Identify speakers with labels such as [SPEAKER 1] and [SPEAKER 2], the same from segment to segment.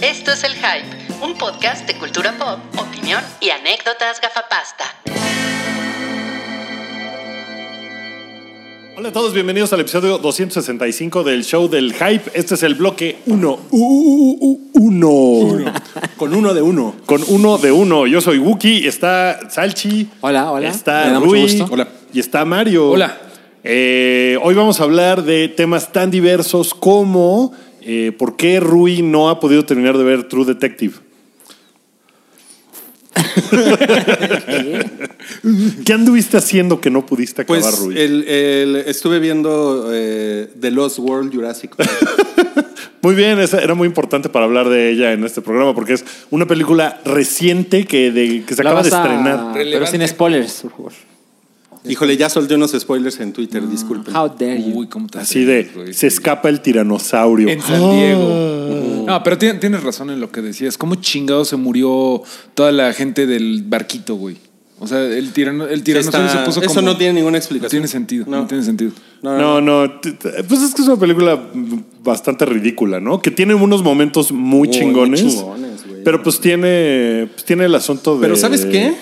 [SPEAKER 1] Esto es El Hype, un podcast de cultura pop, opinión y anécdotas gafapasta.
[SPEAKER 2] Hola a todos, bienvenidos al episodio 265 del show del Hype. Este es el bloque 1. Uno.
[SPEAKER 3] Con uno de uno.
[SPEAKER 2] Con uno de uno. Yo soy Wookie, está Salchi.
[SPEAKER 4] Hola, hola.
[SPEAKER 2] Está
[SPEAKER 4] Me da mucho
[SPEAKER 2] Rui.
[SPEAKER 4] gusto.
[SPEAKER 3] Hola.
[SPEAKER 2] Y está Mario.
[SPEAKER 3] Hola.
[SPEAKER 2] Eh, hoy vamos a hablar de temas tan diversos como eh, por qué Rui no ha podido terminar de ver True Detective. ¿Qué anduviste haciendo que no pudiste acabar,
[SPEAKER 3] Pues
[SPEAKER 4] eh,
[SPEAKER 2] Rui?
[SPEAKER 3] el- el- estuve viendo eh, The Lost World Jurassic Park.
[SPEAKER 2] Muy bien, esa era muy importante para hablar de ella en este programa porque es una película reciente que, de- que se
[SPEAKER 4] La
[SPEAKER 2] acaba de
[SPEAKER 4] vas a- Ah,
[SPEAKER 2] estrenar.
[SPEAKER 4] Pero sin spoilers, por favor.
[SPEAKER 3] Híjole, ya solté unos spoilers en Twitter, disculpen.
[SPEAKER 4] How dare you.
[SPEAKER 5] Uy, cómo te
[SPEAKER 2] Así de,
[SPEAKER 5] atreves,
[SPEAKER 2] se escapa el tiranosaurio. Ah.
[SPEAKER 5] güey. En San Diego. No, pero tien- tienes razón en lo que decías. ¿Cómo chingado se murió toda la gente del barquito, güey? O sea, el, tirano, el tiranosaurio
[SPEAKER 3] Está-
[SPEAKER 5] se puso
[SPEAKER 3] eso
[SPEAKER 5] como-
[SPEAKER 3] no tiene ninguna explicación.
[SPEAKER 5] No tiene sentido, no,
[SPEAKER 3] No.
[SPEAKER 5] tiene sentido.
[SPEAKER 3] No,
[SPEAKER 2] No, no, t- t- pues es que es una película bastante ridícula, ¿no? Que tiene unos momentos muy
[SPEAKER 3] Muy
[SPEAKER 2] chingones.
[SPEAKER 3] chingones, güey.
[SPEAKER 2] pero pues tiene, pues tiene el asunto de.
[SPEAKER 3] Pero ¿sabes qué?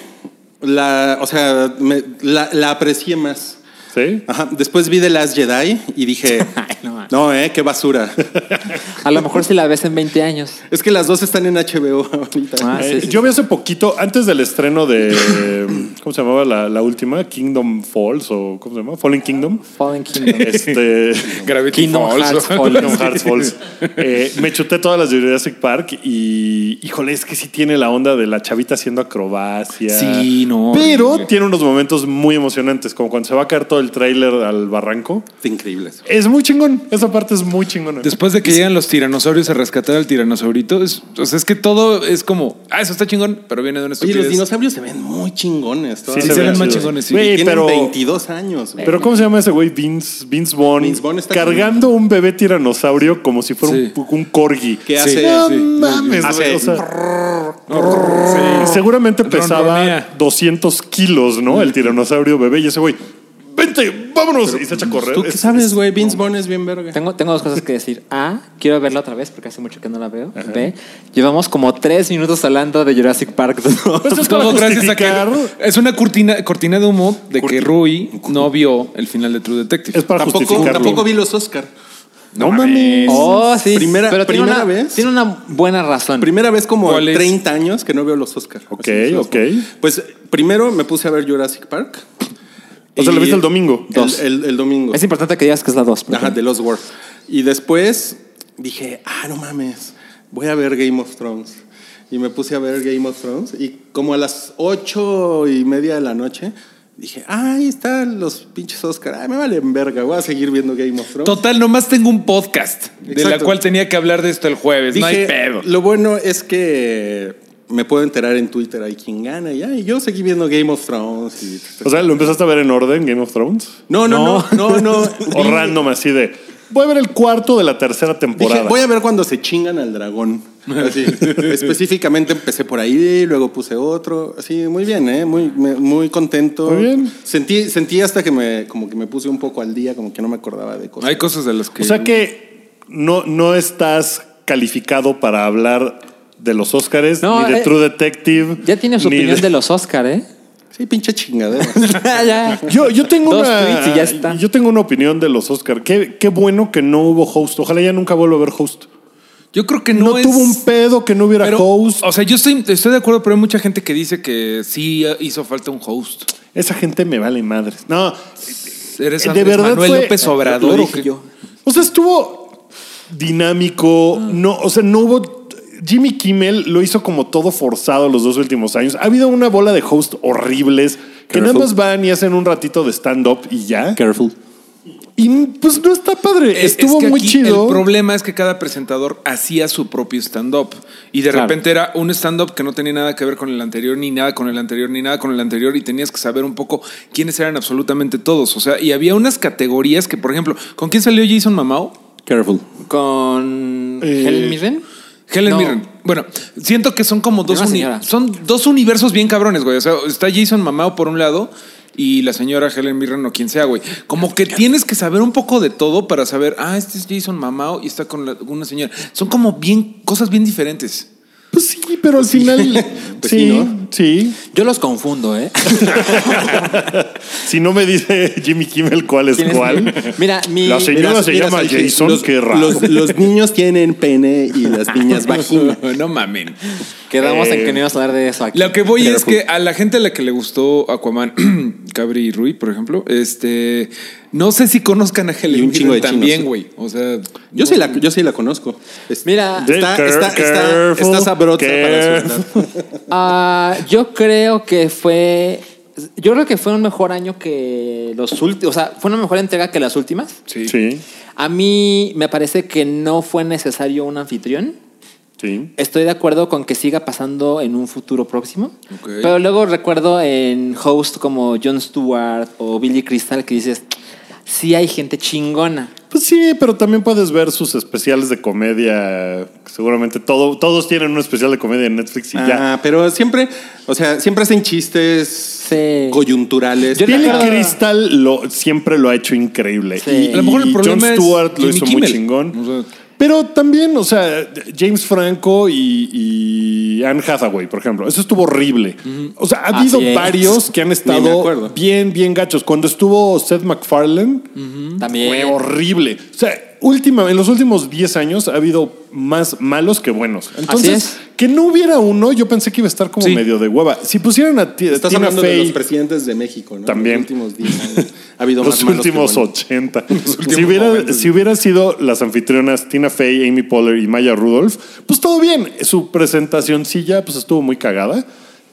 [SPEAKER 3] La, o sea, me- la, la aprecié más.
[SPEAKER 2] Sí.
[SPEAKER 3] Ajá. Después vi The Last Jedi y dije,
[SPEAKER 4] Ay, no mames.
[SPEAKER 3] no, eh, qué basura.
[SPEAKER 4] A lo mejor si la ves en 20 años.
[SPEAKER 3] es que las dos están en HBO ahorita.
[SPEAKER 4] Ah, sí,
[SPEAKER 2] Eh,
[SPEAKER 4] sí,
[SPEAKER 2] Yo vi hace poquito, antes del estreno de. ¿Cómo se llamaba la, la última? Kingdom Falls o ¿cómo se llama? Fallen Kingdom.
[SPEAKER 4] Fallen Kingdom.
[SPEAKER 2] Este.
[SPEAKER 5] Gravity
[SPEAKER 4] Kingdom
[SPEAKER 5] Falls.
[SPEAKER 4] Hearts
[SPEAKER 5] ¿no?
[SPEAKER 4] Falls.
[SPEAKER 2] Kingdom Hearts Falls. Eh, me chuté todas las de Jurassic Park y, híjole, es que sí tiene la onda de la chavita haciendo acrobacia.
[SPEAKER 5] Sí, no,
[SPEAKER 2] Pero
[SPEAKER 5] horrible.
[SPEAKER 2] tiene unos momentos muy emocionantes, como cuando se va a caer todo el tráiler al barranco.
[SPEAKER 3] Está increíble eso.
[SPEAKER 2] Es muy chingón, esa parte es muy chingona.
[SPEAKER 5] Después de que llegan los tiranosaurios a rescatar al tiranosaurito, es, o sea, es que todo es como, ah, eso está chingón, pero viene de una
[SPEAKER 3] Oye,
[SPEAKER 5] estupidez.
[SPEAKER 3] los dinosaurios se ven muy chingones.
[SPEAKER 2] Sí,
[SPEAKER 3] todavía.
[SPEAKER 5] Sí,
[SPEAKER 2] se
[SPEAKER 5] se ven
[SPEAKER 2] ve
[SPEAKER 5] más
[SPEAKER 2] chido.
[SPEAKER 5] chingones, sí.
[SPEAKER 2] Güey,
[SPEAKER 3] Tienen
[SPEAKER 2] pero,
[SPEAKER 3] 22 años. güey.
[SPEAKER 2] pero ¿cómo se llama ese güey? Vince, Vince Vaughn.
[SPEAKER 3] Vince Vaughn está
[SPEAKER 2] cargando un bebé tiranosaurio como si fuera un-
[SPEAKER 5] Sí.
[SPEAKER 2] un, corgi.
[SPEAKER 3] ¿Qué
[SPEAKER 5] Sí,
[SPEAKER 3] hace?
[SPEAKER 2] No
[SPEAKER 5] sí.
[SPEAKER 2] mames,
[SPEAKER 3] Hace-
[SPEAKER 2] güey, o sea, seguramente pesaba
[SPEAKER 5] Ronronea.
[SPEAKER 2] 200 kilos, ¿no? El tiranosaurio bebé y ese güey, vente, vámonos. y se echa a correr.
[SPEAKER 3] pues, ¿Tú qué
[SPEAKER 2] Es-
[SPEAKER 3] sabes, güey? Vince Vaughn es bien verga.
[SPEAKER 4] Tengo, tengo dos cosas que decir. A, quiero verla otra vez porque hace mucho que no la veo. B, llevamos como tres minutos hablando de Jurassic Park 2.
[SPEAKER 2] Pues es para
[SPEAKER 5] Todo gracias a que
[SPEAKER 2] justificar-
[SPEAKER 5] es una cortina, cortina de humo de que Rui no vio el final de True Detective. Ah,
[SPEAKER 2] Es para
[SPEAKER 3] Tampoco,
[SPEAKER 2] justificarlo.
[SPEAKER 3] tampoco vi los Oscar.
[SPEAKER 2] No mames.
[SPEAKER 4] Oh, sí.
[SPEAKER 3] Primera-
[SPEAKER 4] pero tiene una-
[SPEAKER 3] primera vez.
[SPEAKER 4] Tiene una buena razón.
[SPEAKER 3] Primera vez como
[SPEAKER 5] ¿Cuál es?
[SPEAKER 3] 30 años que no veo los Oscar.
[SPEAKER 2] Ok,
[SPEAKER 3] Así es, los-
[SPEAKER 2] ok.
[SPEAKER 3] Pues primero me puse a ver Jurassic Park.
[SPEAKER 2] O sea, ¿lo
[SPEAKER 3] Y-
[SPEAKER 2] viste el domingo?
[SPEAKER 3] El-
[SPEAKER 2] Dos.
[SPEAKER 3] El, el domingo.
[SPEAKER 4] Es importante que digas que es la 2.
[SPEAKER 3] Ajá, de Lost World. Y después dije, ah, no mames, voy a ver Game of Thrones. Y me puse a ver Game of Thrones. Y como a las ocho y media de la noche, dije, ah, ahí están los pinches Oscar. Ay, me valen verga, voy a seguir viendo Game of Thrones.
[SPEAKER 5] Total, nomás tengo un podcast de la
[SPEAKER 3] Exacto.
[SPEAKER 5] cual tenía que hablar de esto el jueves. no hay
[SPEAKER 3] Dije,
[SPEAKER 5] pedo.
[SPEAKER 3] Lo bueno es que me puedo enterar en Twitter ahí quién gana. Y, ay, yo seguí viendo Game of Thrones. y-
[SPEAKER 2] O sea, ¿lo empezaste a ver en orden, Game of Thrones?
[SPEAKER 3] no, no, no, no, no.
[SPEAKER 2] O
[SPEAKER 3] Vi-
[SPEAKER 2] random, así de. Voy a ver el cuarto de la tercera temporada.
[SPEAKER 3] Dije, voy a ver cuando se chingan al dragón. Así. Específicamente empecé por ahí, luego puse otro. Así, muy bien, ¿eh? Muy, me- muy contento.
[SPEAKER 2] Muy bien.
[SPEAKER 3] Sentí, sentí hasta que me, como que me puse un poco al día, como que no me acordaba de cosas.
[SPEAKER 5] Hay cosas de las que.
[SPEAKER 2] O sea que no, no estás calificado para hablar de los Óscares,
[SPEAKER 4] No,
[SPEAKER 2] ni de
[SPEAKER 4] eh,
[SPEAKER 2] True Detective.
[SPEAKER 4] Ya tiene su
[SPEAKER 2] ni
[SPEAKER 4] opinión de... los Oscar, ¿eh?
[SPEAKER 3] Sí, pinche chingadera.
[SPEAKER 4] ya.
[SPEAKER 2] Yo, yo tengo
[SPEAKER 4] Dos
[SPEAKER 2] una,
[SPEAKER 4] tweets y ya está.
[SPEAKER 2] Yo tengo una opinión de los Óscar. Qué, qué bueno que no hubo host. Ojalá ya nunca vuelva a haber host.
[SPEAKER 5] Yo creo que
[SPEAKER 2] No,
[SPEAKER 5] no, es-
[SPEAKER 2] tuvo un pedo que no hubiera
[SPEAKER 5] pero,
[SPEAKER 2] host.
[SPEAKER 5] O sea, yo estoy, estoy de acuerdo, pero hay mucha gente que dice que sí eh, hizo falta un host.
[SPEAKER 2] Esa gente me vale madres. No,
[SPEAKER 5] ¿Eres
[SPEAKER 2] De
[SPEAKER 5] Pues, Andrés
[SPEAKER 2] verdad
[SPEAKER 5] Manuel
[SPEAKER 2] fue-
[SPEAKER 5] López
[SPEAKER 3] Lo
[SPEAKER 5] Obrador
[SPEAKER 3] dije
[SPEAKER 5] o qué?
[SPEAKER 3] yo.
[SPEAKER 2] O sea, estuvo dinámico.
[SPEAKER 5] Ah.
[SPEAKER 2] No, o sea, no hubo. Jimmy Kimmel lo hizo como todo forzado los dos últimos años. Ha habido una bola de hosts horribles que nada más van y hacen un ratito de stand-up y ya.
[SPEAKER 4] Careful.
[SPEAKER 2] Y pues no está padre.
[SPEAKER 5] Es-
[SPEAKER 2] Estuvo
[SPEAKER 5] Eh, es que
[SPEAKER 2] muy
[SPEAKER 5] aquí
[SPEAKER 2] chido.
[SPEAKER 5] El problema es que cada presentador hacía su propio stand-up y de
[SPEAKER 4] Claro.
[SPEAKER 5] repente era un stand-up que no tenía nada que ver con el anterior, ni nada con el anterior, ni nada con el anterior y tenías que saber un poco quiénes eran absolutamente todos. O sea, y había unas categorías que, por ejemplo, ¿con quién salió Jason Mamao?
[SPEAKER 3] Careful.
[SPEAKER 4] Con
[SPEAKER 2] Eh,
[SPEAKER 4] Helen Mirren.
[SPEAKER 5] Helen
[SPEAKER 4] No.
[SPEAKER 5] Mirren. Bueno, siento que son como dos,
[SPEAKER 4] Una
[SPEAKER 5] uni-
[SPEAKER 4] señora.
[SPEAKER 5] son dos universos bien cabrones, güey. O sea, está Jason Mamao por un lado y la señora Helen Mirren o quien sea, güey. Como que tienes que saber un poco de todo para saber, ah, este es Jason Mamao y está con la- una señora. Son como bien cosas bien diferentes.
[SPEAKER 2] Pues sí, pero al final.
[SPEAKER 3] Pues sí,
[SPEAKER 2] sí,
[SPEAKER 3] ¿no?
[SPEAKER 2] sí.
[SPEAKER 4] Yo los confundo, ¿eh?
[SPEAKER 2] Si no me dice Jimmy Kimmel cuál es
[SPEAKER 4] ¿Quién es?
[SPEAKER 2] cuál.
[SPEAKER 4] Mira, mi-
[SPEAKER 2] La señora
[SPEAKER 3] Mira,
[SPEAKER 2] se
[SPEAKER 3] mira,
[SPEAKER 2] llama
[SPEAKER 3] Sergio,
[SPEAKER 2] Jason,
[SPEAKER 3] los-
[SPEAKER 2] qué raro.
[SPEAKER 3] Los, los niños tienen pene y las niñas vagina.
[SPEAKER 5] no mamen.
[SPEAKER 4] Quedamos en
[SPEAKER 2] Eh,
[SPEAKER 4] que no íbamos a hablar de eso aquí.
[SPEAKER 5] Lo que voy
[SPEAKER 3] Pero
[SPEAKER 5] es que a la gente a la que le gustó Aquaman, Cabri y Rui, por ejemplo, este, no sé si conozcan a
[SPEAKER 3] Y
[SPEAKER 5] Helen
[SPEAKER 3] un chingo
[SPEAKER 5] Mirren
[SPEAKER 3] de chinos,
[SPEAKER 5] también,
[SPEAKER 3] sí.
[SPEAKER 5] güey. O sea,
[SPEAKER 3] Yo sí la, yo sí la conozco. Es-
[SPEAKER 4] Mira,
[SPEAKER 3] está,
[SPEAKER 2] Care-
[SPEAKER 3] está, está,
[SPEAKER 2] careful,
[SPEAKER 3] está sabrosa para
[SPEAKER 2] careful.
[SPEAKER 3] disfrutar.
[SPEAKER 4] Ah, yo creo que fue. Yo creo que fue un mejor año que los últimos. O sea, fue una mejor entrega que las últimas.
[SPEAKER 5] sí.
[SPEAKER 2] Sí,
[SPEAKER 4] A mí me parece que no fue necesario un anfitrión.
[SPEAKER 2] sí.
[SPEAKER 4] Estoy de acuerdo con que siga pasando en un futuro próximo.
[SPEAKER 5] Ok.
[SPEAKER 4] Pero luego recuerdo en host como Jon Stewart o Billy Crystal que dices, sí hay gente chingona.
[SPEAKER 2] Pues sí, pero también puedes ver sus especiales de comedia. Seguramente todo, todos tienen un especial de comedia en Netflix y ya.
[SPEAKER 3] Ah, pero siempre, o sea, siempre hacen chistes
[SPEAKER 4] Sí.
[SPEAKER 3] coyunturales.
[SPEAKER 4] Yo
[SPEAKER 2] Billy
[SPEAKER 4] recuerdo-
[SPEAKER 2] Crystal lo, siempre lo ha hecho increíble.
[SPEAKER 4] Sí.
[SPEAKER 2] Y,
[SPEAKER 5] A lo mejor el
[SPEAKER 2] y Jon
[SPEAKER 5] problema es
[SPEAKER 2] Stewart lo
[SPEAKER 5] Jimmy
[SPEAKER 2] hizo muy
[SPEAKER 5] Kimmel.
[SPEAKER 2] chingón. Mm,
[SPEAKER 5] O sea,
[SPEAKER 2] Pero también, o sea, James Franco y, y Anne Hathaway, por ejemplo, eso estuvo horrible. O sea, ha
[SPEAKER 4] Así
[SPEAKER 2] habido
[SPEAKER 4] es.
[SPEAKER 2] varios que han
[SPEAKER 3] Ni me acuerdo.
[SPEAKER 2] estado bien, bien gachos. Cuando estuvo Seth MacFarlane, fue
[SPEAKER 4] También.
[SPEAKER 2] horrible. O sea, última, en los últimos 10 años ha habido más malos que buenos. Entonces,
[SPEAKER 4] es.
[SPEAKER 2] que no hubiera uno, yo pensé que iba a estar como
[SPEAKER 5] Sí.
[SPEAKER 2] medio de hueva. Si pusieran a ti,
[SPEAKER 3] Estás
[SPEAKER 2] Tina
[SPEAKER 3] hablando de
[SPEAKER 2] Fey,
[SPEAKER 3] los presidentes de México, ¿no?
[SPEAKER 2] También.
[SPEAKER 3] Los últimos 10 años. Ha habido
[SPEAKER 2] los
[SPEAKER 3] más malos que
[SPEAKER 2] últimos
[SPEAKER 3] buenos.
[SPEAKER 2] 80. si,
[SPEAKER 3] últimos
[SPEAKER 2] hubiera,
[SPEAKER 3] 90.
[SPEAKER 2] si hubiera sido las anfitrionas Tina Fey, Amy Poehler y Maya Rudolph, pues todo bien. Su presentacioncilla pues estuvo muy cagada,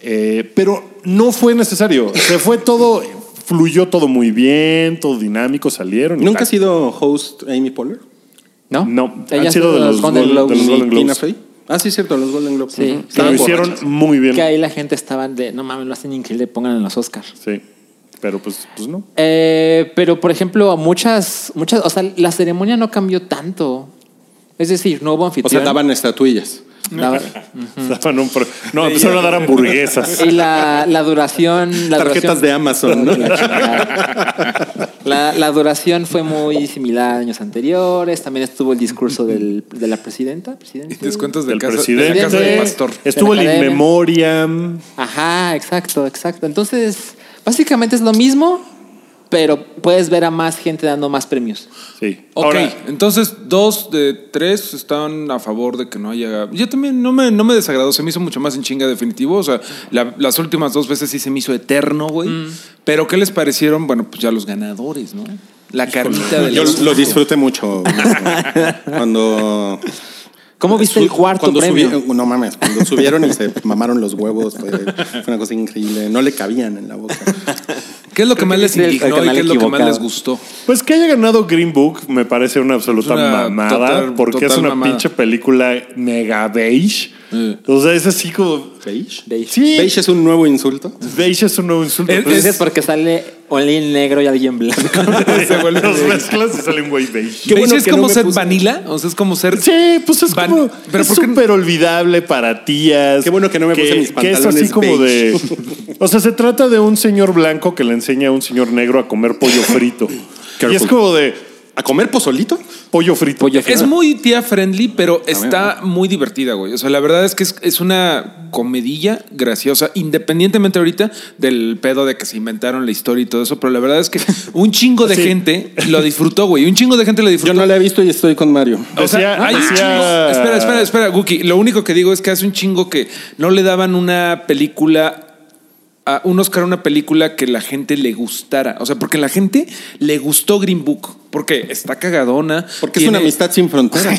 [SPEAKER 2] eh, pero no fue necesario. Se fue todo, fluyó todo muy bien, todo dinámico, salieron. y
[SPEAKER 3] ¿Nunca ha
[SPEAKER 2] tal.
[SPEAKER 3] sido host Amy Poehler?
[SPEAKER 4] ¿No?
[SPEAKER 2] No,
[SPEAKER 4] Ella
[SPEAKER 2] han sido de los, Gol- de los
[SPEAKER 4] Globes.
[SPEAKER 2] Golden
[SPEAKER 3] Tina
[SPEAKER 2] Globes.
[SPEAKER 3] Fey. Ah, sí, cierto, los Golden Globes.
[SPEAKER 4] Sí.
[SPEAKER 3] Ujú.
[SPEAKER 4] Que lo
[SPEAKER 2] Que lo
[SPEAKER 3] Estaban
[SPEAKER 2] hicieron
[SPEAKER 3] borrachos.
[SPEAKER 2] muy bien.
[SPEAKER 4] Que ahí la gente estaba de, no mames, lo hacen increíble, pongan en los Oscars.
[SPEAKER 2] Sí, pero pues, pues no.
[SPEAKER 4] Eh, pero, por ejemplo, a muchas, muchas, o sea, la ceremonia no cambió tanto. Es decir, no hubo
[SPEAKER 3] O sea,
[SPEAKER 4] anfitrión.
[SPEAKER 3] daban estatuillas.
[SPEAKER 4] Daba-
[SPEAKER 2] Daban un pro- No, empezaron a dar hamburguesas.
[SPEAKER 4] y la, la duración. La
[SPEAKER 3] Tarjetas
[SPEAKER 4] duración-
[SPEAKER 3] de Amazon, ¿no?
[SPEAKER 4] La chingada. La, la duración fue muy similar a años anteriores. También estuvo el discurso del- de la presidenta.
[SPEAKER 5] y
[SPEAKER 4] presidente.
[SPEAKER 5] descuentos de,
[SPEAKER 2] Del
[SPEAKER 5] casa, de la
[SPEAKER 2] presidente.
[SPEAKER 5] casa del pastor.
[SPEAKER 2] Estuvo
[SPEAKER 4] De
[SPEAKER 2] el
[SPEAKER 4] la
[SPEAKER 2] In
[SPEAKER 4] cadena.
[SPEAKER 2] Memoriam.
[SPEAKER 4] Ajá, exacto, exacto. Entonces, básicamente es lo mismo, pero puedes ver a más gente dando más premios.
[SPEAKER 2] Sí.
[SPEAKER 5] Ok,
[SPEAKER 2] Ahora,
[SPEAKER 5] entonces dos de tres están a favor de que no haya. Yo también no me, no me desagradó, se me hizo mucho más en chinga definitivo. O sea, la- las últimas dos veces sí se me hizo eterno, güey. Pero ¿qué les parecieron? Bueno, pues ya los ganadores, ¿no? La carnita del.
[SPEAKER 3] Yo lo
[SPEAKER 5] asunto.
[SPEAKER 3] disfruté mucho. cuando.
[SPEAKER 4] ¿Cómo viste Pues el cuarto
[SPEAKER 3] Eh, cuando
[SPEAKER 4] premio?
[SPEAKER 3] subieron- no mames, cuando subieron y se mamaron los huevos, fue, fue una cosa increíble. No le cabían en la boca.
[SPEAKER 5] ¿Qué es lo que
[SPEAKER 4] Creo
[SPEAKER 5] más
[SPEAKER 4] que
[SPEAKER 5] les
[SPEAKER 4] viste el- el
[SPEAKER 5] indignó y
[SPEAKER 4] canal
[SPEAKER 5] qué es lo que más
[SPEAKER 4] equivocado.
[SPEAKER 5] les gustó?
[SPEAKER 2] Pues que haya ganado Green Book me parece una absoluta
[SPEAKER 5] Es una
[SPEAKER 2] mamada
[SPEAKER 5] total-
[SPEAKER 2] porque es
[SPEAKER 5] total
[SPEAKER 2] una
[SPEAKER 5] mamada.
[SPEAKER 2] pinche película mega beige. O sea, es así como
[SPEAKER 3] ¿Beige?
[SPEAKER 4] Beige.
[SPEAKER 2] Sí.
[SPEAKER 3] ¿Beige es un nuevo insulto?
[SPEAKER 2] beige es un nuevo insulto.
[SPEAKER 5] Es-
[SPEAKER 2] Pues,
[SPEAKER 4] Dices porque sale Olin negro y alguien blanco.
[SPEAKER 5] se vuelve
[SPEAKER 2] los
[SPEAKER 5] beige.
[SPEAKER 2] mezclas y sale un güey beige.
[SPEAKER 3] Qué bueno
[SPEAKER 5] es
[SPEAKER 3] que
[SPEAKER 5] como
[SPEAKER 3] no me
[SPEAKER 5] ser
[SPEAKER 3] puse-
[SPEAKER 5] vanilla? O sea, es como ser.
[SPEAKER 2] Sí, pues es
[SPEAKER 5] Van-
[SPEAKER 2] como
[SPEAKER 5] pero
[SPEAKER 2] es
[SPEAKER 5] ¿por qué no-
[SPEAKER 2] súper olvidable para tías.
[SPEAKER 3] Qué bueno que no me puse mis
[SPEAKER 2] Que es así
[SPEAKER 3] pantalones
[SPEAKER 2] como de O sea, se trata de un señor blanco que le enseña a un señor negro a comer pollo frito. y es
[SPEAKER 3] Careful.
[SPEAKER 2] como de
[SPEAKER 3] ¿A comer pozolito?
[SPEAKER 2] pollo frito.
[SPEAKER 4] Pollo
[SPEAKER 5] Es
[SPEAKER 4] frito.
[SPEAKER 5] muy tía friendly, pero está muy divertida, güey. O sea, la verdad es que es, es una comedilla graciosa, independientemente ahorita del pedo de que se inventaron la historia y todo eso, pero la verdad es que un chingo de
[SPEAKER 2] Sí.
[SPEAKER 5] gente lo disfrutó, güey. Un chingo de gente lo disfrutó.
[SPEAKER 3] Yo no la he visto y estoy con Mario.
[SPEAKER 5] O sea,
[SPEAKER 2] Decía-
[SPEAKER 5] hay un
[SPEAKER 2] decía-
[SPEAKER 5] chingo. Espera, espera, espera, Guki. Lo único que digo es que hace un chingo que no le daban una película. A un Oscar a una película que la gente le gustara. O sea, porque la gente le gustó Green Book. Porque está cagadona.
[SPEAKER 3] Porque es una
[SPEAKER 5] tiene-
[SPEAKER 3] amistad sin fronteras.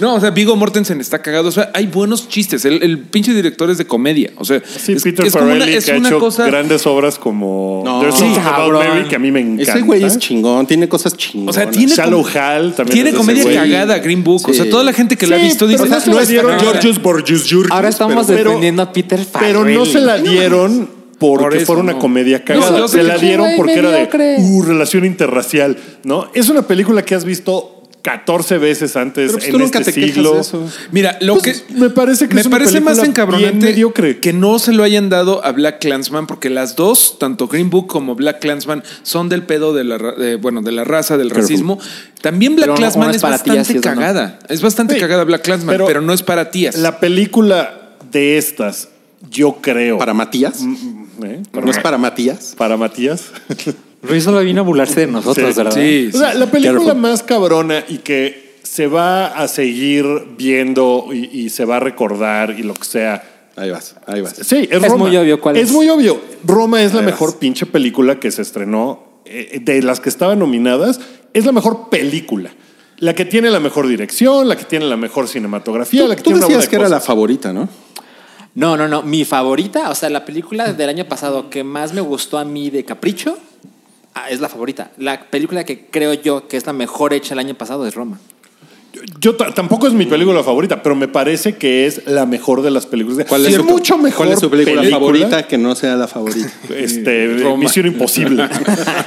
[SPEAKER 5] no, o sea, Vigo Mortensen está cagado. O sea, hay buenos chistes. El, el pinche director es de comedia. O sea,
[SPEAKER 2] Sí,
[SPEAKER 5] es,
[SPEAKER 2] Peter
[SPEAKER 5] es como una-
[SPEAKER 2] Farrelly
[SPEAKER 5] es
[SPEAKER 2] que ha
[SPEAKER 5] una
[SPEAKER 2] hecho
[SPEAKER 5] cosa.
[SPEAKER 2] grandes obras como
[SPEAKER 3] No,
[SPEAKER 2] There's Something
[SPEAKER 4] sí,
[SPEAKER 2] About
[SPEAKER 4] cabrón.
[SPEAKER 2] Mary que a mí me encanta.
[SPEAKER 3] Ese güey es chingón, tiene cosas chingonas.
[SPEAKER 5] O sea, tiene
[SPEAKER 2] Shallow
[SPEAKER 5] com-
[SPEAKER 2] Hal también.
[SPEAKER 5] Tiene
[SPEAKER 2] es de ese
[SPEAKER 5] comedia
[SPEAKER 2] güey.
[SPEAKER 5] cagada, Green Book. O sea,
[SPEAKER 3] Sí.
[SPEAKER 5] toda la gente que la ha
[SPEAKER 2] Sí,
[SPEAKER 5] visto dice.
[SPEAKER 2] pero no
[SPEAKER 5] "Ah,
[SPEAKER 2] se la dieron
[SPEAKER 5] está cagada".
[SPEAKER 2] Georgius Borgius Jurgis,
[SPEAKER 4] Ahora estamos
[SPEAKER 2] pero-
[SPEAKER 4] defendiendo a Peter Farrell.
[SPEAKER 2] Pero no se la dieron porque
[SPEAKER 5] Por eso
[SPEAKER 2] fuera una
[SPEAKER 5] no.
[SPEAKER 2] comedia
[SPEAKER 5] No,
[SPEAKER 2] cagada.
[SPEAKER 5] yo sé
[SPEAKER 2] se
[SPEAKER 5] que
[SPEAKER 2] la
[SPEAKER 5] fue
[SPEAKER 2] dieron
[SPEAKER 4] güey
[SPEAKER 2] porque era de
[SPEAKER 4] mediocre.
[SPEAKER 2] uh, relación interracial, ¿no? Es una película que has visto 14 veces antes
[SPEAKER 3] Pero pues
[SPEAKER 2] en
[SPEAKER 3] tú nunca
[SPEAKER 2] este
[SPEAKER 3] te quejas
[SPEAKER 2] siglo.
[SPEAKER 3] de eso.
[SPEAKER 5] Mira, lo
[SPEAKER 2] Pues,
[SPEAKER 5] que
[SPEAKER 2] me parece que
[SPEAKER 5] me
[SPEAKER 2] es una
[SPEAKER 5] parece más
[SPEAKER 2] película bien
[SPEAKER 5] encabronante
[SPEAKER 2] mediocre.
[SPEAKER 5] que no se lo hayan dado a Black Clansman porque las dos, tanto Green Book como Black Clansman, son del pedo de la ra- de, bueno, de la raza, del racismo. También Black
[SPEAKER 4] Pero una-
[SPEAKER 5] Clansman
[SPEAKER 4] una
[SPEAKER 5] es,
[SPEAKER 4] es para ti,
[SPEAKER 5] bastante
[SPEAKER 4] así es, ¿no?
[SPEAKER 5] cagada. Es bastante
[SPEAKER 2] Sí,
[SPEAKER 5] cagada Black Clansman,
[SPEAKER 2] pero
[SPEAKER 5] pero, no es para tías.
[SPEAKER 2] La película de estas, yo creo.
[SPEAKER 3] ¿Para Matías?
[SPEAKER 5] Mm,
[SPEAKER 2] ¿eh?
[SPEAKER 3] ¿No es para Matías?
[SPEAKER 2] Para Matías.
[SPEAKER 4] Ruiz solo vino a burlarse de nosotros,
[SPEAKER 2] Sí.
[SPEAKER 4] ¿verdad?
[SPEAKER 5] Sí,
[SPEAKER 2] O sea, la película más cabrona y que se va a seguir viendo y, y se va a recordar y lo que sea.
[SPEAKER 3] Ahí vas, ahí vas.
[SPEAKER 2] Sí, es,
[SPEAKER 4] Es
[SPEAKER 2] Roma.
[SPEAKER 4] muy obvio cuál es.
[SPEAKER 2] muy obvio. Roma es la
[SPEAKER 3] Ahí
[SPEAKER 2] mejor
[SPEAKER 3] vas.
[SPEAKER 2] pinche película que se estrenó eh, de las que estaban nominadas. Es la mejor película. La que tiene la mejor dirección, la que tiene la mejor cinematografía,
[SPEAKER 3] Tú,
[SPEAKER 2] la que
[SPEAKER 3] tú
[SPEAKER 2] tiene una
[SPEAKER 3] decías
[SPEAKER 2] bola de
[SPEAKER 3] que era
[SPEAKER 2] cosas.
[SPEAKER 3] la favorita, ¿no?
[SPEAKER 4] No, no, no. Mi favorita, o sea, la película del año pasado que más me gustó a mí de Capricho ah, es la favorita. La película que creo yo que es la mejor hecha el año pasado es Roma.
[SPEAKER 2] Yo ta- tampoco es mi película favorita, pero me parece que es la mejor de las películas.
[SPEAKER 3] ¿Cuál es,
[SPEAKER 2] Sí,
[SPEAKER 3] su,
[SPEAKER 2] mucho mejor
[SPEAKER 3] ¿Cuál es tu película, favorita que no sea la favorita?
[SPEAKER 2] Este,
[SPEAKER 5] Roma.
[SPEAKER 2] Misión Imposible.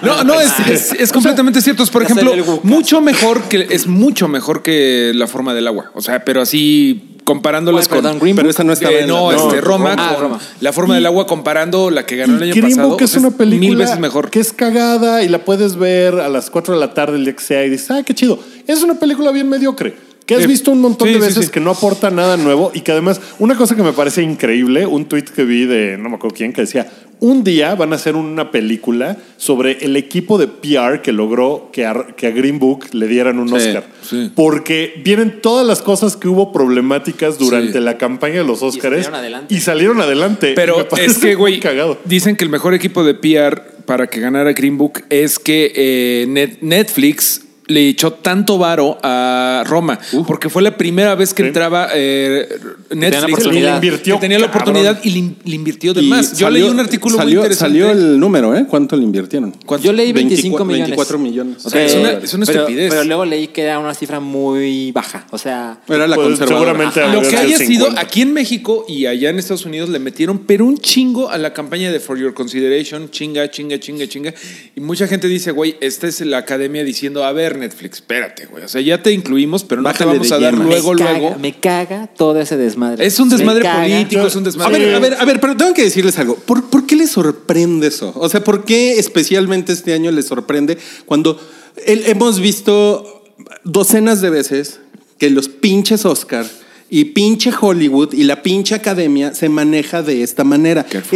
[SPEAKER 5] No, no, es, es- es completamente cierto. Es, por
[SPEAKER 4] ya salió
[SPEAKER 5] ejemplo,
[SPEAKER 4] el Wukas.
[SPEAKER 5] mucho mejor que es mucho mejor que la forma del agua. O sea, pero así comparándolas
[SPEAKER 4] ¿Cuál,
[SPEAKER 5] con.
[SPEAKER 4] perdón, Green
[SPEAKER 3] Pero esa no estaba
[SPEAKER 5] Eh,
[SPEAKER 3] en la-
[SPEAKER 5] no,
[SPEAKER 3] no,
[SPEAKER 5] este, Roma,
[SPEAKER 4] Roma. Ah,
[SPEAKER 5] con
[SPEAKER 4] Roma.
[SPEAKER 5] la forma del agua comparando la que ganó el
[SPEAKER 2] Y
[SPEAKER 5] año
[SPEAKER 2] Green
[SPEAKER 5] pasado.
[SPEAKER 2] Book es
[SPEAKER 5] o sea,
[SPEAKER 2] una película
[SPEAKER 5] mil veces mejor.
[SPEAKER 2] que es cagada y la puedes ver a las 4 de la tarde el día que sea y dices, ah, qué chido. Es una película bien mediocre. Que has
[SPEAKER 5] Sí.
[SPEAKER 2] visto un montón
[SPEAKER 5] Sí,
[SPEAKER 2] de
[SPEAKER 5] sí,
[SPEAKER 2] veces
[SPEAKER 5] sí.
[SPEAKER 2] que no aporta nada nuevo y que además, una cosa que me parece increíble, un tweet que vi de no me acuerdo quién que decía, un día van a hacer una película sobre el equipo de PR que logró que a, que a Green Book le dieran un
[SPEAKER 5] Sí,
[SPEAKER 2] Oscar.
[SPEAKER 5] sí.
[SPEAKER 2] Porque vienen todas las cosas que hubo problemáticas durante
[SPEAKER 5] Sí.
[SPEAKER 2] la campaña de los Oscars
[SPEAKER 4] salieron adelante.
[SPEAKER 2] y salieron adelante. Me
[SPEAKER 5] Pero es
[SPEAKER 2] parece
[SPEAKER 5] que, güey,
[SPEAKER 2] cagado.
[SPEAKER 5] dicen que el mejor equipo de PR para que ganara Green Book es que eh, Net- Netflix le echó tanto varo a Roma,
[SPEAKER 3] Uh.
[SPEAKER 5] porque fue la primera vez que
[SPEAKER 2] Sí.
[SPEAKER 5] entraba eh,
[SPEAKER 4] tenía la
[SPEAKER 5] Netflix.
[SPEAKER 4] oportunidad.
[SPEAKER 5] que tenía la
[SPEAKER 2] cabrón.
[SPEAKER 5] oportunidad y le, in- le invirtió de
[SPEAKER 3] Y
[SPEAKER 5] más. Yo
[SPEAKER 3] salió-
[SPEAKER 5] leí un artículo muy
[SPEAKER 3] salió,
[SPEAKER 5] interesante.
[SPEAKER 3] Salió el número, ¿eh? ¿Cuánto le invirtieron?
[SPEAKER 4] Yo leí 25
[SPEAKER 3] 24
[SPEAKER 4] millones.
[SPEAKER 3] 24 millones.
[SPEAKER 5] O sea, es una- es una
[SPEAKER 4] pero-
[SPEAKER 5] estupidez.
[SPEAKER 4] Pero luego leí que era una cifra muy baja. O sea,
[SPEAKER 3] Era la
[SPEAKER 2] Pues,
[SPEAKER 3] conservadora.
[SPEAKER 2] seguramente
[SPEAKER 5] Lo que
[SPEAKER 2] Era
[SPEAKER 5] haya
[SPEAKER 2] el
[SPEAKER 5] sido
[SPEAKER 2] 50.
[SPEAKER 5] aquí en México y allá en Estados Unidos le metieron, pero un chingo a la campaña de For Your Consideration, chinga, chinga, chinga, chinga. Y mucha gente dice, güey, esta es la academia diciendo, a ver, Netflix, espérate, güey. O sea, ya te incluimos, pero no
[SPEAKER 3] Bájale
[SPEAKER 5] te vamos
[SPEAKER 3] de
[SPEAKER 5] a dar
[SPEAKER 3] yemas.
[SPEAKER 5] luego,
[SPEAKER 4] me, caga,
[SPEAKER 5] luego.
[SPEAKER 4] me caga todo ese desmadre.
[SPEAKER 5] Es un
[SPEAKER 4] Me
[SPEAKER 5] desmadre
[SPEAKER 4] caga.
[SPEAKER 5] político, es un
[SPEAKER 3] A
[SPEAKER 5] desmadre.
[SPEAKER 3] ver, a ver, a ver, pero tengo que decirles algo. ¿Por, por qué les sorprende eso? O sea, ¿por qué especialmente este año les sorprende cuando el- hemos visto docenas de veces que los pinches Oscar y pinche Hollywood y la pinche academia se maneja de esta manera? Es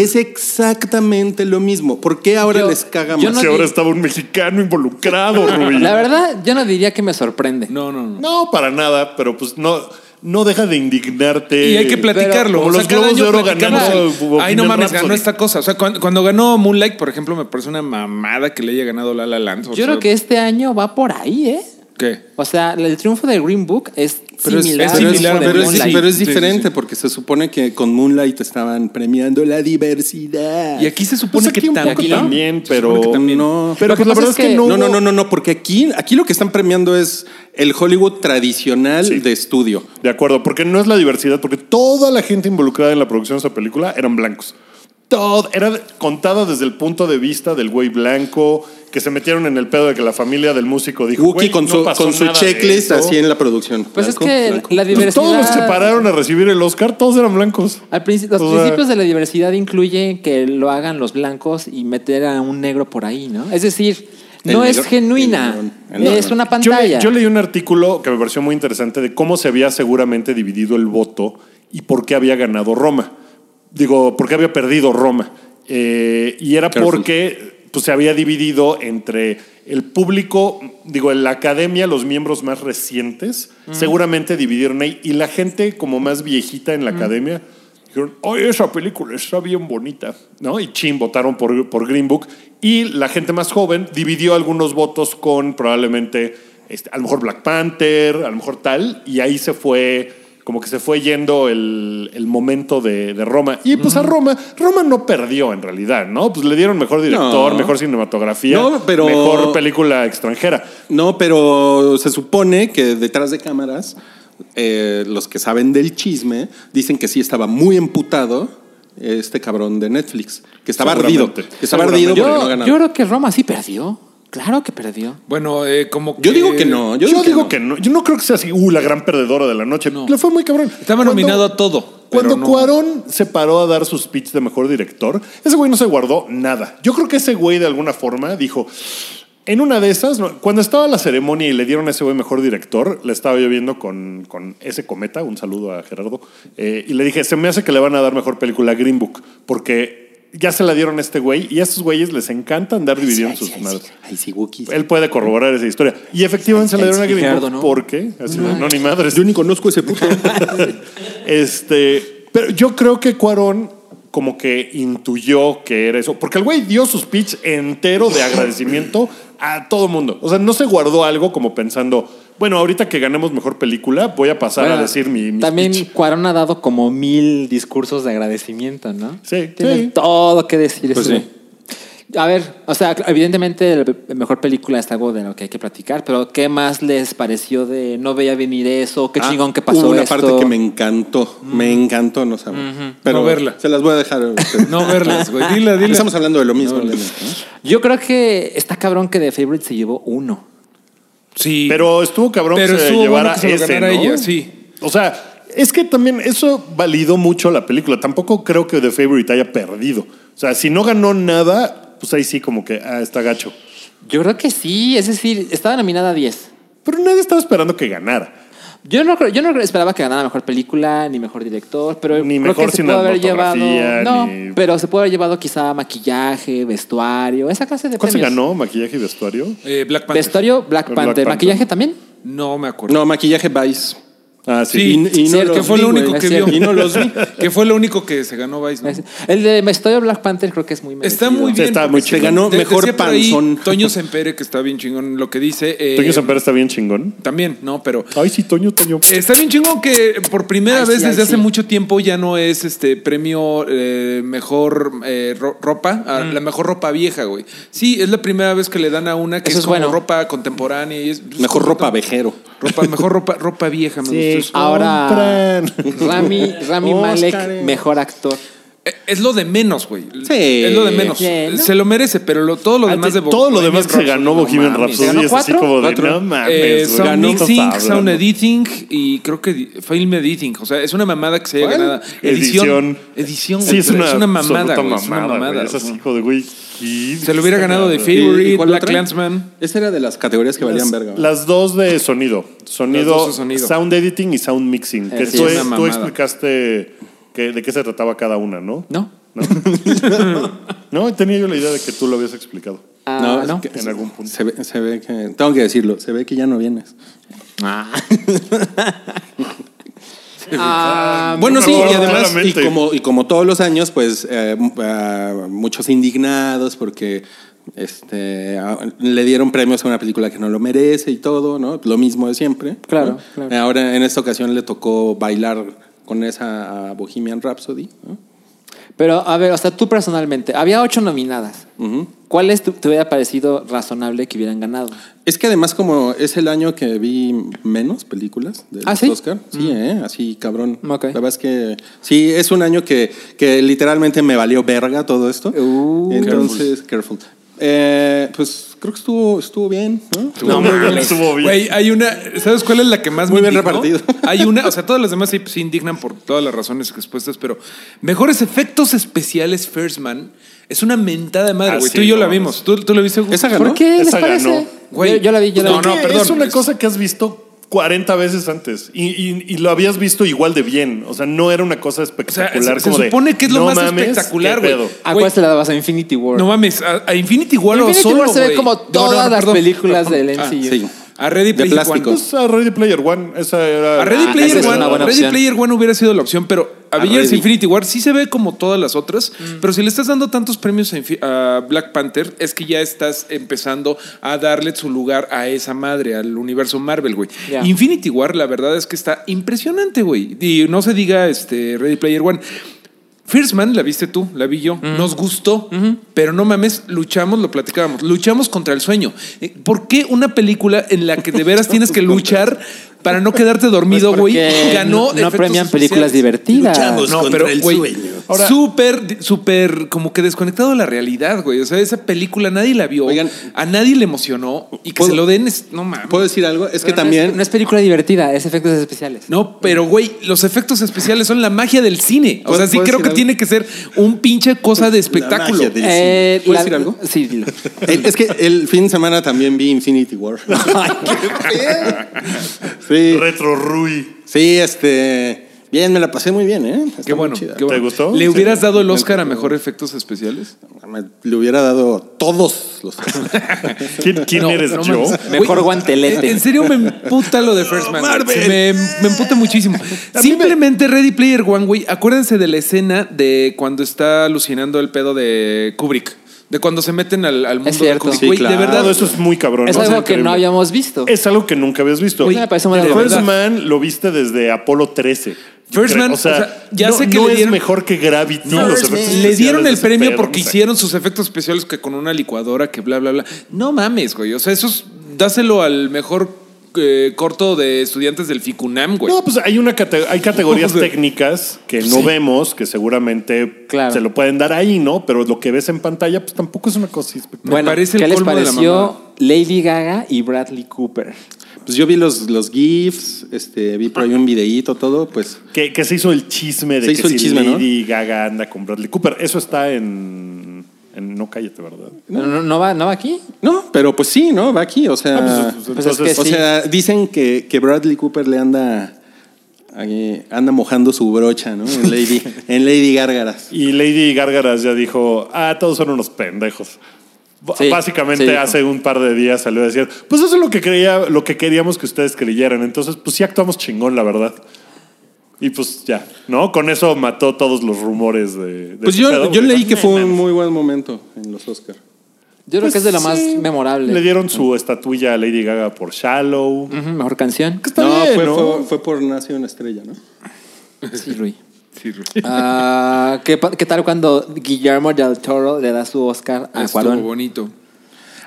[SPEAKER 3] exactamente lo mismo. ¿Por qué ahora
[SPEAKER 4] Yo-
[SPEAKER 3] les
[SPEAKER 4] yo
[SPEAKER 3] caga más?
[SPEAKER 4] no
[SPEAKER 2] Pues Si
[SPEAKER 4] di-
[SPEAKER 2] ahora estaba un mexicano involucrado, Rubí.
[SPEAKER 4] La verdad, yo no diría que me sorprende.
[SPEAKER 5] No, no, no.
[SPEAKER 2] No, para nada, pero pues no, no deja de indignarte.
[SPEAKER 5] Y hay que platicarlo.
[SPEAKER 2] Como
[SPEAKER 5] o sea,
[SPEAKER 2] los
[SPEAKER 5] cada
[SPEAKER 2] globos
[SPEAKER 5] año
[SPEAKER 2] de oro
[SPEAKER 5] platicamos
[SPEAKER 2] ganando.
[SPEAKER 5] el-
[SPEAKER 2] Bohemian
[SPEAKER 5] Ay, no mames,
[SPEAKER 2] Rhapsody.
[SPEAKER 5] ganó esta cosa. O sea, cuando, cuando ganó Moonlight, por ejemplo, me parece una mamada que le haya ganado La La Land. O
[SPEAKER 4] Yo creo
[SPEAKER 5] sea,
[SPEAKER 4] que este año va por ahí, ¿eh?
[SPEAKER 5] ¿Qué?
[SPEAKER 4] O sea, el triunfo de Green Book es
[SPEAKER 3] Pero es,
[SPEAKER 4] similar.
[SPEAKER 3] pero
[SPEAKER 4] al
[SPEAKER 3] es-
[SPEAKER 4] triunfo de
[SPEAKER 3] pero es-
[SPEAKER 4] Moonlight.
[SPEAKER 3] pero es
[SPEAKER 5] Sí, sí,
[SPEAKER 3] diferente
[SPEAKER 5] sí.
[SPEAKER 3] porque se supone que con Moonlight estaban premiando la diversidad.
[SPEAKER 5] Y aquí se
[SPEAKER 2] Pues
[SPEAKER 5] supone
[SPEAKER 2] aquí
[SPEAKER 5] que
[SPEAKER 2] un poco
[SPEAKER 5] también.
[SPEAKER 2] también, pero.
[SPEAKER 3] supone que también no.
[SPEAKER 2] Pero
[SPEAKER 4] Lo que
[SPEAKER 2] pues, la
[SPEAKER 4] pasa
[SPEAKER 2] verdad es
[SPEAKER 4] es
[SPEAKER 2] que
[SPEAKER 4] que-
[SPEAKER 2] no.
[SPEAKER 3] No, no,
[SPEAKER 2] hubo-
[SPEAKER 3] no, no, no, porque aquí, aquí lo que están premiando es el Hollywood tradicional
[SPEAKER 2] Sí.
[SPEAKER 3] de estudio.
[SPEAKER 2] De acuerdo, porque no es la diversidad, porque toda la gente involucrada en la producción de esa película eran blancos. Todo, era contada desde el punto de vista del güey blanco, que se metieron en el pedo de que la familia del músico dijo.
[SPEAKER 3] Wookie
[SPEAKER 2] "Güey,
[SPEAKER 3] con
[SPEAKER 2] no
[SPEAKER 3] su,
[SPEAKER 2] pasó
[SPEAKER 3] con su
[SPEAKER 2] nada de
[SPEAKER 3] checklist
[SPEAKER 2] eso".
[SPEAKER 3] así en la producción.
[SPEAKER 4] Pues es
[SPEAKER 3] Blanco,
[SPEAKER 4] que
[SPEAKER 3] blanco.
[SPEAKER 4] la
[SPEAKER 2] Pues
[SPEAKER 4] diversidad.
[SPEAKER 2] todos los que pararon a recibir el Oscar, todos eran blancos.
[SPEAKER 4] Al princi- los
[SPEAKER 2] O sea-
[SPEAKER 4] principios de la diversidad incluye que lo hagan los blancos y meter a un negro por ahí, ¿no? Es decir,
[SPEAKER 3] El
[SPEAKER 4] no es
[SPEAKER 3] negro-
[SPEAKER 4] genuina,
[SPEAKER 3] el negro- el
[SPEAKER 4] es
[SPEAKER 3] negro.
[SPEAKER 4] una
[SPEAKER 2] Yo le-
[SPEAKER 4] pantalla.
[SPEAKER 2] Yo, leí un artículo que me pareció muy interesante de cómo se había seguramente dividido el voto y por qué había ganado Roma. Digo, por qué había perdido Roma. Eh, y era
[SPEAKER 3] Careful.
[SPEAKER 2] porque pues, se había dividido entre el público, digo, en la academia, los miembros más recientes, seguramente dividieron ahí, y la gente como más viejita en la academia. Dijeron, oye, esa película está bien bonita, ¿no? Y chin, votaron por, por Green Book. Y la gente más joven dividió algunos votos con probablemente, este, a lo mejor Black Panther, a lo mejor tal, y ahí se fue, como que se fue yendo el, el momento de, de Roma. Y pues a Roma, Roma no perdió en realidad, ¿no? Pues le dieron mejor director,
[SPEAKER 3] No.
[SPEAKER 2] mejor cinematografía,
[SPEAKER 3] No, pero-
[SPEAKER 2] mejor película extranjera.
[SPEAKER 3] No, pero se supone que detrás de cámaras, eh, los que saben del chisme dicen que sí estaba muy emputado este cabrón de Netflix, que estaba ardido.
[SPEAKER 2] Seguramente.
[SPEAKER 3] Que estaba
[SPEAKER 2] Seguramente.
[SPEAKER 3] ardido porque no
[SPEAKER 4] Yo-
[SPEAKER 3] ganaba.
[SPEAKER 4] yo creo que Roma sí perdió. Claro que perdió.
[SPEAKER 5] Bueno, eh, como
[SPEAKER 3] Yo digo que no.
[SPEAKER 2] Yo, digo que no. Yo no creo que sea así, uh, la gran perdedora de la noche. Le fue muy cabrón.
[SPEAKER 5] Estaba
[SPEAKER 2] Cuando-
[SPEAKER 5] nominado a todo. pero
[SPEAKER 2] Cuando
[SPEAKER 5] no.
[SPEAKER 2] Cuarón se paró a dar su speech de mejor director, ese güey no se guardó nada. Yo creo que ese güey de alguna forma dijo, en una de esas, no, cuando estaba la ceremonia y le dieron a ese güey mejor director, le estaba yo viendo con, con ese cometa, un saludo a Gerardo, eh, y le dije, se me hace que le van a dar mejor película a Green Book, porque... Ya se la dieron a este güey y a estos güeyes les encanta andar dividiendo sus madres.
[SPEAKER 4] Ay, sí, Wookiees.
[SPEAKER 2] Él puede corroborar esa historia. Y efectivamente se la dieron a Green
[SPEAKER 4] Gerardo,
[SPEAKER 2] Book
[SPEAKER 4] ¿no?
[SPEAKER 2] porque... Así, de, no, ni madres.
[SPEAKER 3] Yo ni conozco ese puto.
[SPEAKER 2] Este, pero yo creo que Cuarón como que intuyó que era eso, porque el güey dio su speech entero de agradecimiento a todo mundo. O sea, no se guardó algo como pensando, bueno, ahorita que ganemos mejor película, voy a pasar a
[SPEAKER 4] Bueno,
[SPEAKER 2] decir mi, mi
[SPEAKER 4] También
[SPEAKER 2] speech.
[SPEAKER 4] Cuarón ha dado como mil discursos de agradecimiento, ¿no?
[SPEAKER 2] Sí,
[SPEAKER 4] Tiene
[SPEAKER 2] sí.
[SPEAKER 4] todo que decir.
[SPEAKER 3] Pues
[SPEAKER 4] ese
[SPEAKER 3] sí.
[SPEAKER 4] güey. A ver, o sea, evidentemente la pe- mejor película es algo de lo que hay que platicar, pero ¿qué más les pareció de no veía venir eso?
[SPEAKER 2] Ah,
[SPEAKER 4] ¿Qué chingón que pasó
[SPEAKER 3] Ah, Hubo una
[SPEAKER 4] esto? Mm.
[SPEAKER 3] parte que me encantó. Me encantó, no saben. Pero
[SPEAKER 5] No verla.
[SPEAKER 3] Se las voy a dejar. a ustedes.
[SPEAKER 5] No verlas, güey. Dila, dila.
[SPEAKER 3] Estamos hablando de lo mismo.
[SPEAKER 5] No,
[SPEAKER 3] nena,
[SPEAKER 4] Yo creo que está cabrón que de Favorite se llevó uno.
[SPEAKER 5] Sí.
[SPEAKER 2] Pero estuvo cabrón
[SPEAKER 5] Pero
[SPEAKER 2] que se
[SPEAKER 5] estuvo bueno
[SPEAKER 2] llevara
[SPEAKER 5] que se lo
[SPEAKER 2] ese,
[SPEAKER 5] ganara
[SPEAKER 2] ¿no?
[SPEAKER 5] ella, sí.
[SPEAKER 2] O sea, es que también eso validó mucho la película. Tampoco creo que The Favorite haya perdido. O sea, si no ganó nada, pues ahí sí como que ah, está gacho.
[SPEAKER 4] Yo creo que sí, es decir, estaba nominada a 10.
[SPEAKER 2] Pero nadie estaba esperando que ganara.
[SPEAKER 4] Yo no, creo- yo no esperaba que ganara mejor película, ni mejor director, pero
[SPEAKER 2] Ni
[SPEAKER 4] creo
[SPEAKER 2] mejor
[SPEAKER 4] que se pudo haber llevado.
[SPEAKER 2] cinematografía,
[SPEAKER 4] No,
[SPEAKER 2] ni-
[SPEAKER 4] pero se pudo haber llevado quizá maquillaje, vestuario, esa clase de
[SPEAKER 2] ¿Cuál se
[SPEAKER 4] premios.
[SPEAKER 2] ganó? ¿Maquillaje y vestuario?
[SPEAKER 5] Eh, Black Panther.
[SPEAKER 4] Vestuario, Black
[SPEAKER 2] Black
[SPEAKER 4] Panther.
[SPEAKER 2] Panther.
[SPEAKER 4] ¿Maquillaje también?
[SPEAKER 5] No me acuerdo.
[SPEAKER 3] No, maquillaje Vice.
[SPEAKER 2] Ah, sí.
[SPEAKER 5] Sí,
[SPEAKER 3] Y- y no
[SPEAKER 5] que
[SPEAKER 3] los
[SPEAKER 5] fue
[SPEAKER 3] vi,
[SPEAKER 5] lo único
[SPEAKER 3] güey.
[SPEAKER 5] que
[SPEAKER 4] Es
[SPEAKER 5] vio.
[SPEAKER 4] cierto.
[SPEAKER 3] Y no los vi.
[SPEAKER 5] Que fue lo único que se ganó Vice. ¿no?
[SPEAKER 4] El de vestuario Black Panther creo que es muy merecido.
[SPEAKER 5] Está muy
[SPEAKER 2] Sí,
[SPEAKER 5] bien.
[SPEAKER 2] está muy
[SPEAKER 5] porque
[SPEAKER 2] chingón.
[SPEAKER 3] ganó
[SPEAKER 5] te-
[SPEAKER 3] mejor
[SPEAKER 5] decía por ahí
[SPEAKER 3] panzón.
[SPEAKER 5] Toño Sempere, que está bien chingón lo que dice. eh,
[SPEAKER 2] Toño Samper está bien chingón.
[SPEAKER 5] También, no, pero.
[SPEAKER 2] Ay, sí, Toño, Toño.
[SPEAKER 5] Está bien chingón que por primera
[SPEAKER 4] Ay, sí,
[SPEAKER 5] vez
[SPEAKER 4] ay,
[SPEAKER 5] desde hace
[SPEAKER 4] sí.
[SPEAKER 5] mucho tiempo ya no es este premio eh, mejor eh, ro- ropa, a la mejor ropa vieja, güey. Sí, es la primera vez que le dan a una que
[SPEAKER 4] Eso
[SPEAKER 5] es,
[SPEAKER 4] es
[SPEAKER 5] como
[SPEAKER 4] bueno.
[SPEAKER 5] ropa contemporánea y es,
[SPEAKER 3] Mejor ropa vejero.
[SPEAKER 5] ropa, mejor ropa, ropa vieja, me gustó eso.
[SPEAKER 4] Ahora,
[SPEAKER 2] Compran.
[SPEAKER 4] Rami, Rami Malek,
[SPEAKER 3] Óscares.
[SPEAKER 4] mejor actor.
[SPEAKER 5] Eh, Es lo de menos, güey.
[SPEAKER 3] Sí.
[SPEAKER 5] Es lo de menos.
[SPEAKER 4] Bien, ¿no?
[SPEAKER 5] Se lo merece, pero lo- todo lo demás de Bo-
[SPEAKER 2] Todo lo
[SPEAKER 5] Bohemian
[SPEAKER 2] demás que se
[SPEAKER 5] Rhapsody,
[SPEAKER 2] ganó
[SPEAKER 5] no
[SPEAKER 2] Bohemian
[SPEAKER 5] mames.
[SPEAKER 2] Rhapsody
[SPEAKER 4] ¿Se ganó
[SPEAKER 2] es así
[SPEAKER 4] cuatro?
[SPEAKER 2] como de
[SPEAKER 3] Cuatro.
[SPEAKER 2] no mames.
[SPEAKER 5] Eh,
[SPEAKER 2] güey,
[SPEAKER 5] sound
[SPEAKER 2] ganó
[SPEAKER 5] mixing,
[SPEAKER 2] Pablo.
[SPEAKER 5] sound editing y creo que di- film editing. O sea, es una mamada que se haya
[SPEAKER 2] ¿Cuál?
[SPEAKER 5] ganado. Edición. Edición,
[SPEAKER 2] Sí,
[SPEAKER 5] güey,
[SPEAKER 2] es
[SPEAKER 5] pero
[SPEAKER 2] una,
[SPEAKER 5] mamada,
[SPEAKER 2] absoluta
[SPEAKER 5] güey, Es una
[SPEAKER 2] mamada,
[SPEAKER 5] mamada.
[SPEAKER 2] güey.
[SPEAKER 5] o
[SPEAKER 2] Es así,
[SPEAKER 5] sea.
[SPEAKER 2] hijo de güey.
[SPEAKER 5] Se lo hubiera ganado de
[SPEAKER 2] film.
[SPEAKER 5] Favorite,
[SPEAKER 3] cuál
[SPEAKER 5] Black
[SPEAKER 3] otra?
[SPEAKER 5] Clansman.
[SPEAKER 3] Esa era de las categorías que valían verga. ¿verdad?
[SPEAKER 2] Las dos de sonido. Sonido,
[SPEAKER 5] Las dos de sonido.
[SPEAKER 2] sound editing y sound mixing. Que
[SPEAKER 4] Eh, sí,
[SPEAKER 2] tú,
[SPEAKER 5] es una
[SPEAKER 2] tú
[SPEAKER 5] mamada.
[SPEAKER 2] explicaste que- de qué se trataba cada una, ¿no?
[SPEAKER 4] ¿No?
[SPEAKER 2] No, tenía yo la idea de que tú lo habías explicado.
[SPEAKER 4] Ah,
[SPEAKER 3] es
[SPEAKER 4] no.
[SPEAKER 3] que-
[SPEAKER 2] En algún punto.
[SPEAKER 3] Se ve, se ve que. Tengo que decirlo. Se ve que ya no vienes.
[SPEAKER 4] Ah,
[SPEAKER 3] Bueno, sí,
[SPEAKER 2] no,
[SPEAKER 3] y además, y
[SPEAKER 2] claramente.
[SPEAKER 3] como, y como todos los años, pues eh, m- ah, muchos indignados porque este, ah, le dieron premios a una película que no lo merece y todo, ¿no? Lo mismo de siempre.
[SPEAKER 4] Claro,
[SPEAKER 3] ¿no?
[SPEAKER 4] claro.
[SPEAKER 3] Ahora, en esta ocasión le tocó bailar con esa a Bohemian Rhapsody. ¿no?
[SPEAKER 4] Pero a ver, o sea, tú personalmente, había ocho nominadas. ¿Cuáles te, te hubiera parecido razonable que hubieran ganado?
[SPEAKER 3] Es que además, como es el año que vi menos películas del
[SPEAKER 4] ¿Ah, sí?
[SPEAKER 3] Oscar, sí, ¿eh? así cabrón.
[SPEAKER 4] Ok.
[SPEAKER 3] La verdad es que sí, es un año que, que literalmente me valió verga todo esto.
[SPEAKER 4] Uh.
[SPEAKER 3] Entonces, careful. Eh, pues creo que estuvo, estuvo bien, ¿no?
[SPEAKER 2] No,
[SPEAKER 5] Muy
[SPEAKER 2] mames,
[SPEAKER 5] bien.
[SPEAKER 2] estuvo bien.
[SPEAKER 5] Güey, hay una. ¿Sabes cuál es la que más
[SPEAKER 3] Muy
[SPEAKER 5] me
[SPEAKER 3] bien
[SPEAKER 5] indignó?
[SPEAKER 3] repartido.
[SPEAKER 5] Hay una, o sea, todas las demás se, se indignan por todas las razones expuestas, pero mejores efectos especiales, First Man. Es una mentada de madre,
[SPEAKER 2] Ah,
[SPEAKER 5] güey.
[SPEAKER 2] sí,
[SPEAKER 5] Tú y yo
[SPEAKER 2] no
[SPEAKER 5] la
[SPEAKER 2] mames.
[SPEAKER 5] vimos. ¿Tú, tú la viste, Gus?
[SPEAKER 3] Esa ganó.
[SPEAKER 4] ¿Por qué les
[SPEAKER 2] Esa
[SPEAKER 4] parece?
[SPEAKER 2] ganó.
[SPEAKER 5] Güey,
[SPEAKER 4] Yo, yo la vi, yo la
[SPEAKER 5] no,
[SPEAKER 4] vi.
[SPEAKER 5] no,
[SPEAKER 2] Porque
[SPEAKER 5] perdón.
[SPEAKER 2] Es una
[SPEAKER 5] Es-
[SPEAKER 2] cosa que has visto 40 veces antes y, y- y lo habías visto igual de bien. O sea, no era una cosa
[SPEAKER 5] O sea,
[SPEAKER 2] espectacular.
[SPEAKER 5] se, se
[SPEAKER 2] como de,
[SPEAKER 5] supone que es lo
[SPEAKER 2] "No
[SPEAKER 5] más
[SPEAKER 2] mames,
[SPEAKER 5] espectacular,
[SPEAKER 2] qué
[SPEAKER 5] güey.
[SPEAKER 2] pedo".
[SPEAKER 4] ¿A
[SPEAKER 5] Güey,
[SPEAKER 4] cuál se la dabas? A Infinity War.
[SPEAKER 5] No mames, a, a Infinity War o
[SPEAKER 4] Infinity
[SPEAKER 5] solo,
[SPEAKER 4] War se ve
[SPEAKER 5] güey.
[SPEAKER 4] como
[SPEAKER 5] No, no,
[SPEAKER 4] todas
[SPEAKER 5] no,
[SPEAKER 4] las
[SPEAKER 5] perdón.
[SPEAKER 4] películas del
[SPEAKER 5] Ah,
[SPEAKER 4] MCU.
[SPEAKER 3] sí.
[SPEAKER 5] A Ready
[SPEAKER 3] De
[SPEAKER 5] Player
[SPEAKER 3] plástico.
[SPEAKER 5] One.
[SPEAKER 2] Pues a Ready Player One. Esa era.
[SPEAKER 5] A Ready,
[SPEAKER 4] Ah, esa
[SPEAKER 5] Player,
[SPEAKER 4] es una
[SPEAKER 5] One,
[SPEAKER 4] buena
[SPEAKER 5] Ready
[SPEAKER 4] opción.
[SPEAKER 5] Player One hubiera sido la opción, pero Avengers
[SPEAKER 3] Ready.
[SPEAKER 5] Infinity War sí se ve como todas las otras,
[SPEAKER 4] Mm.
[SPEAKER 5] pero si le estás dando tantos premios a, Infi- a Black Panther, es que ya estás empezando a darle su lugar a esa madre, al universo Marvel, güey.
[SPEAKER 4] Ya.
[SPEAKER 5] Infinity War, la verdad es que está impresionante, güey. Y no se diga este Ready Player One. First Man la viste tú, la vi yo, nos gustó, pero no mames, luchamos, lo platicábamos, luchamos contra el sueño. Eh, ¿Por qué una película en la que de veras tienes que luchar para no quedarte dormido,
[SPEAKER 4] Pues
[SPEAKER 5] güey,
[SPEAKER 4] porque
[SPEAKER 5] ganó.
[SPEAKER 4] No, no
[SPEAKER 5] efectos
[SPEAKER 4] premian películas
[SPEAKER 5] especiales.
[SPEAKER 4] divertidas.
[SPEAKER 3] Luchamos.
[SPEAKER 5] No,
[SPEAKER 3] Contra
[SPEAKER 5] pero
[SPEAKER 3] el
[SPEAKER 5] güey,
[SPEAKER 3] sueño.
[SPEAKER 5] Ahora- súper, súper, como que desconectado de la realidad, güey. O sea, esa película nadie la vio,
[SPEAKER 3] Oigan,
[SPEAKER 5] a nadie le emocionó y que
[SPEAKER 3] ¿puedo-
[SPEAKER 5] se lo den es, no mames.
[SPEAKER 3] ¿Puedo decir algo? Es
[SPEAKER 4] Pero
[SPEAKER 3] que
[SPEAKER 4] no
[SPEAKER 3] también.
[SPEAKER 4] No es película divertida, es efectos especiales.
[SPEAKER 5] No, pero güey, los efectos especiales son la magia del cine. O
[SPEAKER 3] ¿Puedo-
[SPEAKER 5] sea, sí
[SPEAKER 3] puedo
[SPEAKER 5] creo
[SPEAKER 3] decir
[SPEAKER 5] que
[SPEAKER 3] algo?
[SPEAKER 5] tiene que ser un pinche cosa de espectáculo.
[SPEAKER 3] magia del-
[SPEAKER 4] Eh,
[SPEAKER 3] ¿Puedo decir algo?
[SPEAKER 4] Sí, dilo.
[SPEAKER 3] El- es que el fin de semana también vi Infinity War. sí,
[SPEAKER 2] Retro Rui.
[SPEAKER 3] sí, este. Bien, me la pasé muy bien, ¿eh? Está
[SPEAKER 5] Qué
[SPEAKER 3] muy
[SPEAKER 5] bueno,
[SPEAKER 3] chida.
[SPEAKER 5] qué bueno.
[SPEAKER 2] ¿Te gustó?
[SPEAKER 5] ¿Le
[SPEAKER 2] Sí.
[SPEAKER 5] hubieras dado el Oscar a mejor efectos especiales?
[SPEAKER 3] Me- Le hubiera dado todos los. Pues
[SPEAKER 2] ¿Quién, quién
[SPEAKER 5] No,
[SPEAKER 2] eres
[SPEAKER 5] no
[SPEAKER 2] yo?
[SPEAKER 5] mames.
[SPEAKER 4] Mejor
[SPEAKER 5] Güey,
[SPEAKER 4] guantelete.
[SPEAKER 5] En serio me emputa lo de First Man.
[SPEAKER 2] Marvel.
[SPEAKER 5] Sí, Me, me emputa muchísimo. Simplemente Ready Player One, güey. Acuérdense de la escena de cuando está alucinando el pedo de Kubrick. De cuando se meten al, al mundo de
[SPEAKER 4] cierto.
[SPEAKER 5] Kubrick.
[SPEAKER 4] Sí,
[SPEAKER 5] Güey,
[SPEAKER 3] claro.
[SPEAKER 5] de verdad.
[SPEAKER 2] Todo eso es muy cabrón.
[SPEAKER 4] es
[SPEAKER 2] ¿no?
[SPEAKER 4] algo
[SPEAKER 2] Es
[SPEAKER 4] que
[SPEAKER 2] increíble.
[SPEAKER 4] no habíamos visto.
[SPEAKER 2] Es algo que nunca habías visto.
[SPEAKER 4] Oye, me parece muy
[SPEAKER 2] First
[SPEAKER 5] raro.
[SPEAKER 2] Man lo viste desde Apolo 13.
[SPEAKER 5] First
[SPEAKER 2] Creo-
[SPEAKER 5] Man,
[SPEAKER 2] o sea,
[SPEAKER 5] o sea, ya
[SPEAKER 2] no,
[SPEAKER 5] sé que
[SPEAKER 2] no
[SPEAKER 5] le
[SPEAKER 2] es
[SPEAKER 5] dieron-
[SPEAKER 2] mejor que Gravity.
[SPEAKER 5] No,
[SPEAKER 2] los
[SPEAKER 5] es-
[SPEAKER 2] efectos
[SPEAKER 5] le dieron
[SPEAKER 2] especiales
[SPEAKER 5] el
[SPEAKER 2] de
[SPEAKER 5] premio
[SPEAKER 2] Spider-Man.
[SPEAKER 5] porque hicieron sus efectos especiales que con una licuadora que bla, bla, bla. No mames, güey. O sea, eso es- dáselo al mejor eh, corto de estudiantes del Ficunam, güey.
[SPEAKER 2] No, pues hay una cate- hay categorías
[SPEAKER 5] O sea,
[SPEAKER 2] técnicas que no vemos, que seguramente
[SPEAKER 4] Claro.
[SPEAKER 2] se lo pueden dar ahí, ¿no? Pero lo que ves en pantalla, pues tampoco es una cosa espectacular.
[SPEAKER 5] Me
[SPEAKER 4] bueno,
[SPEAKER 5] parece el
[SPEAKER 4] ¿qué les
[SPEAKER 5] colmo de la
[SPEAKER 4] pareció
[SPEAKER 5] mamada.
[SPEAKER 4] Lady Gaga y Bradley Cooper?
[SPEAKER 3] Pues yo vi los, los GIFs, este, vi por ahí un videíto, todo, pues.
[SPEAKER 2] Que, que se hizo el chisme de
[SPEAKER 3] Se
[SPEAKER 2] que
[SPEAKER 3] hizo el
[SPEAKER 2] si
[SPEAKER 3] chisme, ¿no?
[SPEAKER 2] Lady Gaga anda con Bradley Cooper. Eso está en, en No Cállate, ¿verdad?
[SPEAKER 4] ¿No, no- no va, ¿No va aquí?
[SPEAKER 3] No, pero pues sí, ¿no? Va aquí, o sea.
[SPEAKER 2] Ah,
[SPEAKER 4] Pues es que
[SPEAKER 3] o
[SPEAKER 4] sí.
[SPEAKER 3] sea, dicen que, que Bradley Cooper le anda. ahí- anda mojando su brocha, ¿no? En Lady, en Lady Gárgaras.
[SPEAKER 2] Y Lady Gárgaras ya dijo, ah, todos son unos pendejos. B-
[SPEAKER 4] Sí,
[SPEAKER 2] Básicamente
[SPEAKER 4] sí, dijo.
[SPEAKER 2] hace un par de días salió a decir, pues eso es lo que creía, lo que queríamos que ustedes creyeran. Entonces, pues sí actuamos chingón, la verdad. Y pues ya, ¿no? Con eso mató todos los rumores de... de
[SPEAKER 5] Pues
[SPEAKER 2] ese
[SPEAKER 5] yo-
[SPEAKER 2] pedo,
[SPEAKER 5] yo
[SPEAKER 2] güey.
[SPEAKER 5] leí
[SPEAKER 3] que fue un muy buen momento en los Oscars.
[SPEAKER 4] Yo creo
[SPEAKER 2] Pues
[SPEAKER 4] que es de lo
[SPEAKER 2] sí.
[SPEAKER 4] más memorable. Mm.
[SPEAKER 2] Le dieron su estatuilla a Lady Gaga por Shallow.
[SPEAKER 4] Ujú, mejor canción.
[SPEAKER 2] Que está
[SPEAKER 3] no,
[SPEAKER 2] bien,
[SPEAKER 3] fue,
[SPEAKER 2] ¿no?
[SPEAKER 3] Fue, fue por Nación Estrella, ¿no?
[SPEAKER 4] Sí, Rui. Ah, ¿qué, pa- qué tal cuando Guillermo del Toro le da su Oscar a
[SPEAKER 5] Estuvo
[SPEAKER 4] Cuarón?
[SPEAKER 5] bonito.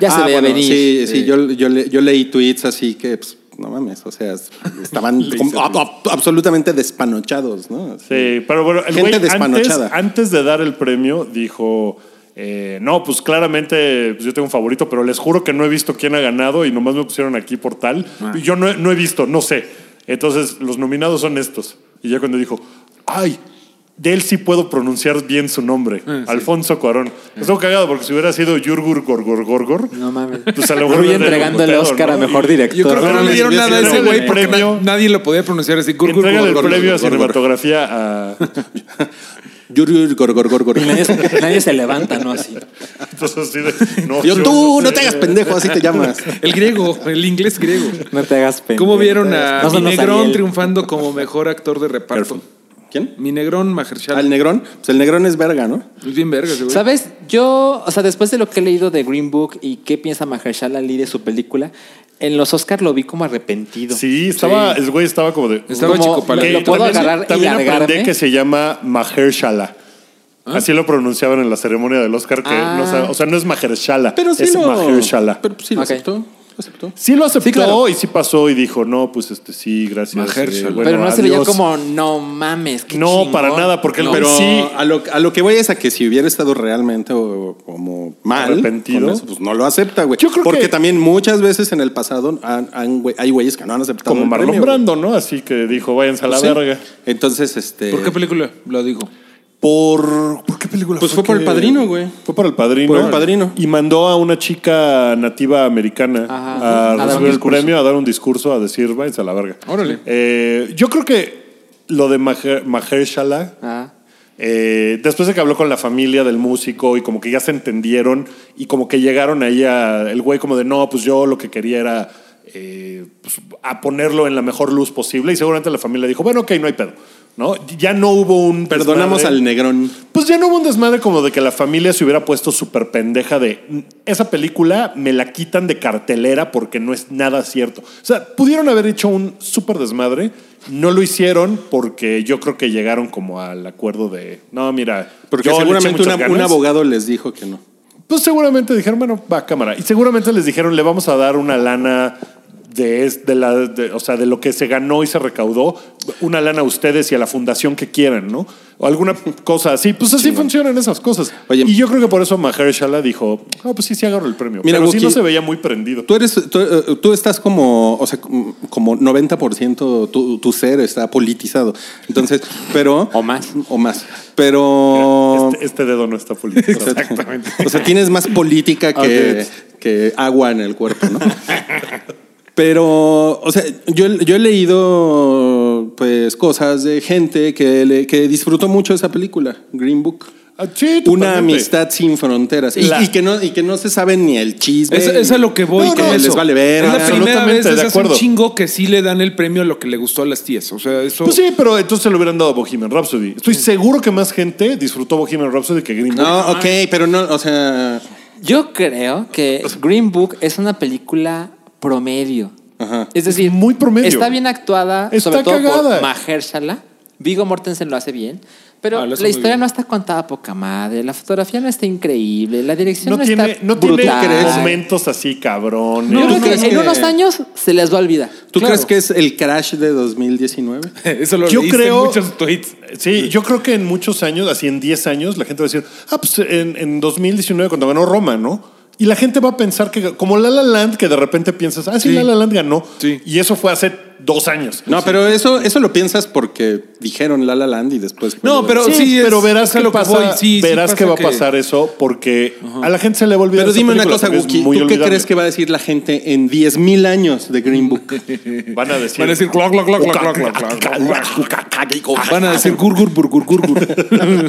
[SPEAKER 4] Ya se
[SPEAKER 3] Ah,
[SPEAKER 4] veía
[SPEAKER 3] bueno,
[SPEAKER 4] venir. Eh,
[SPEAKER 3] Sí, sí, yo, yo, le- yo leí tweets así que, pues, no mames, o sea, es- estaban como ab- ab- absolutamente despanochados, ¿no? Así.
[SPEAKER 2] Sí, pero bueno, el
[SPEAKER 3] Gente
[SPEAKER 2] güey antes,
[SPEAKER 3] despanochada.
[SPEAKER 2] antes de dar el premio dijo, eh, no, pues claramente pues yo tengo un favorito, pero les juro que no he visto quién ha ganado y nomás me pusieron aquí por tal.
[SPEAKER 4] Ah.
[SPEAKER 2] Y yo no, he- no he visto, no sé. Entonces, los nominados son estos. Y ya cuando dijo, ay, de él sí puedo pronunciar bien su nombre,
[SPEAKER 4] Ah,
[SPEAKER 2] Alfonso Cuarón. Estuvo cagado porque si hubiera sido Yurgur Gorgor Gorgor,
[SPEAKER 4] No mames.
[SPEAKER 2] pues a lo mejor...
[SPEAKER 4] Rui
[SPEAKER 2] hubiera
[SPEAKER 4] entregando el
[SPEAKER 2] pedo,
[SPEAKER 4] Oscar
[SPEAKER 2] ¿no?
[SPEAKER 4] a mejor
[SPEAKER 2] Y-
[SPEAKER 4] director.
[SPEAKER 5] Yo creo que no le dieron nada a ese güey porque na-
[SPEAKER 2] Premio.
[SPEAKER 5] nadie lo podía pronunciar así. Gur, gur,
[SPEAKER 2] Entrégale el
[SPEAKER 5] gur, gur,
[SPEAKER 2] premio
[SPEAKER 5] gur,
[SPEAKER 2] a
[SPEAKER 5] gur, gur.
[SPEAKER 2] cinematografía a...
[SPEAKER 3] Yur, yur, gor, gor, gor, gor.
[SPEAKER 4] Y nadie, se- nadie se levanta, ¿no? Así.
[SPEAKER 2] Entonces, así de, no,
[SPEAKER 3] Yo,
[SPEAKER 2] yo
[SPEAKER 3] tú, no
[SPEAKER 2] sé".
[SPEAKER 3] te hagas pendejo, así te llamas.
[SPEAKER 5] El griego, el inglés griego.
[SPEAKER 4] No te hagas pendejo.
[SPEAKER 5] ¿Cómo vieron a
[SPEAKER 4] No son los
[SPEAKER 5] Minegrón
[SPEAKER 4] Ariel.
[SPEAKER 5] triunfando como mejor actor de reparto?
[SPEAKER 3] ¿Quién?
[SPEAKER 5] Minegrón
[SPEAKER 3] ¿Al
[SPEAKER 5] Mahershala.
[SPEAKER 3] negrón? Pues el negrón es verga, ¿no?
[SPEAKER 5] Es bien verga ese güey.
[SPEAKER 4] ¿Sabes? Yo, o sea, después de lo que he leído de Green Book y qué piensa Mahershala Ali de su película, en los Oscars lo vi como arrepentido.
[SPEAKER 2] Sí, estaba, el güey estaba como de.
[SPEAKER 5] Estaba
[SPEAKER 4] Como,
[SPEAKER 5] chico para
[SPEAKER 4] ¿me
[SPEAKER 5] él.
[SPEAKER 4] lo puedo
[SPEAKER 2] también
[SPEAKER 4] agarrar y
[SPEAKER 2] también aprendí
[SPEAKER 4] largarme?
[SPEAKER 2] que se llama Mahershala. Así lo pronunciaban en la ceremonia del Oscar, que
[SPEAKER 4] Ah.
[SPEAKER 2] no, sabe- o sea, no es Mahershala,
[SPEAKER 3] Pero sí
[SPEAKER 2] es
[SPEAKER 3] lo.
[SPEAKER 2] Mahershala.
[SPEAKER 3] Pero
[SPEAKER 5] pues,
[SPEAKER 3] sí lo
[SPEAKER 4] Ok.
[SPEAKER 3] aceptó. Lo aceptó.
[SPEAKER 2] Sí lo aceptó
[SPEAKER 4] claro.
[SPEAKER 2] y sí pasó y dijo, no, pues este sí, gracias.
[SPEAKER 5] Mahershala.
[SPEAKER 2] eh, bueno,
[SPEAKER 4] Pero no se veía
[SPEAKER 2] adiós".
[SPEAKER 4] como, no mames, qué
[SPEAKER 2] No,
[SPEAKER 4] chingón".
[SPEAKER 2] para nada, porque el
[SPEAKER 5] No,
[SPEAKER 2] güey
[SPEAKER 3] Pero
[SPEAKER 2] sí.
[SPEAKER 3] a, lo, a lo que voy es a que si hubiera estado realmente o, o como mal,
[SPEAKER 2] Arrepentido.
[SPEAKER 3] con eso, pues no lo acepta, güey.
[SPEAKER 2] Yo creo
[SPEAKER 3] Porque
[SPEAKER 2] que-
[SPEAKER 3] también muchas veces en el pasado han- han güey- hay güeyes que no han aceptado.
[SPEAKER 2] Como
[SPEAKER 3] el
[SPEAKER 2] Marlon
[SPEAKER 3] premio, güey.
[SPEAKER 2] Brando, ¿no? Así que dijo, váyanse a la
[SPEAKER 3] Pues sí.
[SPEAKER 2] verga.
[SPEAKER 3] Entonces, este.
[SPEAKER 5] ¿Por qué película? Lo digo.
[SPEAKER 2] Por. ¿Por qué película?
[SPEAKER 3] Pues fue por
[SPEAKER 2] que-
[SPEAKER 3] El Padrino, güey.
[SPEAKER 2] Fue por el padrino.
[SPEAKER 3] Por El Padrino.
[SPEAKER 2] Y mandó a una chica nativa americana
[SPEAKER 4] Ajá.
[SPEAKER 2] a,
[SPEAKER 4] A dar un
[SPEAKER 2] recibir el
[SPEAKER 4] discurso.
[SPEAKER 2] premio, a dar un discurso, a decir, váyanse a la verga.
[SPEAKER 5] Órale.
[SPEAKER 2] Eh, yo creo que lo de Maher- Mahershala,
[SPEAKER 4] Ah.
[SPEAKER 2] eh, después de que habló con la familia del músico y como que ya se entendieron y como que llegaron ahí a el güey como de no, pues yo lo que quería era eh, pues, a ponerlo en la mejor luz posible y seguramente la familia dijo, bueno, ok, no hay pedo. ¿No? Ya no hubo un...
[SPEAKER 3] Perdonamos
[SPEAKER 2] desmadre.
[SPEAKER 3] al negrón.
[SPEAKER 2] Pues ya no hubo un desmadre como de que la familia se hubiera puesto súper pendeja de "Mm, esa película me la quitan de cartelera porque no es nada cierto. O sea, pudieron haber hecho un súper desmadre, no lo hicieron porque yo creo que llegaron como al acuerdo de, no, mira,
[SPEAKER 3] Porque
[SPEAKER 2] yo le eché
[SPEAKER 3] seguramente
[SPEAKER 2] muchas
[SPEAKER 3] una- un
[SPEAKER 2] ganas".
[SPEAKER 3] abogado les dijo que no.
[SPEAKER 2] Pues seguramente dijeron, bueno, va cámara. Y seguramente les dijeron, le vamos a dar una lana de, es- de la, de- o sea, de lo que se ganó y se recaudó, una lana a ustedes y a la fundación que quieran, ¿no? O alguna cosa así. Pues así funcionan esas cosas.
[SPEAKER 3] Oye,
[SPEAKER 2] y yo creo que por eso Mahershala dijo, ah, pues sí, sí agarro el premio.
[SPEAKER 3] Mira,
[SPEAKER 2] Pero sí
[SPEAKER 3] Wookie-
[SPEAKER 2] no se veía muy prendido.
[SPEAKER 3] Tú eres, tú, eh, tú estás como, o sea, com- como 90% tu, tu ser está politizado. Entonces, pero.
[SPEAKER 4] O más.
[SPEAKER 3] O más. Pero.
[SPEAKER 2] Este, este dedo no está politizado.
[SPEAKER 3] Exactamente. O sea, tienes más política que, que agua en el cuerpo, ¿no? Pero, o sea, yo, yo he leído pues cosas de gente que, le- que disfrutó mucho esa película, Green Book.
[SPEAKER 2] Ah, sí,
[SPEAKER 3] Una
[SPEAKER 2] totalmente.
[SPEAKER 3] amistad sin fronteras. Y,
[SPEAKER 2] La-
[SPEAKER 3] y que no, y que no se sabe ni el chisme.
[SPEAKER 5] Es, es a lo que voy.
[SPEAKER 3] No,
[SPEAKER 5] con
[SPEAKER 3] no,
[SPEAKER 5] eso.
[SPEAKER 3] les vale ver.
[SPEAKER 5] Es la primera
[SPEAKER 2] Absolutamente,
[SPEAKER 5] vez
[SPEAKER 2] de
[SPEAKER 5] desde hace un
[SPEAKER 2] acuerdo.
[SPEAKER 5] chingo que sí le dan el premio a lo que le gustó a las tías. O sea, eso.
[SPEAKER 2] Pues sí, pero entonces se lo hubieran dado a Bohemian Rhapsody. Estoy seguro que más gente disfrutó Bohemian Rhapsody que Green Book.
[SPEAKER 3] No, ok, pero no, o sea,
[SPEAKER 4] Yo creo que Green Book es una película promedio.
[SPEAKER 3] Ajá.
[SPEAKER 4] Es decir,
[SPEAKER 2] muy promedio.
[SPEAKER 4] Está bien actuada,
[SPEAKER 2] Está
[SPEAKER 4] sobre todo
[SPEAKER 2] cagada.
[SPEAKER 4] por Mahershala. Vigo Mortensen lo hace bien, pero
[SPEAKER 5] Ah, lo hace
[SPEAKER 4] la
[SPEAKER 5] muy
[SPEAKER 4] historia
[SPEAKER 5] bien.
[SPEAKER 4] no está contada poca madre, la fotografía no está increíble, la dirección
[SPEAKER 2] no,
[SPEAKER 4] no,
[SPEAKER 2] tiene,
[SPEAKER 4] está
[SPEAKER 2] no tiene
[SPEAKER 4] brutal.
[SPEAKER 2] momentos así cabrones.
[SPEAKER 4] Yo
[SPEAKER 3] No,
[SPEAKER 4] creo
[SPEAKER 3] no,
[SPEAKER 4] que
[SPEAKER 3] es
[SPEAKER 4] en
[SPEAKER 3] que-
[SPEAKER 4] unos años se les va a olvidar.
[SPEAKER 3] ¿tú
[SPEAKER 5] Claro.
[SPEAKER 3] crees que es el crash de 2019?
[SPEAKER 5] Eso lo
[SPEAKER 2] Yo
[SPEAKER 5] leíste en
[SPEAKER 2] creo-
[SPEAKER 5] muchos tweets.
[SPEAKER 2] Sí, yo creo que en muchos años, así en 10 años, la gente va a decir, ah, pues en, en 2019 cuando ganó Roma, ¿no? Y la gente va a pensar que, como La La Land, que de repente piensas, ah, sí,
[SPEAKER 5] Sí.
[SPEAKER 2] La La Land ganó.
[SPEAKER 5] Sí.
[SPEAKER 2] Y eso fue hace dos años.
[SPEAKER 3] No, pero eso, eso lo piensas porque dijeron La La Land y después. fue
[SPEAKER 5] No,
[SPEAKER 3] lo-
[SPEAKER 5] pero-
[SPEAKER 2] Sí,
[SPEAKER 5] sí, es-
[SPEAKER 2] pero verás
[SPEAKER 5] es a
[SPEAKER 2] que,
[SPEAKER 5] lo que
[SPEAKER 2] pasa-
[SPEAKER 5] voy. Sí, sí
[SPEAKER 2] verás
[SPEAKER 5] pasa
[SPEAKER 2] que va
[SPEAKER 5] que-
[SPEAKER 2] a pasar eso porque a la gente se le va a olvidar
[SPEAKER 3] Pero
[SPEAKER 2] esa
[SPEAKER 3] dime una
[SPEAKER 2] película
[SPEAKER 3] cosa,
[SPEAKER 2] porque es
[SPEAKER 3] Wookie. ¿Tú
[SPEAKER 2] muy
[SPEAKER 3] qué
[SPEAKER 2] olvidable.
[SPEAKER 3] crees que va a decir la gente en 10.000 años de Green Book?
[SPEAKER 2] Van a decir,
[SPEAKER 5] Van a decir cloc, cloc, cloc, cloc, cloc, cloc, cloc. Van a decir gur, gur, gur, gur, gur, gur.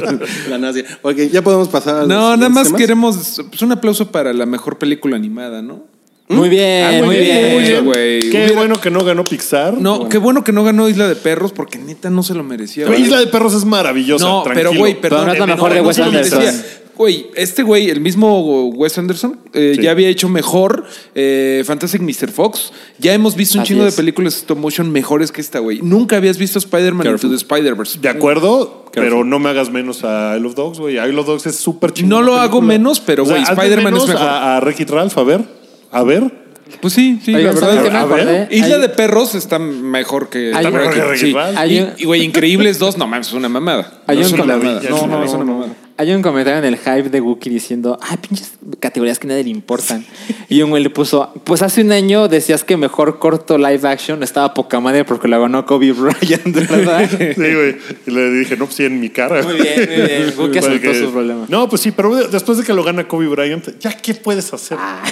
[SPEAKER 3] la nazi. Ok, ya podemos pasar. a los
[SPEAKER 5] No, nada
[SPEAKER 3] siguientes
[SPEAKER 5] más
[SPEAKER 3] temas.
[SPEAKER 5] queremos pues, un aplauso para la mejor película animada, ¿no?
[SPEAKER 4] Muy bien,
[SPEAKER 5] Ah, muy
[SPEAKER 4] muy
[SPEAKER 5] bien,
[SPEAKER 4] bien.
[SPEAKER 5] muy bien.
[SPEAKER 2] qué
[SPEAKER 5] güey, hubiera-
[SPEAKER 2] bueno que no ganó Pixar.
[SPEAKER 5] No, qué bueno que no ganó Isla de Perros porque neta no se lo merecía.
[SPEAKER 2] Pero
[SPEAKER 5] güey.
[SPEAKER 2] Isla de Perros es maravillosa.
[SPEAKER 5] No, pero
[SPEAKER 2] tranquilo.
[SPEAKER 5] güey, perdón. eh,
[SPEAKER 4] No es la mejor de Wes
[SPEAKER 5] se lo
[SPEAKER 4] Anderson.
[SPEAKER 5] merecía. Güey, este güey, el mismo Wes Anderson, eh,
[SPEAKER 2] Sí.
[SPEAKER 5] ya había hecho mejor eh, Fantastic Mr. Fox. Ya hemos visto un
[SPEAKER 4] Así
[SPEAKER 5] chingo
[SPEAKER 4] es.
[SPEAKER 5] de películas stop motion mejores que esta, güey. Nunca habías visto Spider-Man into the Spider-Verse.
[SPEAKER 2] De acuerdo, pero no me hagas menos a I Love Dogs, güey. I Love Dogs es súper chingón.
[SPEAKER 5] No lo hago menos, pero, güey, Spider-Man es mejor.
[SPEAKER 2] A, a Rick y Ralph, a ver. A ver.
[SPEAKER 5] Pues sí, sí,
[SPEAKER 4] Oigan,
[SPEAKER 5] la
[SPEAKER 4] ¿saben
[SPEAKER 5] verdad.
[SPEAKER 4] qué me
[SPEAKER 2] a ver,
[SPEAKER 4] acordé?
[SPEAKER 5] Isla
[SPEAKER 4] Hay-
[SPEAKER 5] de Perros está mejor que.
[SPEAKER 4] Hay-
[SPEAKER 5] está mejor que-
[SPEAKER 2] Mejor que
[SPEAKER 5] sí.
[SPEAKER 2] Rival.
[SPEAKER 4] Hay un-
[SPEAKER 5] Y, y, güey, Increíbles dos, no mames, es una mamada.
[SPEAKER 4] Hay
[SPEAKER 5] No, es
[SPEAKER 4] un
[SPEAKER 5] una
[SPEAKER 4] maravilla,
[SPEAKER 5] mamada.
[SPEAKER 2] es
[SPEAKER 5] No,
[SPEAKER 2] una
[SPEAKER 5] no, es una mamada.
[SPEAKER 4] Hay un comentario en el hype de Wookie diciendo, ay, pinches categorías que a nadie le importan. Y un güey le puso, pues hace un año decías que mejor corto live action estaba poca madre porque la ganó Kobe Bryant, ¿verdad?
[SPEAKER 2] Sí, güey. Y le dije, no, pues sí, en mi cara.
[SPEAKER 4] Muy bien, muy bien. Buki
[SPEAKER 2] Porque-
[SPEAKER 4] aceptó su problema.
[SPEAKER 2] No, pues sí, pero después de que lo gana Kobe Bryant, ¿ya qué puedes hacer?
[SPEAKER 4] Ah.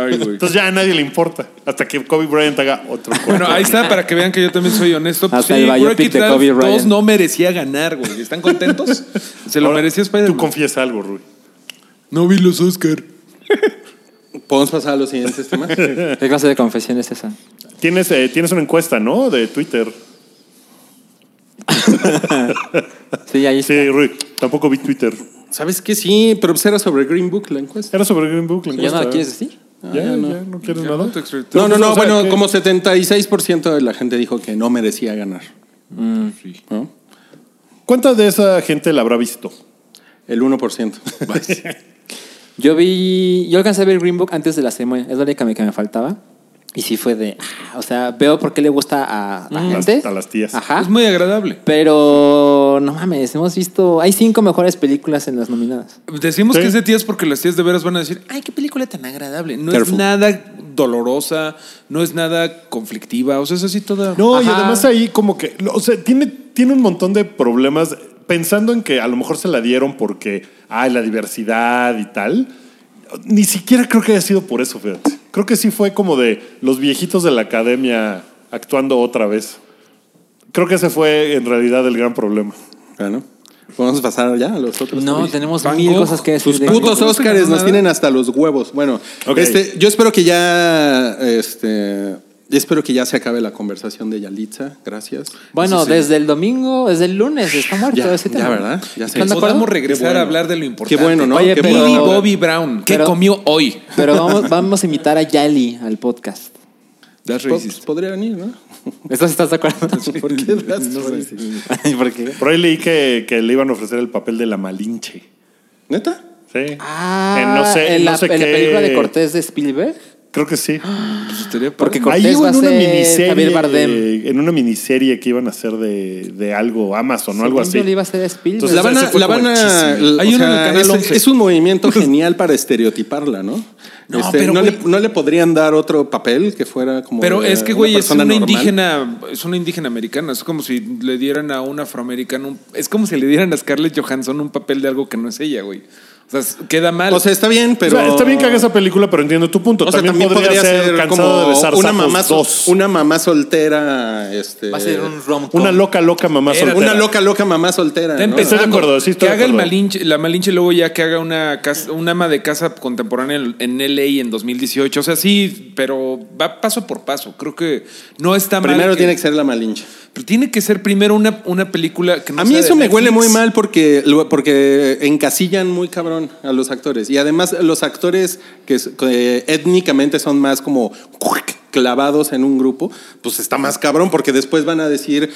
[SPEAKER 5] Ay, güey.
[SPEAKER 2] Entonces ya a nadie le importa. Hasta que Kobe Bryant haga otro. corto.
[SPEAKER 5] Bueno, ahí está, para que vean que yo también soy honesto. Pues
[SPEAKER 4] Hasta
[SPEAKER 5] sí,
[SPEAKER 4] el biopic
[SPEAKER 5] Wreck-It
[SPEAKER 4] de
[SPEAKER 5] Ralph
[SPEAKER 4] Kobe Bryant.
[SPEAKER 5] dos no merecía ganar, güey. ¿Están contentos? Se lo
[SPEAKER 2] Ahora,
[SPEAKER 5] merecía
[SPEAKER 2] Tú
[SPEAKER 5] Spider-Man.
[SPEAKER 2] confiesa algo, Rui.
[SPEAKER 5] No vi los Oscar.
[SPEAKER 3] ¿Podemos pasar a los siguientes temas?
[SPEAKER 4] ¿Qué clase de confesión es esa?
[SPEAKER 2] Tienes, eh, tienes una encuesta, ¿no? De Twitter.
[SPEAKER 4] Sí, ahí está.
[SPEAKER 2] Sí, Rui. Tampoco vi Twitter.
[SPEAKER 3] ¿Sabes qué? Sí, pero pues era sobre Green Book la encuesta.
[SPEAKER 2] Era sobre Green Book. la
[SPEAKER 4] ¿Ya no
[SPEAKER 2] encuesta.
[SPEAKER 4] la quieres decir?
[SPEAKER 2] Ya, ya, no quieres nada.
[SPEAKER 3] No, no,
[SPEAKER 2] pues,
[SPEAKER 3] no,
[SPEAKER 2] o sea,
[SPEAKER 3] bueno,
[SPEAKER 2] que-
[SPEAKER 3] como 76% de la gente dijo que no merecía ganar. ¿no?
[SPEAKER 2] ¿Cuánta de esa gente la habrá visto?
[SPEAKER 3] El 1%.
[SPEAKER 4] Yo vi, yo alcancé a ver Green Book antes de la ceremonia, es la única que me faltaba. Y sí fue de, ah, o sea, veo por qué le gusta a la gente.
[SPEAKER 2] Mm. a las tías.
[SPEAKER 4] Ajá.
[SPEAKER 5] Es muy agradable.
[SPEAKER 4] Pero no mames, hemos visto. Hay cinco mejores películas en las nominadas.
[SPEAKER 5] Decimos
[SPEAKER 2] Sí.
[SPEAKER 5] que es de tías porque las tías de veras van a decir, ay, qué película tan agradable. No
[SPEAKER 3] Careful.
[SPEAKER 5] es nada dolorosa, no es nada conflictiva. O sea, es así toda...
[SPEAKER 2] No, y
[SPEAKER 4] Ajá.
[SPEAKER 2] además ahí como que, o sea, tiene, tiene un montón de problemas pensando en que a lo mejor se la dieron porque, ay, la diversidad y tal. Ni siquiera creo que haya sido por eso, fíjate. Creo que sí fue como de los viejitos de la academia actuando otra vez. Creo que ese fue en realidad el gran problema.
[SPEAKER 3] Bueno, podemos pasar ya a los otros.
[SPEAKER 4] No,
[SPEAKER 3] Uy.
[SPEAKER 4] tenemos
[SPEAKER 5] Van
[SPEAKER 4] mil
[SPEAKER 5] Gogh,
[SPEAKER 4] cosas que decir.
[SPEAKER 3] Sus
[SPEAKER 4] de-
[SPEAKER 3] putos
[SPEAKER 5] no
[SPEAKER 3] Óscares
[SPEAKER 5] tengo
[SPEAKER 3] nos
[SPEAKER 5] nada.
[SPEAKER 3] tienen hasta los huevos. Bueno,
[SPEAKER 2] Ok.
[SPEAKER 3] este, yo espero que ya, este, yo espero que ya se acabe la conversación de Yalitza. Gracias.
[SPEAKER 4] Bueno,
[SPEAKER 5] Sí, sí.
[SPEAKER 4] desde el domingo, desde el lunes, está muerto
[SPEAKER 3] Ya,
[SPEAKER 4] ese tema.
[SPEAKER 3] ya, ¿verdad? Ya sé.
[SPEAKER 4] ¿Están de acuerdo?
[SPEAKER 5] Podemos regresar
[SPEAKER 3] Qué bueno.
[SPEAKER 5] a hablar de lo importante.
[SPEAKER 3] Qué bueno, ¿no?
[SPEAKER 4] Oye,
[SPEAKER 3] Qué
[SPEAKER 4] pero-
[SPEAKER 5] Billy
[SPEAKER 3] bueno. pues,
[SPEAKER 5] Bobby Brown, ¿qué
[SPEAKER 4] Pero-
[SPEAKER 5] comió hoy?
[SPEAKER 4] Pero vamos, vamos a invitar a Yali al podcast.
[SPEAKER 5] That's
[SPEAKER 3] Po-
[SPEAKER 5] racist.
[SPEAKER 3] podría venir, ¿no?
[SPEAKER 4] ¿Esto sí estás de acuerdo?
[SPEAKER 3] ¿Por qué das racist?
[SPEAKER 4] Ay, ¿Por qué?
[SPEAKER 2] Por ahí leí que, que le iban a ofrecer el papel de la Malinche.
[SPEAKER 3] ¿Neta?
[SPEAKER 2] Sí. Eh,
[SPEAKER 4] Ah,
[SPEAKER 2] En
[SPEAKER 4] en la, en la película de Cortés de Spielberg.
[SPEAKER 2] Creo que sí.
[SPEAKER 5] Pues estaría
[SPEAKER 4] Porque con-
[SPEAKER 5] padre.
[SPEAKER 4] Cortés
[SPEAKER 2] Ahí o
[SPEAKER 4] va
[SPEAKER 2] en
[SPEAKER 4] a
[SPEAKER 2] una
[SPEAKER 4] ser
[SPEAKER 2] miniserie.
[SPEAKER 4] Javier Bardem.
[SPEAKER 2] eh, en una miniserie que iban a hacer de, de algo, Amazon o algo
[SPEAKER 4] Según yo
[SPEAKER 2] así.
[SPEAKER 4] le iba a hacer a Spielberg.
[SPEAKER 2] Entonces,
[SPEAKER 3] la van
[SPEAKER 2] ese
[SPEAKER 3] a,
[SPEAKER 2] fue
[SPEAKER 3] la
[SPEAKER 2] como
[SPEAKER 3] van
[SPEAKER 2] el
[SPEAKER 3] a-
[SPEAKER 2] chisme.
[SPEAKER 3] o
[SPEAKER 5] Hay uno en
[SPEAKER 3] sea,
[SPEAKER 5] el canal
[SPEAKER 3] es,
[SPEAKER 5] 11.
[SPEAKER 3] es un movimiento genial para estereotiparla, ¿no?
[SPEAKER 5] No,
[SPEAKER 3] Este,
[SPEAKER 5] pero,
[SPEAKER 3] no, le,
[SPEAKER 5] güey.
[SPEAKER 3] no le podrían dar otro papel que fuera como.
[SPEAKER 5] Pero
[SPEAKER 3] de
[SPEAKER 5] es que, güey, es
[SPEAKER 3] persona
[SPEAKER 5] una
[SPEAKER 3] normal.
[SPEAKER 5] indígena, es una indígena americana. Es como si le dieran a un afroamericano, un- es como si le dieran a Scarlett Johansson un papel de algo que no es ella, güey. O sea, s- queda mal.
[SPEAKER 3] O sea, está bien, pero.
[SPEAKER 2] O sea, está bien que haga esa película, pero entiendo tu punto.
[SPEAKER 3] O sea,
[SPEAKER 2] también, podría, ser, cansado de besar
[SPEAKER 3] una
[SPEAKER 2] sapos
[SPEAKER 3] mamá, sol-
[SPEAKER 2] dos. Una,
[SPEAKER 3] una mamá soltera. Este,
[SPEAKER 4] Va a ser un rom
[SPEAKER 2] loca, loca mamá
[SPEAKER 5] Era-
[SPEAKER 2] soltera.
[SPEAKER 3] una loca, loca mamá soltera.
[SPEAKER 5] Está
[SPEAKER 3] ¿no?
[SPEAKER 5] empezando.
[SPEAKER 2] Estoy de acuerdo, sí, estoy
[SPEAKER 5] que
[SPEAKER 2] de
[SPEAKER 5] haga el
[SPEAKER 2] acuerdo.
[SPEAKER 5] Malinche, la Malinche y luego ya que haga una casa, una ama de casa contemporánea en- en LA en 2018. O sea, sí, pero va paso por paso. Creo que no está mal.
[SPEAKER 3] Primero tiene que ser la malinche.
[SPEAKER 5] Pero tiene que ser primero una, una película que no
[SPEAKER 3] A mí
[SPEAKER 5] sea
[SPEAKER 3] eso
[SPEAKER 5] de
[SPEAKER 3] me huele
[SPEAKER 5] Netflix.
[SPEAKER 3] muy mal porque, lo- porque encasillan muy cabrón a los actores. Y además los actores que, es- que étnicamente son más como clavados en un grupo, pues está más cabrón porque después van a decir,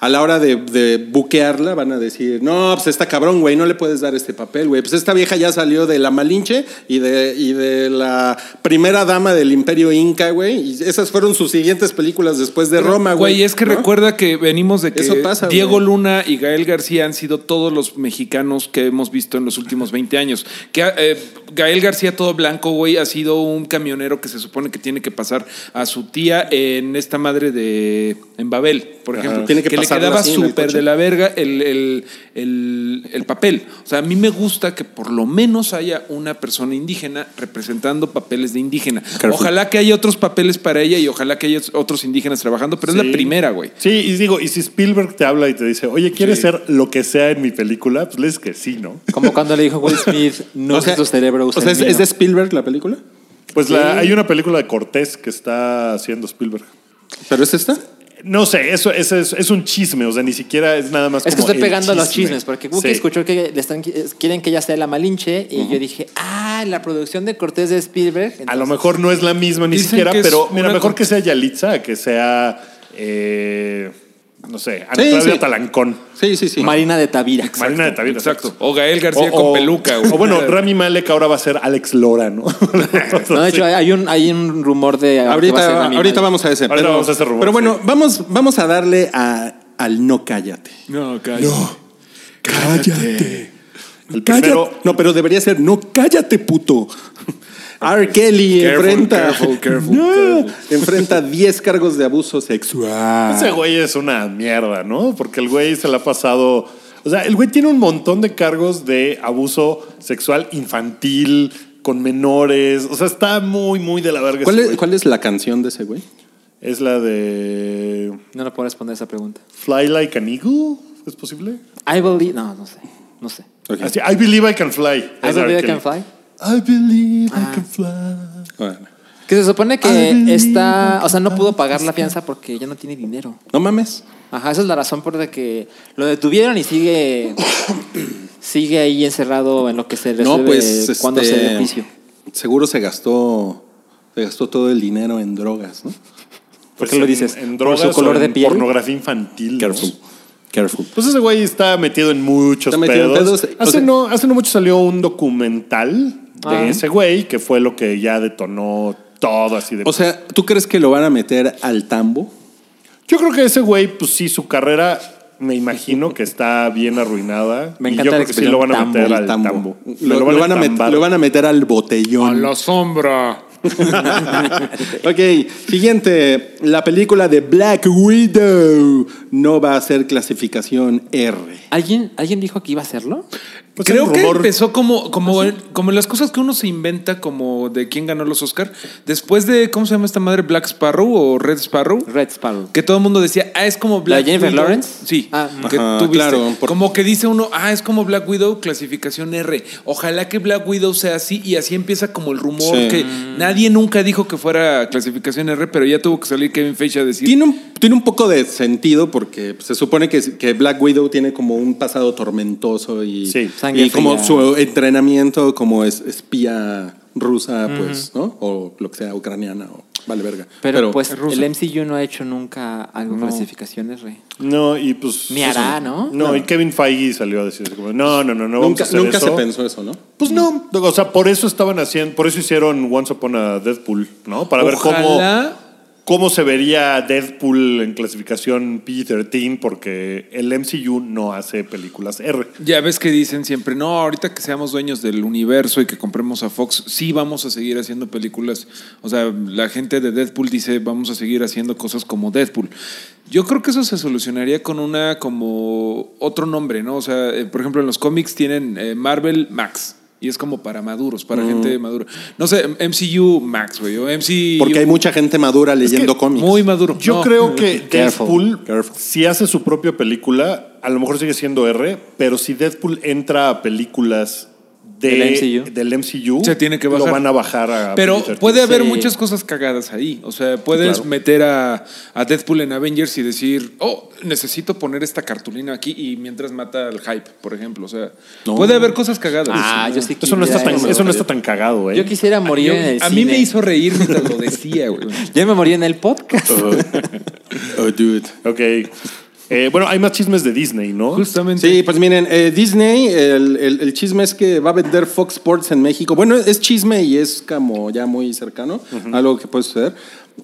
[SPEAKER 3] a la hora de, de buquearla, van a decir, no, pues está cabrón, güey, no le puedes dar este papel, güey. Pues esta vieja ya salió de la Malinche y de, y de la primera dama del imperio Inca, güey. Y esas fueron sus siguientes películas después de Roma, güey.
[SPEAKER 5] es que
[SPEAKER 3] ¿no?
[SPEAKER 5] recuerda que venimos de que
[SPEAKER 3] Eso pasa,
[SPEAKER 5] Diego
[SPEAKER 3] güey.
[SPEAKER 5] Luna y Gael García han sido todos los mexicanos que hemos visto en los últimos 20 años. Que eh, Gael García, todo blanco, güey, ha sido un camionero que se supone que tiene que pasar a su tía en esta madre de. en Babel, por
[SPEAKER 3] Ajá.
[SPEAKER 5] ejemplo.
[SPEAKER 3] Tiene que
[SPEAKER 5] le
[SPEAKER 3] pasarla
[SPEAKER 5] quedaba
[SPEAKER 3] así en el
[SPEAKER 5] súper
[SPEAKER 3] coche.
[SPEAKER 5] de la verga el, el- el- el papel. O sea, a mí me gusta que por lo menos haya una persona indígena representando papeles de indígena.
[SPEAKER 3] Careful.
[SPEAKER 5] Ojalá que haya otros papeles para ella y ojalá que haya otros indígenas trabajando, pero es
[SPEAKER 2] Sí.
[SPEAKER 5] la primera, güey.
[SPEAKER 2] Sí, y digo, y si Spielberg te habla y te dice, oye, ¿quieres ser lo que sea en mi película? Pues le dices que sí, ¿no?
[SPEAKER 4] Como cuando le dijo Will Smith, no
[SPEAKER 3] O
[SPEAKER 4] uses
[SPEAKER 3] sea,
[SPEAKER 4] tu cerebro, usa
[SPEAKER 3] o sea,
[SPEAKER 4] el
[SPEAKER 3] ¿es,
[SPEAKER 4] mío.
[SPEAKER 3] ¿es de Spielberg la película?
[SPEAKER 2] Pues la- hay una película de Cortés que está haciendo Spielberg.
[SPEAKER 3] ¿Pero es esta?
[SPEAKER 2] No sé, eso, eso es, es un chisme, o sea, ni siquiera es nada más
[SPEAKER 4] Es que
[SPEAKER 2] como
[SPEAKER 4] estoy
[SPEAKER 2] el
[SPEAKER 4] pegando los
[SPEAKER 2] chisme.
[SPEAKER 4] chismes, porque Wookie
[SPEAKER 2] Sí.
[SPEAKER 4] escuchó que le están, quieren que ella sea la Malinche y yo dije, ah, la producción de Cortés de Spielberg.
[SPEAKER 2] A lo
[SPEAKER 4] entonces-
[SPEAKER 2] mejor no es la misma ni
[SPEAKER 5] Dicen
[SPEAKER 2] siquiera,
[SPEAKER 5] que es
[SPEAKER 2] pero mira,
[SPEAKER 5] una
[SPEAKER 2] mejor
[SPEAKER 5] cor-
[SPEAKER 2] que sea Yalitza, que sea, eh, no sé, Ana
[SPEAKER 3] Sí,
[SPEAKER 2] Claudia
[SPEAKER 3] sí.
[SPEAKER 2] Talancón,
[SPEAKER 3] Sí, sí, sí.
[SPEAKER 4] Marina de Tavira.
[SPEAKER 2] Marina de Tavira.
[SPEAKER 5] Exacto. O Gael García con peluca, güey.
[SPEAKER 2] Ah, O bueno, Rami Malek ahora va a ser Alex Lora, ¿no?
[SPEAKER 4] No, de hecho, hay- hay un, hay un rumor de. que va a ser
[SPEAKER 3] ahorita
[SPEAKER 4] Rami
[SPEAKER 3] ahorita
[SPEAKER 4] Malek.
[SPEAKER 3] vamos a ese.
[SPEAKER 2] Ahorita
[SPEAKER 3] pero,
[SPEAKER 2] vamos a ese rumor,
[SPEAKER 3] pero bueno,
[SPEAKER 2] sí.
[SPEAKER 3] vamos, vamos a darle a- al no cállate.
[SPEAKER 5] No, cállate.
[SPEAKER 3] Cállate.
[SPEAKER 2] El primero-
[SPEAKER 3] No, pero debería ser no cállate, puto. R. Kelly
[SPEAKER 5] Careful,
[SPEAKER 3] enfrenta.
[SPEAKER 5] careful, careful,
[SPEAKER 3] No,
[SPEAKER 5] careful.
[SPEAKER 3] Enfrenta 10 cargos de abuso sexual.
[SPEAKER 4] Ah.
[SPEAKER 2] Ese güey es una mierda, ¿no? Porque el güey se la ha pasado. O sea, el güey tiene un montón de cargos de abuso sexual infantil con menores. O sea, está muy, muy de la verga.
[SPEAKER 3] ¿Cuál
[SPEAKER 2] ese
[SPEAKER 3] es,
[SPEAKER 2] güey.
[SPEAKER 3] cuál es la canción de ese güey?
[SPEAKER 2] Es la de
[SPEAKER 4] No le puedo responder esa pregunta.
[SPEAKER 2] Fly Like an Eagle. ¿Es posible?
[SPEAKER 4] I believe. No, no sé. No sé.
[SPEAKER 3] Ok.
[SPEAKER 2] Así, I believe I can fly.
[SPEAKER 4] I
[SPEAKER 2] Es de R.
[SPEAKER 4] believe I
[SPEAKER 2] Kelly.
[SPEAKER 4] can fly. Ah.
[SPEAKER 2] I believe I can fly.
[SPEAKER 3] Órale.
[SPEAKER 4] Que se supone
[SPEAKER 2] I believe
[SPEAKER 4] que está.
[SPEAKER 2] I
[SPEAKER 4] O sea, no
[SPEAKER 2] can
[SPEAKER 4] pudo pagar la fianza porque ya no tiene dinero.
[SPEAKER 3] No mames.
[SPEAKER 4] Ajá, esa es la razón por la que lo detuvieron y sigue. sigue ahí encerrado en lo que se resuelve
[SPEAKER 3] No, pues.
[SPEAKER 4] cuando
[SPEAKER 3] este,
[SPEAKER 4] se juicio.
[SPEAKER 3] Seguro se gastó. Se gastó todo el dinero en drogas, ¿no?
[SPEAKER 2] Pues
[SPEAKER 4] qué lo
[SPEAKER 2] en-
[SPEAKER 4] dices?
[SPEAKER 2] En
[SPEAKER 4] ¿Por su
[SPEAKER 2] drogas o
[SPEAKER 4] color
[SPEAKER 2] en
[SPEAKER 4] de piel?
[SPEAKER 2] Pornografía infantil. ¿no?
[SPEAKER 3] Careful.
[SPEAKER 2] Pues ese güey está metido en muchos
[SPEAKER 3] Está metido en
[SPEAKER 2] pedos.
[SPEAKER 3] pedos.
[SPEAKER 2] Hace,
[SPEAKER 3] O sea-
[SPEAKER 2] no, hace no mucho salió un documental de
[SPEAKER 4] Ah.
[SPEAKER 2] ese güey que fue lo que ya detonó todo así de.
[SPEAKER 3] O sea, ¿tú crees que lo van a meter al tambo?
[SPEAKER 2] yo creo que ese güey, pues sí, su carrera me imagino que está bien arruinada.
[SPEAKER 4] Me
[SPEAKER 2] Y
[SPEAKER 4] encanta
[SPEAKER 2] yo
[SPEAKER 4] la
[SPEAKER 2] creo que sí lo van a
[SPEAKER 4] expresión
[SPEAKER 2] meter al tambo.
[SPEAKER 3] Lo, lo van a met-
[SPEAKER 2] entambar.
[SPEAKER 3] lo van a meter al botellón.
[SPEAKER 5] Ah, sombra.
[SPEAKER 3] ok, siguiente. La película de Black Widow no va a ser clasificación R.
[SPEAKER 4] ¿Alguien, ¿Alguien dijo que iba a hacerlo?
[SPEAKER 2] Pues
[SPEAKER 5] Creo
[SPEAKER 2] el
[SPEAKER 5] que
[SPEAKER 2] rumor- Ah,
[SPEAKER 5] empezó como, como, como las cosas que uno se inventa, como de quién ganó los Oscar. Después de, ¿cómo se llama esta madre? Black Sparrow o Red Sparrow.
[SPEAKER 4] Red Sparrow.
[SPEAKER 5] Que todo el mundo decía, ah, es como Black
[SPEAKER 4] Jennifer
[SPEAKER 5] Widow.
[SPEAKER 4] Lawrence?
[SPEAKER 5] Sí,
[SPEAKER 4] Ah.
[SPEAKER 5] que
[SPEAKER 3] Ajá,
[SPEAKER 5] tú viste.
[SPEAKER 3] claro, por-
[SPEAKER 5] Como que dice uno, ah, es como Black Widow, clasificación R. Ojalá que Black Widow sea así y así empieza como el rumor
[SPEAKER 3] Sí.
[SPEAKER 5] que
[SPEAKER 4] Mm.
[SPEAKER 5] nadie nunca dijo que fuera clasificación R, pero ya tuvo que salir Kevin Feige a decir.
[SPEAKER 3] Tiene un, tiene un poco de sentido porque pues, se supone que, que Black Widow tiene como un pasado tormentoso y,
[SPEAKER 2] Sí.
[SPEAKER 4] Sangre
[SPEAKER 3] y como
[SPEAKER 4] fría.
[SPEAKER 3] su entrenamiento como es, espía rusa, pues, ¿no? O lo que sea, ucraniana, o vale verga.
[SPEAKER 4] Pero, pues
[SPEAKER 5] ruso.
[SPEAKER 4] el MCU no ha hecho nunca algo con las edificaciones, rey.
[SPEAKER 2] No, y pues.
[SPEAKER 4] Ni hará, ¿no?
[SPEAKER 2] No, y Kevin Feige salió a decir eso, como, no, no, no, no. vamos a
[SPEAKER 3] nunca
[SPEAKER 2] hacer
[SPEAKER 3] nunca se
[SPEAKER 2] eso.
[SPEAKER 3] pensó eso, ¿no?
[SPEAKER 2] Pues no, o sea, por eso estaban haciendo, por eso hicieron Once Upon a Deadpool, ¿no? Para ver
[SPEAKER 5] Ojalá.
[SPEAKER 2] cómo cómo se vería Deadpool en clasificación P13 porque el MCU no hace películas R.
[SPEAKER 5] Ya ves que dicen siempre, no, ahorita que seamos dueños del universo y que compremos a Fox, sí vamos a seguir haciendo películas. O sea, la gente de Deadpool dice, vamos a seguir haciendo cosas como Deadpool. Yo creo que eso se solucionaría con una como otro nombre, ¿no? O sea, eh, por ejemplo, en los cómics tienen eh, Marvel Max. Y es como para maduros,
[SPEAKER 3] Mm.
[SPEAKER 5] para gente madura. No sé, MCU Max, güey. O MCU.
[SPEAKER 3] Porque hay mucha gente madura leyendo cómics.
[SPEAKER 5] Muy maduro.
[SPEAKER 2] Yo
[SPEAKER 5] No.
[SPEAKER 2] creo que
[SPEAKER 4] Careful,
[SPEAKER 2] Deadpool, si hace su propia película, a lo mejor sigue siendo R, pero si Deadpool entra a películas de-
[SPEAKER 4] Del MCU.
[SPEAKER 2] del MCU,
[SPEAKER 5] Se tiene que bajar.
[SPEAKER 2] lo van a bajar a
[SPEAKER 5] Pero
[SPEAKER 2] P13.
[SPEAKER 5] puede haber
[SPEAKER 4] Sí.
[SPEAKER 5] muchas cosas cagadas ahí. O sea, puedes
[SPEAKER 2] Claro.
[SPEAKER 5] meter a, a Deadpool en Avengers y decir, oh, necesito poner esta cartulina aquí y mientras mata al hype, por ejemplo. O sea, puede haber cosas cagadas.
[SPEAKER 4] Ah, yo sí
[SPEAKER 2] eso no está tan,
[SPEAKER 4] quisiera
[SPEAKER 2] eso no está tan cagado, ¿eh?
[SPEAKER 4] Yo quisiera morir
[SPEAKER 5] Yo-
[SPEAKER 4] en el
[SPEAKER 5] a
[SPEAKER 4] cine.
[SPEAKER 5] mí me hizo reír mientras lo decía, güey.
[SPEAKER 4] Yo me morí en el podcast.
[SPEAKER 3] Oh, dude.
[SPEAKER 2] Ok. Eh, bueno, hay más chismes de Disney, ¿no?
[SPEAKER 5] Justamente.
[SPEAKER 3] Sí, pues miren, eh, Disney, el, el- el chisme es que va a vender Fox Sports en México. Bueno, es chisme y es como ya muy cercano, algo que puede suceder.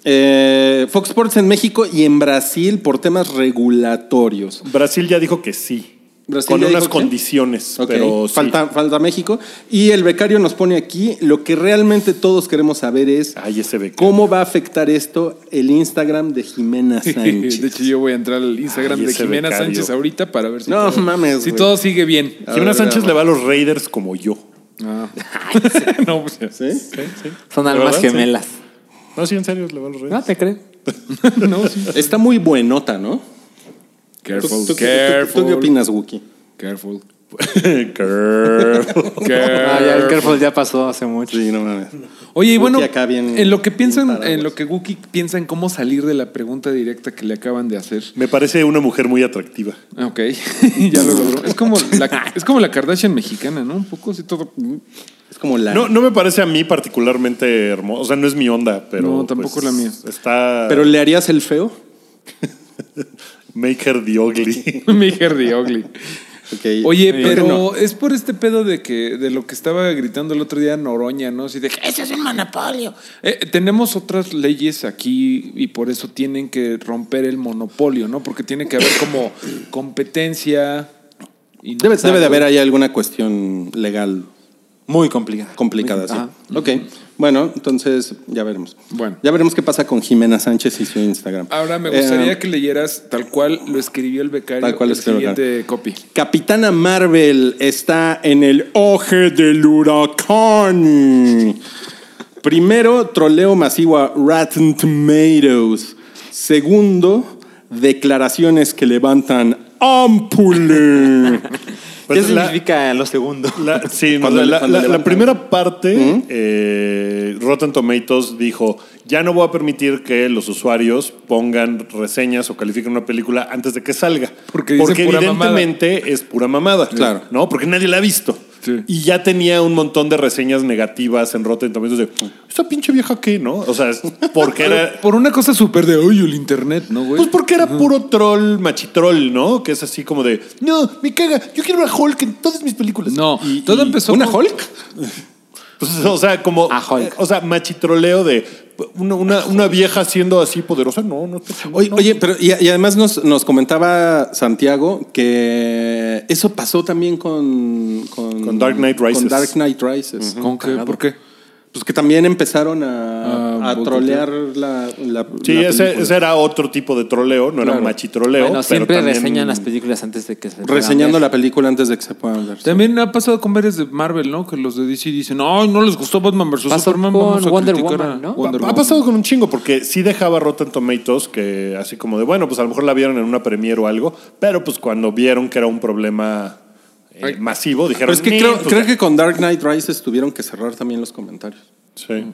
[SPEAKER 3] Eh, Fox Sports en México y en Brasil por temas regulatorios.
[SPEAKER 2] Brasil ya dijo que sí.
[SPEAKER 3] Brasil
[SPEAKER 2] con
[SPEAKER 3] ya
[SPEAKER 2] unas
[SPEAKER 3] dijo que sí.
[SPEAKER 2] condiciones,
[SPEAKER 3] Ok,
[SPEAKER 2] pero sí.
[SPEAKER 3] falta, falta México. Y el becario nos pone aquí, lo que realmente todos queremos saber es
[SPEAKER 2] Ay, ese becario.
[SPEAKER 3] cómo va a afectar esto el Instagram de Jimena Sánchez.
[SPEAKER 5] De hecho, yo voy a entrar al Instagram
[SPEAKER 2] Ay,
[SPEAKER 5] de
[SPEAKER 2] ese
[SPEAKER 5] Jimena
[SPEAKER 2] becario.
[SPEAKER 5] Sánchez ahorita para ver si,
[SPEAKER 3] No
[SPEAKER 5] todo,
[SPEAKER 3] mames,
[SPEAKER 5] si
[SPEAKER 3] güey.
[SPEAKER 5] todo sigue bien.
[SPEAKER 2] Jimena
[SPEAKER 3] A ver,
[SPEAKER 2] Sánchez
[SPEAKER 3] veamos.
[SPEAKER 2] le va a los Raiders como yo.
[SPEAKER 5] no, pues,
[SPEAKER 3] ¿Sí?
[SPEAKER 4] Son almas
[SPEAKER 2] ¿Verdad? Sí.
[SPEAKER 4] gemelas.
[SPEAKER 2] No, sí, en serio, le va a los Raiders.
[SPEAKER 4] No te creo.
[SPEAKER 3] Está muy buenota, ¿no?
[SPEAKER 5] Careful,
[SPEAKER 3] ¿Tú- tú- tú-
[SPEAKER 5] careful.
[SPEAKER 3] tú- tú qué opinas, Wookie?
[SPEAKER 5] Careful.
[SPEAKER 2] Girl. Eh,
[SPEAKER 4] Ah, ya, el
[SPEAKER 5] Careful.
[SPEAKER 4] Careful ya pasó hace mucho.
[SPEAKER 3] Sí, no mames.
[SPEAKER 5] Oye, y
[SPEAKER 3] Guki
[SPEAKER 5] bueno,
[SPEAKER 3] acá bien-
[SPEAKER 5] en lo que piensan,
[SPEAKER 3] bien
[SPEAKER 5] en lo
[SPEAKER 3] paraguas.
[SPEAKER 5] que Guki piensa en cómo salir de la pregunta directa que le acaban de hacer. Ah,
[SPEAKER 2] Me parece una mujer muy atractiva.
[SPEAKER 5] Ok, ya lo logró. Es como, la, es como la Kardashian mexicana, ¿no? Un poco así todo.
[SPEAKER 3] Es como la...
[SPEAKER 2] No, no me parece a mí particularmente hermosa. O sea, no es mi onda, pero. pues,
[SPEAKER 5] No, tampoco la mía.
[SPEAKER 2] Está.
[SPEAKER 3] ¿Pero le harías el feo?
[SPEAKER 2] Make her the ugly.
[SPEAKER 5] Mi Herdy Ugly.
[SPEAKER 3] Ok.
[SPEAKER 5] Oye,
[SPEAKER 3] Creo que
[SPEAKER 5] pero
[SPEAKER 3] no.
[SPEAKER 5] es por este pedo de que de lo que estaba gritando el otro día Noroña, ¿no? Así de, ese es un monopolio. Eh, tenemos otras leyes aquí y por eso tienen que romper el monopolio, ¿no? Porque tiene que haber como competencia. y no
[SPEAKER 3] Debe,
[SPEAKER 5] sabe-
[SPEAKER 3] debe de haber ahí alguna cuestión legal
[SPEAKER 4] Muy complicada.
[SPEAKER 3] complicada, sí.
[SPEAKER 4] Ajá.
[SPEAKER 3] Ok, bueno, entonces ya veremos.
[SPEAKER 5] Bueno.
[SPEAKER 3] Ya veremos qué pasa con Jimena Sánchez y su Instagram.
[SPEAKER 5] Ahora me gustaría
[SPEAKER 3] Eh,
[SPEAKER 5] que leyeras tal cual lo escribió el becario.
[SPEAKER 3] Tal cual lo
[SPEAKER 5] el
[SPEAKER 3] escribió el
[SPEAKER 5] siguiente copy.
[SPEAKER 3] Capitana Marvel está en el ojo del huracán. Primero, troleo masivo a Rotten Tomatoes. Segundo, declaraciones que levantan ámpule.
[SPEAKER 2] Pues
[SPEAKER 4] ¿Qué
[SPEAKER 2] la-
[SPEAKER 4] significa lo segundo?
[SPEAKER 2] La, sí, no,
[SPEAKER 3] Cuando le- ¿Mm?
[SPEAKER 2] la,
[SPEAKER 3] cuando
[SPEAKER 2] la- la
[SPEAKER 3] levantan.
[SPEAKER 2] primera parte, eh, Rotten Tomatoes dijo, ya no voy a permitir que los usuarios pongan reseñas o califiquen una película antes de que salga.
[SPEAKER 5] Porque dicen pura
[SPEAKER 2] evidentemente es pura mamada.
[SPEAKER 3] Claro.
[SPEAKER 2] ¿No? Porque nadie la ha visto.
[SPEAKER 5] Sí.
[SPEAKER 2] Y ya tenía un montón de reseñas negativas en Rotten Tomatoes de, esta pinche vieja que, ¿no? O sea, es porque era...
[SPEAKER 5] Eh, Por una cosa súper de hoy, el internet, ¿no, güey?
[SPEAKER 2] Pues porque era puro troll, machitrol, ¿no? Que es así como de, no, me caga, yo quiero una Hulk en todas mis películas.
[SPEAKER 5] no,
[SPEAKER 2] Y-
[SPEAKER 5] todo
[SPEAKER 2] y-
[SPEAKER 5] empezó.
[SPEAKER 3] ¿Una
[SPEAKER 5] con-
[SPEAKER 3] Hulk?
[SPEAKER 2] Pues, o sea, como.
[SPEAKER 4] A Hulk.
[SPEAKER 2] eh, O sea, machitroleo de una, una, una vieja siendo así poderosa. No, no te chingues,
[SPEAKER 3] Oye,
[SPEAKER 2] no.
[SPEAKER 3] oye, pero y, y además nos, nos comentaba Santiago que eso pasó también con, con,
[SPEAKER 2] Con Dark Knight Rises.
[SPEAKER 3] con Dark Knight Rises.
[SPEAKER 5] ¿Con qué? ¿Por qué?
[SPEAKER 3] Pues que también empezaron a,
[SPEAKER 5] Ah,
[SPEAKER 3] a trolear la, la-
[SPEAKER 2] Sí,
[SPEAKER 3] la
[SPEAKER 2] ese,
[SPEAKER 3] película.
[SPEAKER 2] ese era otro tipo de troleo, no era
[SPEAKER 3] Claro.
[SPEAKER 2] machitroleo.
[SPEAKER 4] Bueno,
[SPEAKER 2] pero
[SPEAKER 4] siempre
[SPEAKER 2] también-
[SPEAKER 4] reseñan las películas antes de que se puedan
[SPEAKER 3] reseñando
[SPEAKER 5] Ah,
[SPEAKER 4] ver.
[SPEAKER 3] la película antes de que se puedan
[SPEAKER 2] Pues
[SPEAKER 3] ver.
[SPEAKER 5] También ha pasado con varias de Marvel, ¿no? Que los de DC dicen, ay, no les gustó Batman vs.
[SPEAKER 4] Pasó
[SPEAKER 5] Superman.
[SPEAKER 4] con
[SPEAKER 5] vamos a
[SPEAKER 4] Wonder
[SPEAKER 5] criticar
[SPEAKER 4] Woman, ¿no?
[SPEAKER 5] a Wonder
[SPEAKER 2] Ha
[SPEAKER 5] Woman".
[SPEAKER 2] pasado con un chingo, porque sí dejaba Rotten Tomatoes, que así como de, bueno, pues a lo mejor la vieron en una premiere o algo, pero pues cuando vieron que era un problema eh,
[SPEAKER 5] Ay.
[SPEAKER 2] masivo, dijeron.
[SPEAKER 3] Pero es que
[SPEAKER 2] "Ni,
[SPEAKER 3] creo,
[SPEAKER 2] pues,
[SPEAKER 3] creo
[SPEAKER 2] ya".
[SPEAKER 3] que con Dark Knight Rises tuvieron que cerrar también los comentarios.
[SPEAKER 2] Sí.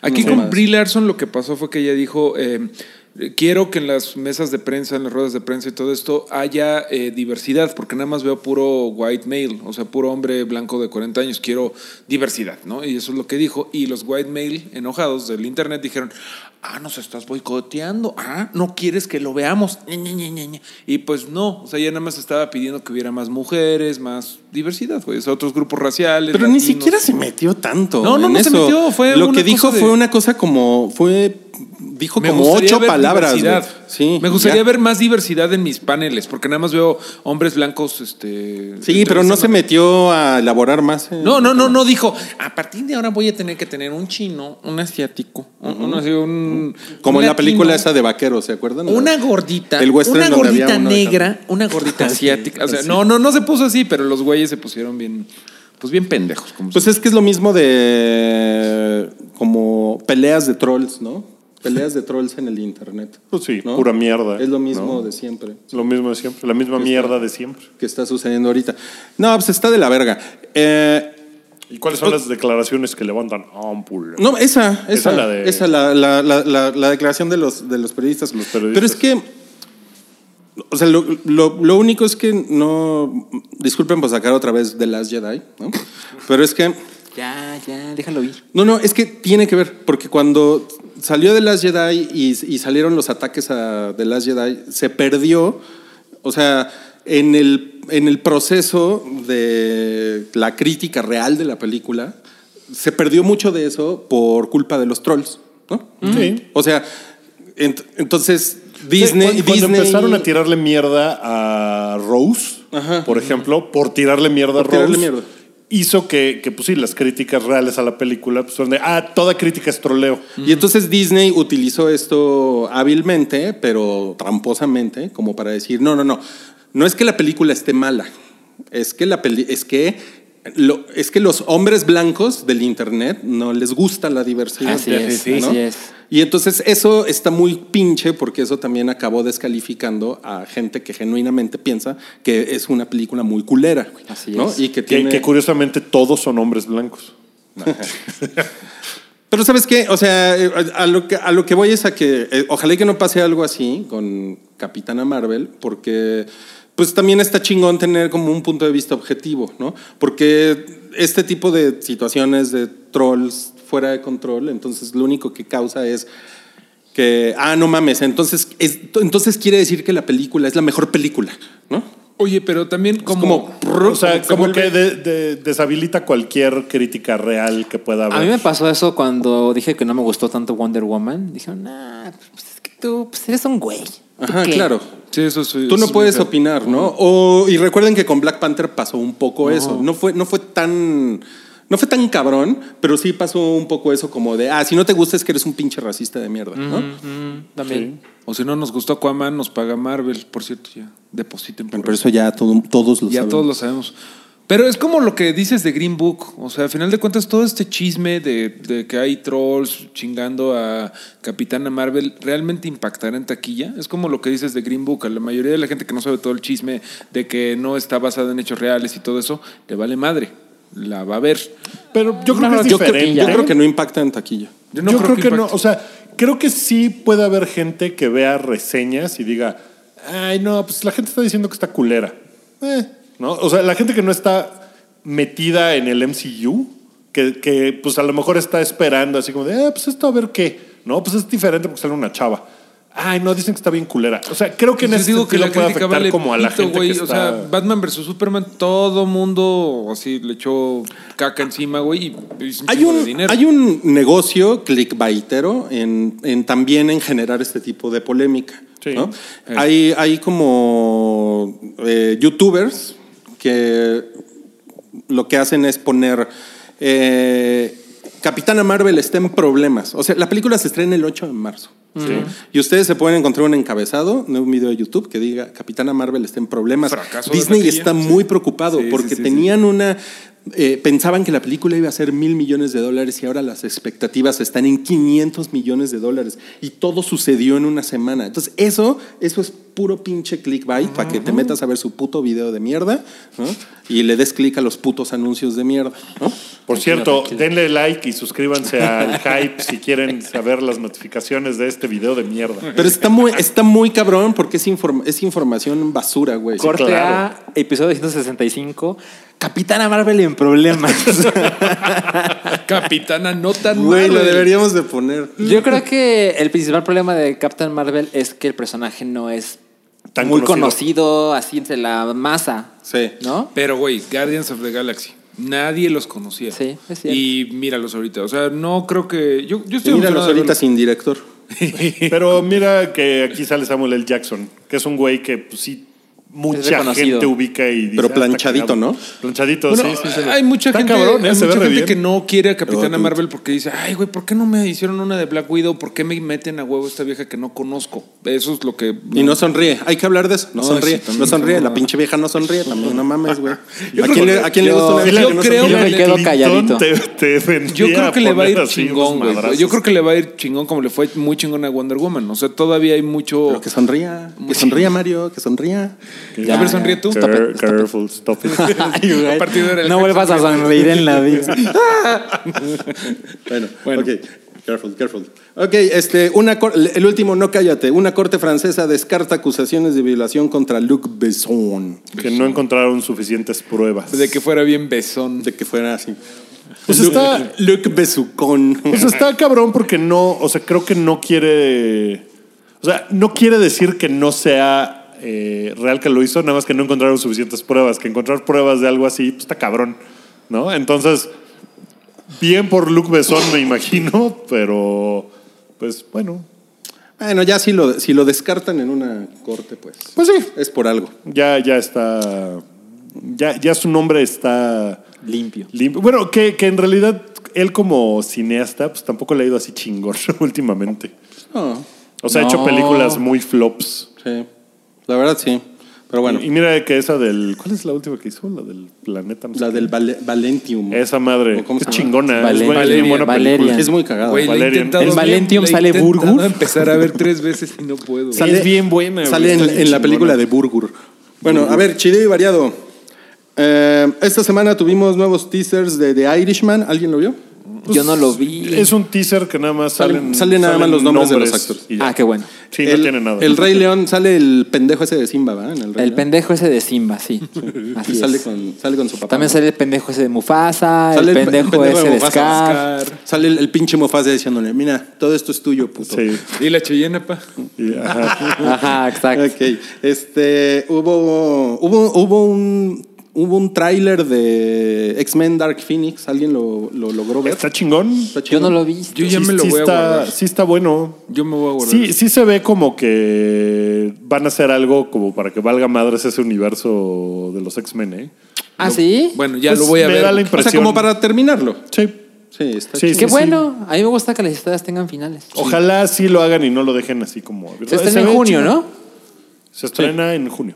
[SPEAKER 5] Aquí
[SPEAKER 3] No
[SPEAKER 5] con
[SPEAKER 3] más.
[SPEAKER 5] Brie Larson lo que pasó fue que ella dijo, eh, eh, Quiero que en las mesas de prensa, en las ruedas de prensa y todo esto haya eh, diversidad, porque nada más veo puro white male, o sea, puro hombre blanco de 40 años. Quiero diversidad, ¿no? Y eso es lo que dijo. Y los white male enojados del internet dijeron, ah, nos estás boicoteando, ah, no quieres que lo veamos. Ña, Ña, Ña, Ña, Ña. Y pues no, o sea, ya nada más estaba pidiendo que hubiera más mujeres, más diversidad, güey, o sea, otros grupos raciales.
[SPEAKER 3] Pero ni
[SPEAKER 5] latinos.
[SPEAKER 3] siquiera se metió tanto.
[SPEAKER 5] No, no,
[SPEAKER 3] en
[SPEAKER 5] no se
[SPEAKER 3] eso.
[SPEAKER 5] metió, fue
[SPEAKER 3] Lo
[SPEAKER 5] una
[SPEAKER 3] que dijo
[SPEAKER 5] cosa de-
[SPEAKER 3] fue una cosa como. Fue. Dijo
[SPEAKER 5] Me
[SPEAKER 3] como
[SPEAKER 5] gustaría
[SPEAKER 3] ocho
[SPEAKER 5] ver
[SPEAKER 3] palabras. güey.
[SPEAKER 5] diversidad.
[SPEAKER 3] Sí.
[SPEAKER 5] me gustaría
[SPEAKER 3] ya.
[SPEAKER 5] ver más diversidad en mis paneles, porque nada más veo hombres blancos. Este,
[SPEAKER 3] Sí, pero no se
[SPEAKER 5] entrevistando.
[SPEAKER 3] metió a elaborar más. eh.
[SPEAKER 5] No, no, no, no dijo. A partir de ahora voy a tener que tener un chino, un asiático, un, un así, un-
[SPEAKER 3] Como
[SPEAKER 5] un
[SPEAKER 3] en la película
[SPEAKER 5] latino,
[SPEAKER 3] esa de vaqueros, ¿se acuerdan?
[SPEAKER 5] Una gordita,
[SPEAKER 3] El western
[SPEAKER 5] una
[SPEAKER 3] donde había
[SPEAKER 5] gordita
[SPEAKER 3] uno de cada-
[SPEAKER 5] negra, una gordita asiática. O sea, no, no, no se puso así, pero los güeyes se pusieron bien, pues bien pendejos. Como
[SPEAKER 3] Pues es que es lo mismo de como peleas de trolls, ¿no? Peleas de trolls en el internet.
[SPEAKER 2] Pues sí,
[SPEAKER 3] ¿no?
[SPEAKER 2] pura mierda.
[SPEAKER 3] Es lo mismo
[SPEAKER 2] ¿no?
[SPEAKER 3] de siempre.
[SPEAKER 2] Lo mismo de siempre, la misma mierda de siempre.
[SPEAKER 3] Que está sucediendo ahorita. No, pues está de la verga. Eh,
[SPEAKER 2] ¿Y cuáles son las declaraciones que levantan ámpula?
[SPEAKER 3] no, esa, esa,
[SPEAKER 2] Esa
[SPEAKER 3] esa,
[SPEAKER 2] la de-
[SPEAKER 3] la, la- la- la- la declaración de los, de los periodistas.
[SPEAKER 2] Los periodistas.
[SPEAKER 3] Pero es que, o sea, lo, lo- lo único es que no, disculpen por sacar otra vez The Last Jedi, ¿no? Pero es que
[SPEAKER 4] Ya, ya, déjalo ir.
[SPEAKER 3] No, no, es que tiene que ver, porque cuando salió The Last Jedi y, y salieron los ataques a The Last Jedi, se perdió, o sea, en el, en el proceso de la crítica real de la película, se perdió mucho de eso por culpa de los trolls, ¿no?
[SPEAKER 2] Sí.
[SPEAKER 3] O sea, ent- entonces
[SPEAKER 2] Sí,
[SPEAKER 3] Disney...
[SPEAKER 2] cuando, cuando
[SPEAKER 3] Disney-
[SPEAKER 2] empezaron a tirarle mierda a Rose,
[SPEAKER 3] Ajá.
[SPEAKER 2] por ejemplo, por tirarle mierda
[SPEAKER 3] Por
[SPEAKER 2] a Rose,
[SPEAKER 3] tirarle mierda.
[SPEAKER 2] hizo que, que, pues sí, las críticas reales a la película pues, fueron de, ah, toda crítica es troleo.
[SPEAKER 3] Y entonces Disney utilizó esto hábilmente, pero tramposamente, como para decir, no, no, no, no es que la película esté mala, es que la peli es que lo- es que los hombres blancos del internet no les gusta la diversidad.
[SPEAKER 4] Así es, así es.
[SPEAKER 3] Y entonces eso está muy pinche porque eso también acabó descalificando a gente que genuinamente piensa que es una película muy culera. güey,
[SPEAKER 4] Así
[SPEAKER 3] ¿no?
[SPEAKER 4] es.
[SPEAKER 3] Y
[SPEAKER 2] Que,
[SPEAKER 3] que tiene
[SPEAKER 2] que curiosamente todos son hombres blancos.
[SPEAKER 3] Pero sabes qué, o sea, eh, a a lo que, a lo que voy es a que eh, ojalá y que no pase algo así con Capitana Marvel, porque pues también está chingón tener como un punto de vista objetivo, ¿no? Porque este tipo de situaciones de trolls fuera de control, entonces lo único que causa es que, ah, no mames, entonces, es- entonces quiere decir que la película es la mejor película, ¿no?
[SPEAKER 5] Oye, pero también como,
[SPEAKER 3] como-
[SPEAKER 2] O sea,
[SPEAKER 3] Se
[SPEAKER 2] como
[SPEAKER 3] vuelve-
[SPEAKER 2] que de- de- deshabilita cualquier crítica real que pueda haber.
[SPEAKER 4] A mí me pasó eso cuando dije que no me gustó tanto Wonder Woman. Dijeron, nah, pues es que tú pues eres un güey. ¿Tú
[SPEAKER 3] Ajá,
[SPEAKER 4] qué?".
[SPEAKER 3] claro.
[SPEAKER 5] Sí, eso sí,
[SPEAKER 3] Tú
[SPEAKER 5] es
[SPEAKER 3] no
[SPEAKER 5] muy
[SPEAKER 3] puedes
[SPEAKER 5] feo.
[SPEAKER 3] opinar, ¿no? O, y recuerden que con Black Panther pasó un poco eso. No fue, no fue tan. No fue tan cabrón, pero sí pasó un poco eso como de, ah, si no te gusta es que eres un pinche racista de mierda, ¿no?
[SPEAKER 4] También.
[SPEAKER 5] O si no nos gustó Aquaman, nos paga Marvel, por cierto, ya. Depositen por
[SPEAKER 3] Pero eso ya todo- todos lo
[SPEAKER 5] ya
[SPEAKER 3] saben.
[SPEAKER 5] todos lo sabemos. Pero es como lo que dices de Green Book. O sea, al final de cuentas, todo este chisme de, de que hay trolls chingando a Capitana Marvel realmente impactará en taquilla. Es como lo que dices de Green Book. A la mayoría de la gente que no sabe todo el chisme de que no está basada en hechos reales y todo eso, le vale madre. La va a ver.
[SPEAKER 2] Pero yo creo que es
[SPEAKER 4] yo creo que
[SPEAKER 2] diferente.
[SPEAKER 4] ya.
[SPEAKER 3] Yo creo que no impacta en taquilla.
[SPEAKER 5] Yo no
[SPEAKER 2] Yo creo, que, no.
[SPEAKER 5] impacte.
[SPEAKER 2] O sea, creo que sí puede haber gente que vea reseñas y diga, ay, no, pues la gente está diciendo que está culera. Eh, ¿no? O sea, la gente que no está metida en el MCU, que, que, pues a lo mejor está esperando así como de, "Ah, pues esto a ver qué. No, pues es diferente porque sale una chava. Ay, no, dicen que está bien culera. O sea, creo que en
[SPEAKER 5] Pues
[SPEAKER 2] ese
[SPEAKER 5] yo digo que
[SPEAKER 2] sentido
[SPEAKER 5] la
[SPEAKER 2] puede
[SPEAKER 5] crítica
[SPEAKER 2] afectar
[SPEAKER 5] vale
[SPEAKER 2] como a la
[SPEAKER 5] pito,
[SPEAKER 2] gente
[SPEAKER 5] güey.
[SPEAKER 2] que está...
[SPEAKER 5] O sea, Batman vs Superman, todo mundo así le echó caca encima, güey. Y, y es un
[SPEAKER 3] Hay
[SPEAKER 5] chingo de
[SPEAKER 3] un,
[SPEAKER 5] dinero.
[SPEAKER 3] hay un negocio clickbaitero en, en también en generar este tipo de polémica.
[SPEAKER 2] Sí.
[SPEAKER 3] ¿no?
[SPEAKER 5] Sí. Eh.
[SPEAKER 3] Hay, hay como eh, youtubers que lo que hacen es poner eh, Capitana Marvel está en problemas. O sea, la película se estrena el 8 de marzo. Y ustedes se pueden encontrar un encabezado de un video de YouTube que diga Capitana Marvel está en problemas.
[SPEAKER 5] Fracaso de
[SPEAKER 3] Disney
[SPEAKER 5] taquilla.
[SPEAKER 3] está muy preocupado
[SPEAKER 5] Sí, sí,
[SPEAKER 3] porque
[SPEAKER 5] sí, sí.
[SPEAKER 3] tenían una. eh, pensaban que la película iba a ser mil millones de dólares y ahora las expectativas están en 500 millones de dólares y todo sucedió en una semana. Entonces, eso, eso es puro pinche clickbait para que te metas a ver su puto video de mierda ¿no? y le des clic a los putos anuncios de mierda. ¿no?
[SPEAKER 2] Por cierto, denle like y suscríbanse al hype si quieren saber las notificaciones de este video de mierda.
[SPEAKER 3] Pero está muy, está muy cabrón porque es, inform- es información basura, güey.
[SPEAKER 4] Corte
[SPEAKER 2] claro.
[SPEAKER 4] a episodio 165. Capitana Marvel en problemas.
[SPEAKER 5] Capitana, no tan
[SPEAKER 3] Güey, lo
[SPEAKER 5] Marvel.
[SPEAKER 3] deberíamos de poner.
[SPEAKER 4] Yo creo que el principal problema de Captain Marvel es que el personaje no es
[SPEAKER 2] Tan
[SPEAKER 4] muy
[SPEAKER 2] conocido.
[SPEAKER 4] conocido. así entre la masa.
[SPEAKER 3] Sí.
[SPEAKER 4] ¿No?
[SPEAKER 5] Pero, güey, Guardians of the Galaxy. Nadie los conocía.
[SPEAKER 4] Sí, es cierto.
[SPEAKER 5] Y míralos ahorita. O sea, no creo que. Yo, yo estoy
[SPEAKER 3] Míralos
[SPEAKER 5] emocionado de
[SPEAKER 3] ahorita
[SPEAKER 5] verlos.
[SPEAKER 3] sin director.
[SPEAKER 2] Pero mira que aquí sale Samuel L. Jackson, que es un güey que pues, sí mucha
[SPEAKER 4] reconocido.
[SPEAKER 2] gente ubica y dice,
[SPEAKER 3] Pero
[SPEAKER 2] "Ah, está
[SPEAKER 3] planchadito,
[SPEAKER 2] cagado".
[SPEAKER 3] ¿no?
[SPEAKER 2] Planchadito,
[SPEAKER 5] Bueno,
[SPEAKER 2] sí, sí, sí.
[SPEAKER 5] hay mucha
[SPEAKER 2] Está
[SPEAKER 5] gente,
[SPEAKER 2] cabrón, ¿eh?
[SPEAKER 5] hay
[SPEAKER 2] Se ve
[SPEAKER 5] mucha
[SPEAKER 2] re
[SPEAKER 5] gente que
[SPEAKER 2] bien.
[SPEAKER 5] no quiere a Capitana
[SPEAKER 3] Pero,
[SPEAKER 5] Marvel porque dice, ay, güey, ¿por qué no me hicieron una de Black Widow? ¿Por qué me meten a huevo esta vieja que no conozco? Eso es lo que...
[SPEAKER 3] Y no sonríe. Hay que hablar de eso. No,
[SPEAKER 5] No,
[SPEAKER 3] sonríe.
[SPEAKER 5] sí, también.
[SPEAKER 3] No sonríe. La pinche vieja no sonríe también. No mames, güey.
[SPEAKER 2] Yo
[SPEAKER 3] ¿A
[SPEAKER 2] creo
[SPEAKER 3] quién le,
[SPEAKER 2] que-
[SPEAKER 3] a quién le
[SPEAKER 4] yo-
[SPEAKER 3] gusta una vieja
[SPEAKER 4] yo
[SPEAKER 3] que no
[SPEAKER 5] creo-
[SPEAKER 3] sonríe?
[SPEAKER 4] Yo me quedo
[SPEAKER 2] Clinton
[SPEAKER 4] calladito.
[SPEAKER 2] Te, te
[SPEAKER 5] Yo
[SPEAKER 2] vendría
[SPEAKER 5] creo que le va a ir
[SPEAKER 2] poner así
[SPEAKER 5] chingón,
[SPEAKER 2] unos
[SPEAKER 5] güey.
[SPEAKER 2] madrazos.
[SPEAKER 5] Yo creo que le va a ir chingón como le fue muy chingón a Wonder Woman. O sea, todavía hay mucho...
[SPEAKER 3] Pero que sonría. Que sonría, Mario. Que sonría.
[SPEAKER 5] a ver, sonríe tú.
[SPEAKER 2] Care- Careful, stop it.
[SPEAKER 4] Ay, güey.
[SPEAKER 5] A partir de ahora el
[SPEAKER 4] no
[SPEAKER 5] Jackson
[SPEAKER 4] vuelvas a sonreír en la vida.
[SPEAKER 3] Bueno, ok. Careful, careful. Ok, este, una cor- el último, no cállate. Una corte francesa descarta acusaciones de violación contra Luc Besson.
[SPEAKER 2] que no encontraron suficientes pruebas.
[SPEAKER 5] De que fuera bien besón.
[SPEAKER 3] De que fuera así.
[SPEAKER 2] Pues
[SPEAKER 3] Luc,
[SPEAKER 2] está-
[SPEAKER 3] Luc Besucón.
[SPEAKER 2] Pues está cabrón porque no, o sea, creo que no quiere. O sea, no quiere decir que no sea eh, real que lo hizo, nada más que no encontraron suficientes pruebas. Que encontrar pruebas de algo así, pues está cabrón, ¿no? Entonces, bien por Luc Besson, me imagino, pero pues bueno,
[SPEAKER 3] Bueno, ya si lo, si lo descartan en una corte, pues.
[SPEAKER 2] Pues sí.
[SPEAKER 3] Es por algo.
[SPEAKER 2] ya, ya está. Ya, ya su nombre está.
[SPEAKER 4] Limpio.
[SPEAKER 2] Limpio. Bueno, que, que en realidad él como cineasta, pues tampoco le ha ido así chingón últimamente.
[SPEAKER 3] No,
[SPEAKER 2] O sea, ha
[SPEAKER 4] No.
[SPEAKER 2] hecho películas muy flops.
[SPEAKER 3] sí. La verdad, sí. Pero bueno,
[SPEAKER 2] Y mira que esa del. ¿Cuál es la última que hizo? La del planeta. no sé
[SPEAKER 3] la
[SPEAKER 2] qué.
[SPEAKER 3] del Vale- Valentium.
[SPEAKER 2] Esa madre.
[SPEAKER 3] ¿O cómo
[SPEAKER 2] Es
[SPEAKER 3] se llama?
[SPEAKER 2] chingona.
[SPEAKER 4] Valeria.
[SPEAKER 2] es buena, es bien buena
[SPEAKER 4] Valeria.
[SPEAKER 2] película.
[SPEAKER 3] Es muy cagada.
[SPEAKER 5] Güey, la he
[SPEAKER 2] Valerian.
[SPEAKER 5] intentado
[SPEAKER 2] El
[SPEAKER 5] bien,
[SPEAKER 4] Valentium
[SPEAKER 5] la he
[SPEAKER 4] sale
[SPEAKER 5] intentado
[SPEAKER 4] Burgur.
[SPEAKER 5] empezar a ver tres veces y no puedo.
[SPEAKER 3] Sale-
[SPEAKER 2] Es bien buena, güey.
[SPEAKER 3] Sale en,
[SPEAKER 2] Está bien
[SPEAKER 3] en la
[SPEAKER 2] chingona.
[SPEAKER 3] película de Burgur. Bueno, a ver, chido y variado. Eh, esta semana tuvimos nuevos teasers de The Irishman. ¿Alguien lo vio?
[SPEAKER 4] Yo no lo vi.
[SPEAKER 2] Es un teaser que nada más salen.
[SPEAKER 3] Salen- salen nada más los nombres de los actores.
[SPEAKER 2] y ya.
[SPEAKER 4] Ah, qué bueno.
[SPEAKER 2] Sí,
[SPEAKER 3] el,
[SPEAKER 2] no tiene nada.
[SPEAKER 3] El Rey León sale el pendejo ese de Simba, ¿verdad? En el Rey
[SPEAKER 4] El
[SPEAKER 3] León.
[SPEAKER 4] pendejo ese de Simba, sí. Así
[SPEAKER 3] Y sale
[SPEAKER 4] es.
[SPEAKER 3] con, sale con su papá.
[SPEAKER 4] También sale el pendejo ese de Mufasa,
[SPEAKER 3] Sale
[SPEAKER 4] el,
[SPEAKER 3] el pe-
[SPEAKER 4] pendejo
[SPEAKER 3] el pendejo
[SPEAKER 4] ese
[SPEAKER 3] de
[SPEAKER 4] de,
[SPEAKER 3] Mufasa,
[SPEAKER 4] Scar.
[SPEAKER 3] Sale el, el pinche Mofasa diciéndole, mira, todo esto es tuyo, puto.
[SPEAKER 2] Sí.
[SPEAKER 5] Y la Cheyenne, pa.
[SPEAKER 2] y- ajá.
[SPEAKER 4] Ajá, exacto.
[SPEAKER 3] Ok, este, hubo, hubo, hubo un, hubo un tráiler de X-Men Dark Phoenix. ¿Alguien lo, lo logró ver?
[SPEAKER 2] Está chingón.
[SPEAKER 3] Está chido.
[SPEAKER 4] Yo no lo vi.
[SPEAKER 5] Yo ya
[SPEAKER 2] Sí-
[SPEAKER 5] me lo
[SPEAKER 2] sí
[SPEAKER 5] voy a
[SPEAKER 2] está-
[SPEAKER 5] guardar.
[SPEAKER 2] Sí está bueno.
[SPEAKER 5] Yo me voy a guardar.
[SPEAKER 2] Sí, sí se ve como que van a hacer algo como para que valga madres ese universo de los X-Men, ¿eh?
[SPEAKER 4] ¿Ah, sí?
[SPEAKER 5] Bueno, ya
[SPEAKER 2] Pues
[SPEAKER 5] lo voy a
[SPEAKER 2] me
[SPEAKER 5] ver.
[SPEAKER 2] da la
[SPEAKER 5] güey.
[SPEAKER 3] O sea,
[SPEAKER 2] impresión.
[SPEAKER 3] como para terminarlo.
[SPEAKER 2] Sí.
[SPEAKER 3] Sí, está
[SPEAKER 2] Sí,
[SPEAKER 3] chido.
[SPEAKER 4] Qué bueno. A mí me gusta que las historias tengan finales.
[SPEAKER 2] Ojalá sí lo hagan y no lo dejen así como.
[SPEAKER 4] Se
[SPEAKER 2] Se
[SPEAKER 4] estrena en
[SPEAKER 2] ve
[SPEAKER 4] junio,
[SPEAKER 2] chido.
[SPEAKER 4] ¿no?
[SPEAKER 2] Se estrena en junio.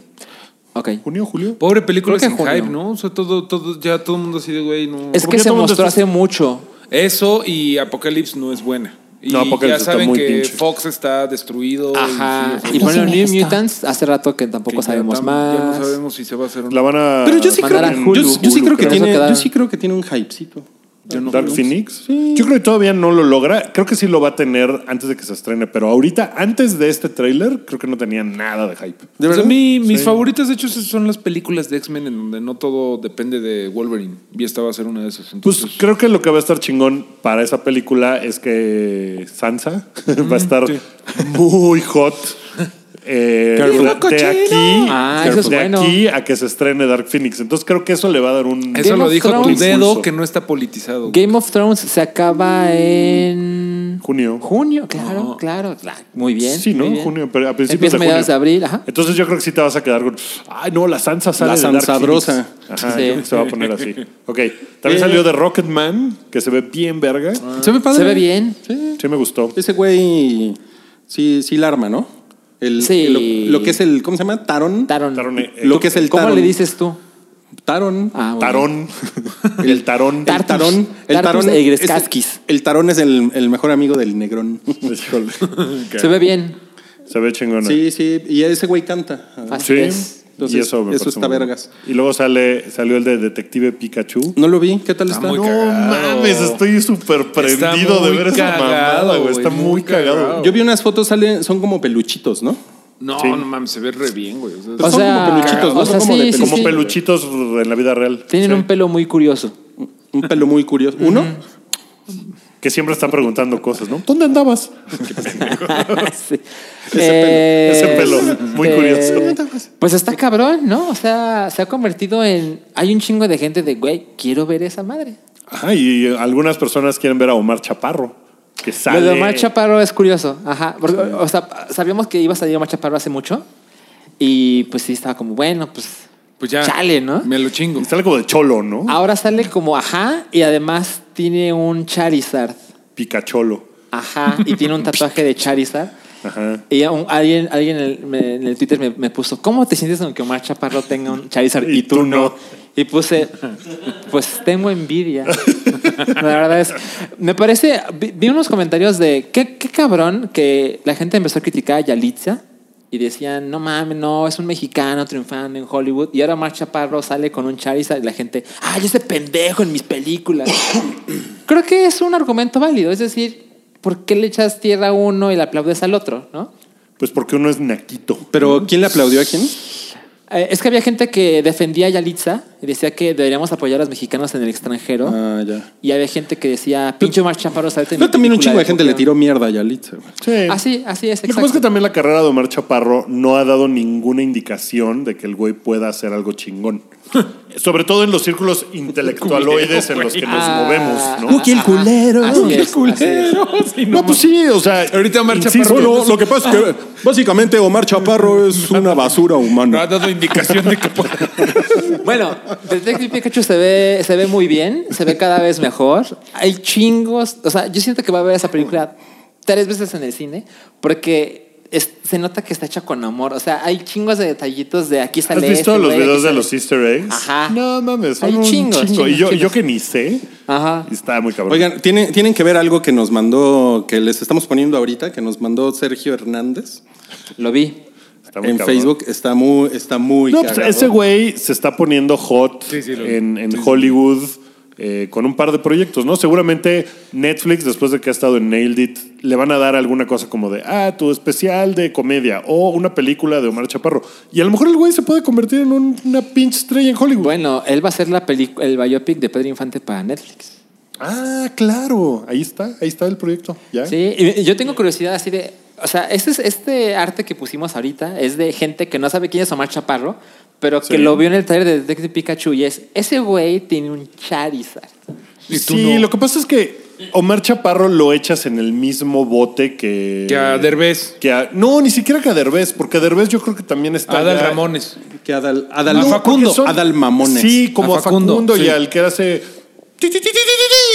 [SPEAKER 4] Ok.
[SPEAKER 2] ¿Junio, julio?
[SPEAKER 5] Pobre película
[SPEAKER 4] Creo
[SPEAKER 5] sin
[SPEAKER 4] que en junio.
[SPEAKER 5] hype, ¿no? O sea, todo, todo, ya todo el mundo así de güey, no.
[SPEAKER 4] Es
[SPEAKER 2] ¿Por
[SPEAKER 4] que
[SPEAKER 2] qué
[SPEAKER 4] se
[SPEAKER 2] todo el mundo
[SPEAKER 4] mostró
[SPEAKER 2] está-
[SPEAKER 4] hace mucho.
[SPEAKER 5] Eso y Apocalypse no es buena. Y
[SPEAKER 2] No, Apocalypse
[SPEAKER 5] ya
[SPEAKER 2] está
[SPEAKER 5] saben
[SPEAKER 2] muy
[SPEAKER 5] que
[SPEAKER 2] pinche.
[SPEAKER 5] Fox está destruido.
[SPEAKER 4] Ajá.
[SPEAKER 5] sí, o sea,
[SPEAKER 4] Y
[SPEAKER 5] que
[SPEAKER 4] por ejemplo, New
[SPEAKER 6] esta.
[SPEAKER 4] Mutants hace rato que tampoco
[SPEAKER 5] ya
[SPEAKER 4] sabemos
[SPEAKER 5] tam- Ya
[SPEAKER 4] más.
[SPEAKER 5] no sabemos si se va a hacer o no.
[SPEAKER 2] La van a.
[SPEAKER 3] Pero yo sí creo,
[SPEAKER 4] Mandar
[SPEAKER 3] que-
[SPEAKER 4] a
[SPEAKER 3] yo-
[SPEAKER 4] Hulu,
[SPEAKER 3] yo, sí
[SPEAKER 4] Hulu,
[SPEAKER 3] creo que
[SPEAKER 4] creo.
[SPEAKER 3] tiene,
[SPEAKER 4] Eso queda-
[SPEAKER 3] yo sí creo que tiene un hypecito.
[SPEAKER 2] Dark Phoenix. Yo creo que todavía no lo logra. Creo que sí lo va a tener antes de que se estrene. Pero ahorita, antes de este tráiler, creo que no tenía nada de hype. Pues
[SPEAKER 3] ¿De
[SPEAKER 5] O sea,
[SPEAKER 3] verdad?
[SPEAKER 5] mi- mis favoritas, de hecho, son las películas de X-Men en donde no todo depende de Wolverine. Y esta va a ser una de esas.
[SPEAKER 2] Pues
[SPEAKER 5] Entonces,
[SPEAKER 2] creo que lo que va a estar chingón para esa película es que Sansa va a estar muy hot. eh,
[SPEAKER 5] Careful.
[SPEAKER 2] de
[SPEAKER 5] ¡Cochino!
[SPEAKER 2] aquí,
[SPEAKER 4] Ah, eso es
[SPEAKER 2] de
[SPEAKER 4] bueno.
[SPEAKER 2] aquí a que se estrene Dark Phoenix. Entonces creo que eso le va a dar un.
[SPEAKER 5] eso
[SPEAKER 4] Game
[SPEAKER 5] lo
[SPEAKER 4] of
[SPEAKER 5] dijo tu
[SPEAKER 4] Thrones.
[SPEAKER 5] dedo
[SPEAKER 2] Impulso.
[SPEAKER 5] que no está politizado. güey.
[SPEAKER 4] Game of Thrones se acaba en.
[SPEAKER 2] Junio.
[SPEAKER 4] Junio, claro, claro. cla- Muy bien.
[SPEAKER 2] Sí, ¿no?
[SPEAKER 4] muy bien.
[SPEAKER 2] Junio, pero a principios de
[SPEAKER 4] Empieza a mediados
[SPEAKER 2] junio.
[SPEAKER 4] de abril, ajá.
[SPEAKER 2] Entonces yo creo que sí te vas a quedar con. Ay, no, la Sansa sale
[SPEAKER 3] La
[SPEAKER 2] de Dark
[SPEAKER 3] Sansabrosa.
[SPEAKER 2] Phoenix". Ajá,
[SPEAKER 4] Sí.
[SPEAKER 2] yo creo que se va a poner así. Ok. También salió de Rocketman, que se ve bien verga.
[SPEAKER 4] Ah.
[SPEAKER 3] Se ve padre.
[SPEAKER 4] Se ve bien.
[SPEAKER 3] Sí.
[SPEAKER 2] Sí, me gustó.
[SPEAKER 3] Ese güey sí, sí la arma, ¿no? El,
[SPEAKER 4] Sí.
[SPEAKER 3] el- lo, que es el, ¿cómo se llama? Taron.
[SPEAKER 4] Taron.
[SPEAKER 2] Taron, eh,
[SPEAKER 3] Lo que es el
[SPEAKER 4] ¿Cómo
[SPEAKER 3] Taron.
[SPEAKER 4] le dices tú?
[SPEAKER 3] Taron.
[SPEAKER 4] Ah, muy
[SPEAKER 2] Tarón. El tarón.
[SPEAKER 4] Tar-
[SPEAKER 3] El tarón. El
[SPEAKER 4] Tartus
[SPEAKER 3] tarón.
[SPEAKER 4] Egrescaskis.
[SPEAKER 3] es- El tarón es el, el mejor amigo del negrón.
[SPEAKER 2] Híjole.
[SPEAKER 4] bien. Se ve bien.
[SPEAKER 2] Se ve chingona.
[SPEAKER 3] Sí, sí. Y ese güey canta.
[SPEAKER 4] Así
[SPEAKER 2] Sí,
[SPEAKER 4] es.
[SPEAKER 3] Entonces,
[SPEAKER 2] y eso me
[SPEAKER 3] eso
[SPEAKER 2] parece
[SPEAKER 3] está
[SPEAKER 2] muy bueno.
[SPEAKER 3] vergas.
[SPEAKER 2] Y luego sale, salió el de Detective Pikachu.
[SPEAKER 3] No lo vi, ¿qué tal
[SPEAKER 5] Está
[SPEAKER 3] está?
[SPEAKER 5] muy
[SPEAKER 2] No
[SPEAKER 5] cagado.
[SPEAKER 2] mames, estoy súper
[SPEAKER 5] Está
[SPEAKER 2] prendido de
[SPEAKER 5] muy
[SPEAKER 2] ver esa
[SPEAKER 5] cagado,
[SPEAKER 2] mamada, güey. Está
[SPEAKER 5] güey,
[SPEAKER 2] muy,
[SPEAKER 5] muy
[SPEAKER 2] cagado.
[SPEAKER 5] cagado.
[SPEAKER 2] güey.
[SPEAKER 3] Yo vi unas fotos, salen, son como peluchitos, ¿no?
[SPEAKER 5] No,
[SPEAKER 2] Sí.
[SPEAKER 5] no mames, se ve re bien, güey. O sea,
[SPEAKER 4] O
[SPEAKER 3] Son
[SPEAKER 4] sea,
[SPEAKER 3] como peluchitos, ¿no?
[SPEAKER 4] o sea,
[SPEAKER 3] Son como
[SPEAKER 4] sí,
[SPEAKER 3] de
[SPEAKER 4] sí,
[SPEAKER 3] pelo.
[SPEAKER 2] Como
[SPEAKER 4] sí.
[SPEAKER 2] peluchitos en la vida real.
[SPEAKER 4] Tienen
[SPEAKER 2] Sí.
[SPEAKER 4] un pelo muy curioso.
[SPEAKER 3] Un pelo muy curioso. Uno,
[SPEAKER 2] Que siempre están preguntando cosas, ¿no? ¿Dónde andabas?
[SPEAKER 4] Ah, Sí.
[SPEAKER 2] Ese pelo, ese
[SPEAKER 4] este,
[SPEAKER 2] pelo, muy curioso.
[SPEAKER 4] Pues está cabrón, ¿no? O sea, se ha convertido en. Hay un chingo de gente de, güey, quiero ver esa madre.
[SPEAKER 2] Ajá, y algunas personas quieren ver a Omar Chaparro, que sale.
[SPEAKER 4] Lo de Omar Chaparro es curioso. Ajá. porque, o sea, sabíamos que iba a salir Omar Chaparro hace mucho. Y pues sí, estaba como, bueno, pues.
[SPEAKER 5] pues ya.
[SPEAKER 4] Chale, ¿no?
[SPEAKER 5] Me lo chingo.
[SPEAKER 2] Sale como de cholo, ¿no?
[SPEAKER 4] Ahora sale como, ajá. Y además tiene un Charizard.
[SPEAKER 2] Picacholo.
[SPEAKER 4] Ajá. Y tiene un tatuaje de Charizard.
[SPEAKER 2] Ah. Ajá.
[SPEAKER 4] Y un- alguien, alguien en, el, me- en el Twitter me, me puso, ¿cómo te sientes aunque Omar Chaparro tenga un Charizard y, tú no? Y puse, pues tengo envidia. La verdad es, me parece, vi, vi unos comentarios de, ¿qué, qué cabrón que la gente empezó a criticar a Yalitza y decían, no mames, no, es un mexicano triunfando en Hollywood. Y ahora Omar Chaparro sale con un Charizard y la gente, ¡ay, ese pendejo en mis películas! creo que es un argumento válido. Es decir, ¿por qué le echas tierra a uno y le aplaudes al otro? ¿no?
[SPEAKER 2] Pues porque uno es naquito.
[SPEAKER 3] pero ¿quién le aplaudió a quién?
[SPEAKER 4] Eh, es que había gente que defendía a Yalitza y decía que deberíamos apoyar a los mexicanos en el extranjero.
[SPEAKER 3] Ah, ya.
[SPEAKER 4] Y había gente que decía, pinche Omar Chaparro, salte de mi
[SPEAKER 3] Pero también un
[SPEAKER 4] película
[SPEAKER 3] chingo de gente le
[SPEAKER 4] Pokémon".
[SPEAKER 3] tiró mierda a Yalitza. güey.
[SPEAKER 2] Sí.
[SPEAKER 4] Así, así es.
[SPEAKER 2] Lo que pasa es que
[SPEAKER 4] Ah, exacto.
[SPEAKER 2] también la carrera de Omar Chaparro no ha dado ninguna indicación de que el güey pueda hacer algo chingón. Sobre todo en los círculos intelectualoides en los que nos
[SPEAKER 4] Ah,
[SPEAKER 2] movemos, ¿no?
[SPEAKER 4] Ujú, el culero!
[SPEAKER 5] Ay, qué culero. Sí, no
[SPEAKER 2] No, pues sí, o sea.
[SPEAKER 5] Ahorita Omar
[SPEAKER 2] insisto,
[SPEAKER 5] Chaparro-
[SPEAKER 2] no,
[SPEAKER 3] Bueno, lo que pasa es que básicamente Omar Chaparro es una basura
[SPEAKER 5] No ha
[SPEAKER 3] humana.
[SPEAKER 5] dado indicación de que pueda.
[SPEAKER 4] Bueno, Detective Pikachu se ve, se ve muy bien, se ve cada vez mejor. Hay chingos. O sea, yo siento que va a ver esa película tres veces en el cine porque es- se nota que está hecha con amor. O sea, hay chingos de detallitos de aquí
[SPEAKER 2] ¿Has
[SPEAKER 4] sale.
[SPEAKER 2] visto
[SPEAKER 4] este
[SPEAKER 2] los
[SPEAKER 4] güey,
[SPEAKER 2] videos
[SPEAKER 4] aquí
[SPEAKER 2] de
[SPEAKER 4] sale-
[SPEAKER 2] los Easter eggs?
[SPEAKER 4] Ajá.
[SPEAKER 2] No mames, son
[SPEAKER 4] Hay
[SPEAKER 2] un
[SPEAKER 4] chingos,
[SPEAKER 2] chingo. Y
[SPEAKER 4] chingos,
[SPEAKER 2] yo, y yo
[SPEAKER 4] chingos.
[SPEAKER 2] que ni sé.
[SPEAKER 4] este- Ajá.
[SPEAKER 2] Está muy cabrón.
[SPEAKER 3] Oigan, ¿tienen, tienen que ver algo que nos mandó, que les estamos poniendo ahorita, que nos mandó Sergio Hernández
[SPEAKER 4] Lo vi.
[SPEAKER 2] Está muy
[SPEAKER 3] en
[SPEAKER 2] cabrón.
[SPEAKER 3] Facebook. Está muy, está muy
[SPEAKER 2] No, pues
[SPEAKER 3] cagado.
[SPEAKER 2] ese güey se está poniendo hot
[SPEAKER 5] Sí, sí, lo vi.
[SPEAKER 2] en, en Hollywood eh, con un par de proyectos, ¿no? Seguramente Netflix, después de que ha estado en Nailed It, le van a dar alguna cosa como de, ah, tu especial de comedia o una película de Omar Chaparro. Y a lo mejor el güey se puede convertir en un- una pinche estrella en Hollywood.
[SPEAKER 4] Bueno, él va a hacer la pelic- el biopic de Pedro Infante para Netflix.
[SPEAKER 2] Ah, claro. Ahí está, ahí está el proyecto. ¿Ya?
[SPEAKER 4] Sí, y- y yo tengo curiosidad así de. O sea, este, es- este arte que pusimos ahorita es de gente que no sabe quién es Omar Chaparro, pero que
[SPEAKER 2] Sí.
[SPEAKER 4] lo vio en el trailer de Detective Pikachu y es: ese güey tiene un Charizard.
[SPEAKER 5] Y tú
[SPEAKER 2] sí,
[SPEAKER 5] no.
[SPEAKER 2] lo que pasa es que Omar Chaparro lo echas en el mismo bote que...
[SPEAKER 5] Que a Derbez.
[SPEAKER 2] que a- no, ni siquiera que a Derbez, porque Derbez yo creo que también
[SPEAKER 4] Ah,
[SPEAKER 2] está...
[SPEAKER 5] Adal
[SPEAKER 2] ya-
[SPEAKER 5] Ramones.
[SPEAKER 3] Que Adal, Adal-
[SPEAKER 5] No,
[SPEAKER 3] porque
[SPEAKER 5] Facundo.
[SPEAKER 3] son- Adal Mamones.
[SPEAKER 2] Sí, como
[SPEAKER 5] A
[SPEAKER 2] a Facundo,
[SPEAKER 5] Facundo,
[SPEAKER 2] y
[SPEAKER 5] sí.
[SPEAKER 2] al que hace. ti, ti, ti, ti, ti, ti,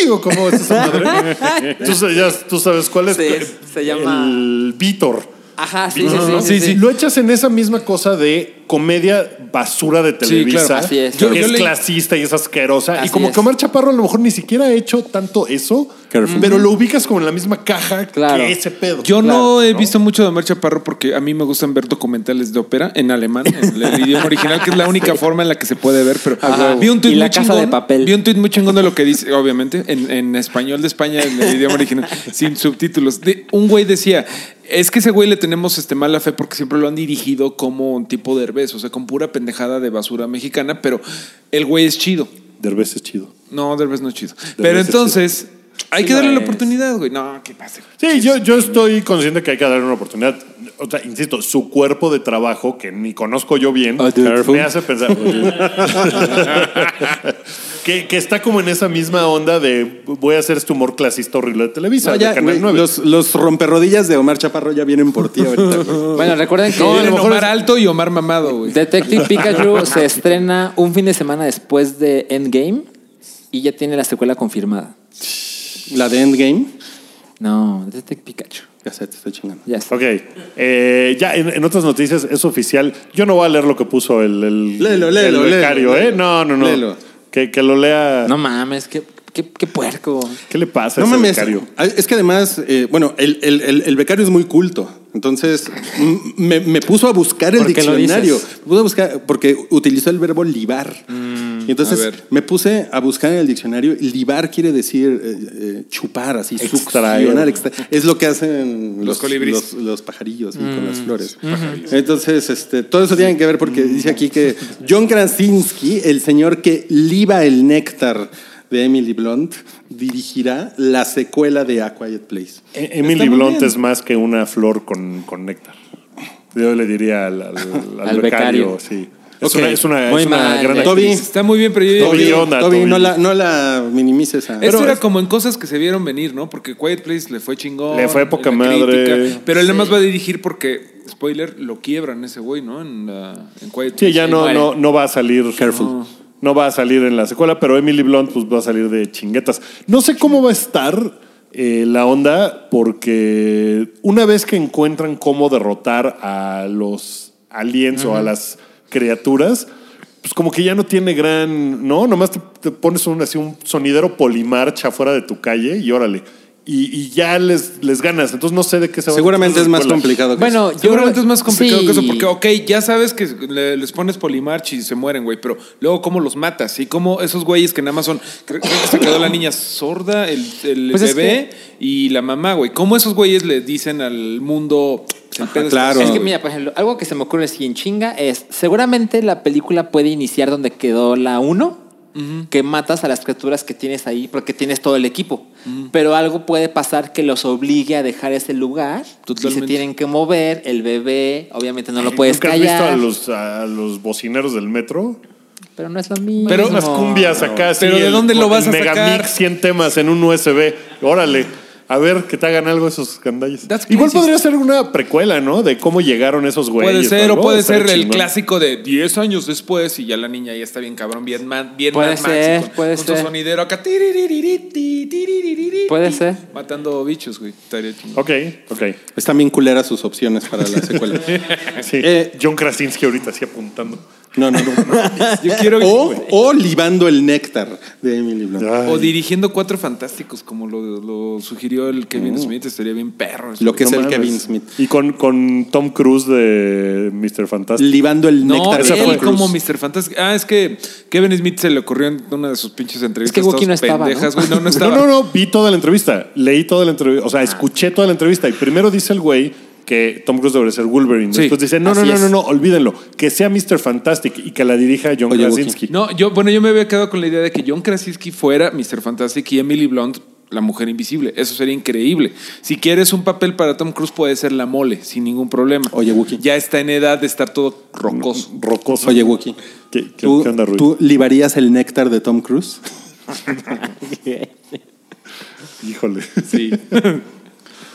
[SPEAKER 2] ti, O como es esa madre. tú, sa- ya, tú sabes cuál es.
[SPEAKER 4] Sí, es- se llama-
[SPEAKER 2] El Vítor.
[SPEAKER 4] Ajá, sí, sí,
[SPEAKER 5] No,
[SPEAKER 4] sí.
[SPEAKER 5] no,
[SPEAKER 4] sí,
[SPEAKER 5] sí,
[SPEAKER 4] sí.
[SPEAKER 2] Lo echas en esa misma cosa de comedia basura de Televisa.
[SPEAKER 5] claro.
[SPEAKER 4] Así es.
[SPEAKER 2] que
[SPEAKER 4] Yo-
[SPEAKER 5] yo
[SPEAKER 2] es
[SPEAKER 5] le-
[SPEAKER 2] clasista y es asquerosa. y
[SPEAKER 4] Así
[SPEAKER 2] como
[SPEAKER 4] es.
[SPEAKER 2] que Omar Chaparro a lo mejor ni siquiera ha hecho tanto eso,
[SPEAKER 3] Careful.
[SPEAKER 2] pero lo ubicas como en la misma caja
[SPEAKER 4] Claro.
[SPEAKER 2] que ese pedo.
[SPEAKER 5] Yo
[SPEAKER 4] Claro,
[SPEAKER 5] no he visto mucho de Omar Chaparro porque a mí me gustan ver documentales de ópera en alemán, en el idioma original, que es la única forma en la que se puede ver. Pero
[SPEAKER 4] Ajá.
[SPEAKER 5] Ajá. vi un tuit
[SPEAKER 4] Y la
[SPEAKER 5] muy
[SPEAKER 4] Casa
[SPEAKER 5] chingón.
[SPEAKER 4] de Papel.
[SPEAKER 5] Vi un tuit muy chingón de lo que dice, obviamente, en, en español de España, en el idioma original, sin subtítulos. De- un güey decía. Es que ese güey le tenemos este mala fe porque siempre lo han dirigido como un tipo de herbes, o sea, con pura pendejada de basura mexicana, pero el güey es chido.
[SPEAKER 2] Derbez es chido.
[SPEAKER 5] No, Derbez no es chido. pero
[SPEAKER 2] Derbez es
[SPEAKER 5] entonces, hay
[SPEAKER 4] Sí
[SPEAKER 5] que
[SPEAKER 4] lo
[SPEAKER 5] darle la
[SPEAKER 4] es.
[SPEAKER 5] oportunidad, güey. No, ¿qué pasa?
[SPEAKER 2] Sí,
[SPEAKER 5] güey?
[SPEAKER 2] yo, yo estoy consciente que hay que darle una oportunidad. O sea, insisto, su cuerpo de trabajo, que ni conozco yo bien,
[SPEAKER 4] Oh, dude.
[SPEAKER 2] me hace pensar que, que está como en esa misma onda de voy a hacer este humor clasista horrible de Televisa,
[SPEAKER 3] No, ya,
[SPEAKER 2] de Canal
[SPEAKER 3] güey,
[SPEAKER 2] 9.
[SPEAKER 3] los, los romperrodillas de Omar Chaparro ya vienen por ti ahorita. güey.
[SPEAKER 4] Bueno, recuerden que
[SPEAKER 5] Vienen Omar Alto y Omar Mamado, güey.
[SPEAKER 4] Detective Pikachu se estrena un fin de semana después de Endgame y ya tiene la secuela confirmada.
[SPEAKER 3] La de Endgame.
[SPEAKER 4] No, Detective Pikachu.
[SPEAKER 3] Ya sé, te estoy chingando.
[SPEAKER 4] Ya está.
[SPEAKER 2] Ok, eh, ya en, en otras noticias es oficial. Yo no voy a leer lo que puso el, el,
[SPEAKER 3] Léelo,
[SPEAKER 2] el
[SPEAKER 3] léelo,
[SPEAKER 2] becario,
[SPEAKER 3] léelo,
[SPEAKER 2] ¿eh?
[SPEAKER 3] léelo.
[SPEAKER 2] No, no, no.
[SPEAKER 3] Léelo.
[SPEAKER 2] Que, que lo lea.
[SPEAKER 4] No mames, qué, qué, qué puerco.
[SPEAKER 2] ¿Qué le pasa
[SPEAKER 3] No
[SPEAKER 2] a ese
[SPEAKER 3] mames.
[SPEAKER 2] becario?
[SPEAKER 3] Ah, Es que además, eh, bueno, el, el- el- el becario es muy culto. Entonces m- me, me puso a buscar el
[SPEAKER 4] ¿Por qué lo
[SPEAKER 3] diccionario.
[SPEAKER 4] dices?
[SPEAKER 3] Me puso a buscar porque utilizó el verbo libar. y
[SPEAKER 5] a
[SPEAKER 3] entonces
[SPEAKER 5] ver.
[SPEAKER 3] me puse a buscar en el diccionario. Libar quiere decir eh, eh, chupar, así,
[SPEAKER 2] Extraer.
[SPEAKER 3] succionar. extra- es lo que hacen los,
[SPEAKER 5] colibríes.
[SPEAKER 3] Los, los pajarillos y con
[SPEAKER 5] Mm.
[SPEAKER 3] las flores. Entonces, este, todo eso tiene que ver porque dice aquí que John Krasinski, el señor que liba el néctar de Emily Blunt, dirigirá la secuela de A Quiet Place.
[SPEAKER 2] E- Emily
[SPEAKER 5] Está muy
[SPEAKER 2] Blunt
[SPEAKER 5] bien.
[SPEAKER 2] es más que una flor con, con néctar. Yo le diría al, al, al becario,
[SPEAKER 4] Al becario.
[SPEAKER 2] sí. Es
[SPEAKER 5] Ok.
[SPEAKER 2] una, es una,
[SPEAKER 4] Muy
[SPEAKER 2] es una
[SPEAKER 4] mal,
[SPEAKER 2] gran
[SPEAKER 4] eh.
[SPEAKER 2] actriz.
[SPEAKER 3] Toby,
[SPEAKER 5] Está muy bien, pero yo...
[SPEAKER 2] Toby,
[SPEAKER 5] yo-
[SPEAKER 2] ¿qué onda,
[SPEAKER 3] Toby,
[SPEAKER 2] Toby?
[SPEAKER 3] No, la, no la minimices. A...
[SPEAKER 5] Esto
[SPEAKER 2] Pero
[SPEAKER 5] era
[SPEAKER 2] es-
[SPEAKER 5] como en cosas que se vieron venir, ¿no? Porque Quiet Place le fue chingón.
[SPEAKER 2] Le fue poca
[SPEAKER 5] en la
[SPEAKER 2] madre.
[SPEAKER 5] pero él nada más va a dirigir porque, spoiler, lo quiebran ese güey, ¿no? En, la- en Quiet Place.
[SPEAKER 2] Sí, ya no,
[SPEAKER 4] muere.
[SPEAKER 2] no, no va a salir.
[SPEAKER 3] Careful.
[SPEAKER 2] No va a salir en la secuela, pero Emily Blunt pues, va a salir de chinguetas. No sé cómo va a estar eh, la onda, porque una vez que encuentran cómo derrotar a los aliens o a las criaturas, pues como que ya no tiene gran. No, nomás te, te pones un, así un sonidero polimarcha fuera de tu calle y órale. Y, y ya les, les ganas. Entonces no sé de qué se va a
[SPEAKER 3] Seguramente es más
[SPEAKER 2] secuela.
[SPEAKER 3] complicado que
[SPEAKER 4] Bueno, yo
[SPEAKER 5] Seguramente
[SPEAKER 4] creo-
[SPEAKER 5] es más complicado
[SPEAKER 4] sí.
[SPEAKER 5] que eso, porque, ok, ya sabes que le- les pones polimarch y se mueren, güey, pero luego, ¿cómo los matas? ¿Y cómo esos güeyes que nada más son. Creo, creo que se quedó la niña sorda, el, el
[SPEAKER 4] Pues es
[SPEAKER 5] bebé y la mamá, güey. ¿Cómo esos güeyes le dicen al mundo. "El pedo está
[SPEAKER 3] claro.
[SPEAKER 5] así"?
[SPEAKER 4] Es que mira, por ejemplo, algo que se me ocurre así en chinga es, seguramente la película puede iniciar donde quedó la 1, que matas a las criaturas que tienes ahí porque tienes todo el equipo, pero algo puede pasar que los obligue a dejar ese lugar y se
[SPEAKER 5] Totalmente.
[SPEAKER 4] tienen que mover, el bebé obviamente no lo puedes
[SPEAKER 2] ¿Nunca has visto a
[SPEAKER 4] callar,
[SPEAKER 2] los, a los bocineros del metro?
[SPEAKER 4] pero no es lo mismo.
[SPEAKER 5] Pero
[SPEAKER 2] unas cumbias acá.
[SPEAKER 5] Pero
[SPEAKER 2] así,
[SPEAKER 5] ¿de
[SPEAKER 2] el-
[SPEAKER 5] dónde lo
[SPEAKER 2] el
[SPEAKER 5] vas a sacar?
[SPEAKER 2] Megamix 100 temas en un USB. Órale. A ver, que te hagan algo esos gandalles.
[SPEAKER 5] That's
[SPEAKER 2] Igual
[SPEAKER 5] crazy.
[SPEAKER 2] podría ser una precuela, ¿no? De cómo llegaron esos güeyes.
[SPEAKER 5] Puede ser,
[SPEAKER 2] algo,
[SPEAKER 5] o puede
[SPEAKER 2] estaría
[SPEAKER 5] ser el
[SPEAKER 2] chingón.
[SPEAKER 5] clásico de 10 años después y ya la niña ya está bien cabrón, bien man, bien
[SPEAKER 4] Puede
[SPEAKER 5] Mad Max,
[SPEAKER 4] ser,
[SPEAKER 5] y con,
[SPEAKER 4] puede
[SPEAKER 5] con
[SPEAKER 4] ser.
[SPEAKER 5] su sonidero acá. tiririri, ti, tiririri,
[SPEAKER 4] Puede
[SPEAKER 5] ti,
[SPEAKER 4] ser.
[SPEAKER 5] Matando bichos, güey. Estaría chingón.
[SPEAKER 2] Ok, ok.
[SPEAKER 3] Están bien culeras sus opciones para la secuela.
[SPEAKER 2] Sí.
[SPEAKER 3] Eh,
[SPEAKER 2] John Krasinski ahorita así apuntando.
[SPEAKER 3] No, no, no.
[SPEAKER 5] Yo quiero
[SPEAKER 3] O, o libando el néctar de Emily Blunt.
[SPEAKER 2] Oh, Ay.
[SPEAKER 5] O dirigiendo cuatro fantásticos, como lo, lo sugirió el Kevin
[SPEAKER 2] Mm.
[SPEAKER 5] Smith, estaría bien perro.
[SPEAKER 3] Lo que es
[SPEAKER 2] No
[SPEAKER 3] el
[SPEAKER 2] mames.
[SPEAKER 3] Kevin Smith.
[SPEAKER 2] Y con, con Tom Cruise de Mr. Fantastic.
[SPEAKER 3] Libando el
[SPEAKER 5] no,
[SPEAKER 3] néctar.
[SPEAKER 5] él
[SPEAKER 2] esa fue el
[SPEAKER 5] como
[SPEAKER 2] Cruz.
[SPEAKER 5] Mr. Fantastic. Ah, es que Kevin Smith se le ocurrió en una de sus pinches entrevistas.
[SPEAKER 4] Es que Wookie
[SPEAKER 5] todas
[SPEAKER 4] no estaba,
[SPEAKER 5] pendejas,
[SPEAKER 4] ¿no?
[SPEAKER 5] güey. No, no estaba.
[SPEAKER 2] No, no, no, vi toda la entrevista. Leí toda la entrevista. O sea, escuché toda la entrevista. Y primero dice el güey que Tom Cruise debería ser Wolverine.
[SPEAKER 5] Sí.
[SPEAKER 2] Después dice, no, no,
[SPEAKER 4] Así
[SPEAKER 2] no, no,
[SPEAKER 4] es.
[SPEAKER 2] no, olvídenlo. Que sea Mr. Fantastic y que la dirija John
[SPEAKER 3] Oye,
[SPEAKER 2] Krasinski.
[SPEAKER 5] No, yo, bueno, yo me había quedado con la idea de que John Krasinski fuera Mr. Fantastic y Emily Blunt la mujer invisible. Eso sería increíble. Si quieres un papel para Tom Cruise, puede ser la mole, sin ningún problema.
[SPEAKER 3] Oye, Wookie.
[SPEAKER 5] Ya está en edad de estar todo rocoso.
[SPEAKER 2] Rocoso.
[SPEAKER 3] Oye, Wookie.
[SPEAKER 2] ¿Qué, qué-
[SPEAKER 3] ¿Tú,
[SPEAKER 2] qué onda, Rui?
[SPEAKER 3] ¿Tú libarías el néctar de Tom Cruise?
[SPEAKER 2] Híjole.
[SPEAKER 5] Sí.
[SPEAKER 3] Pues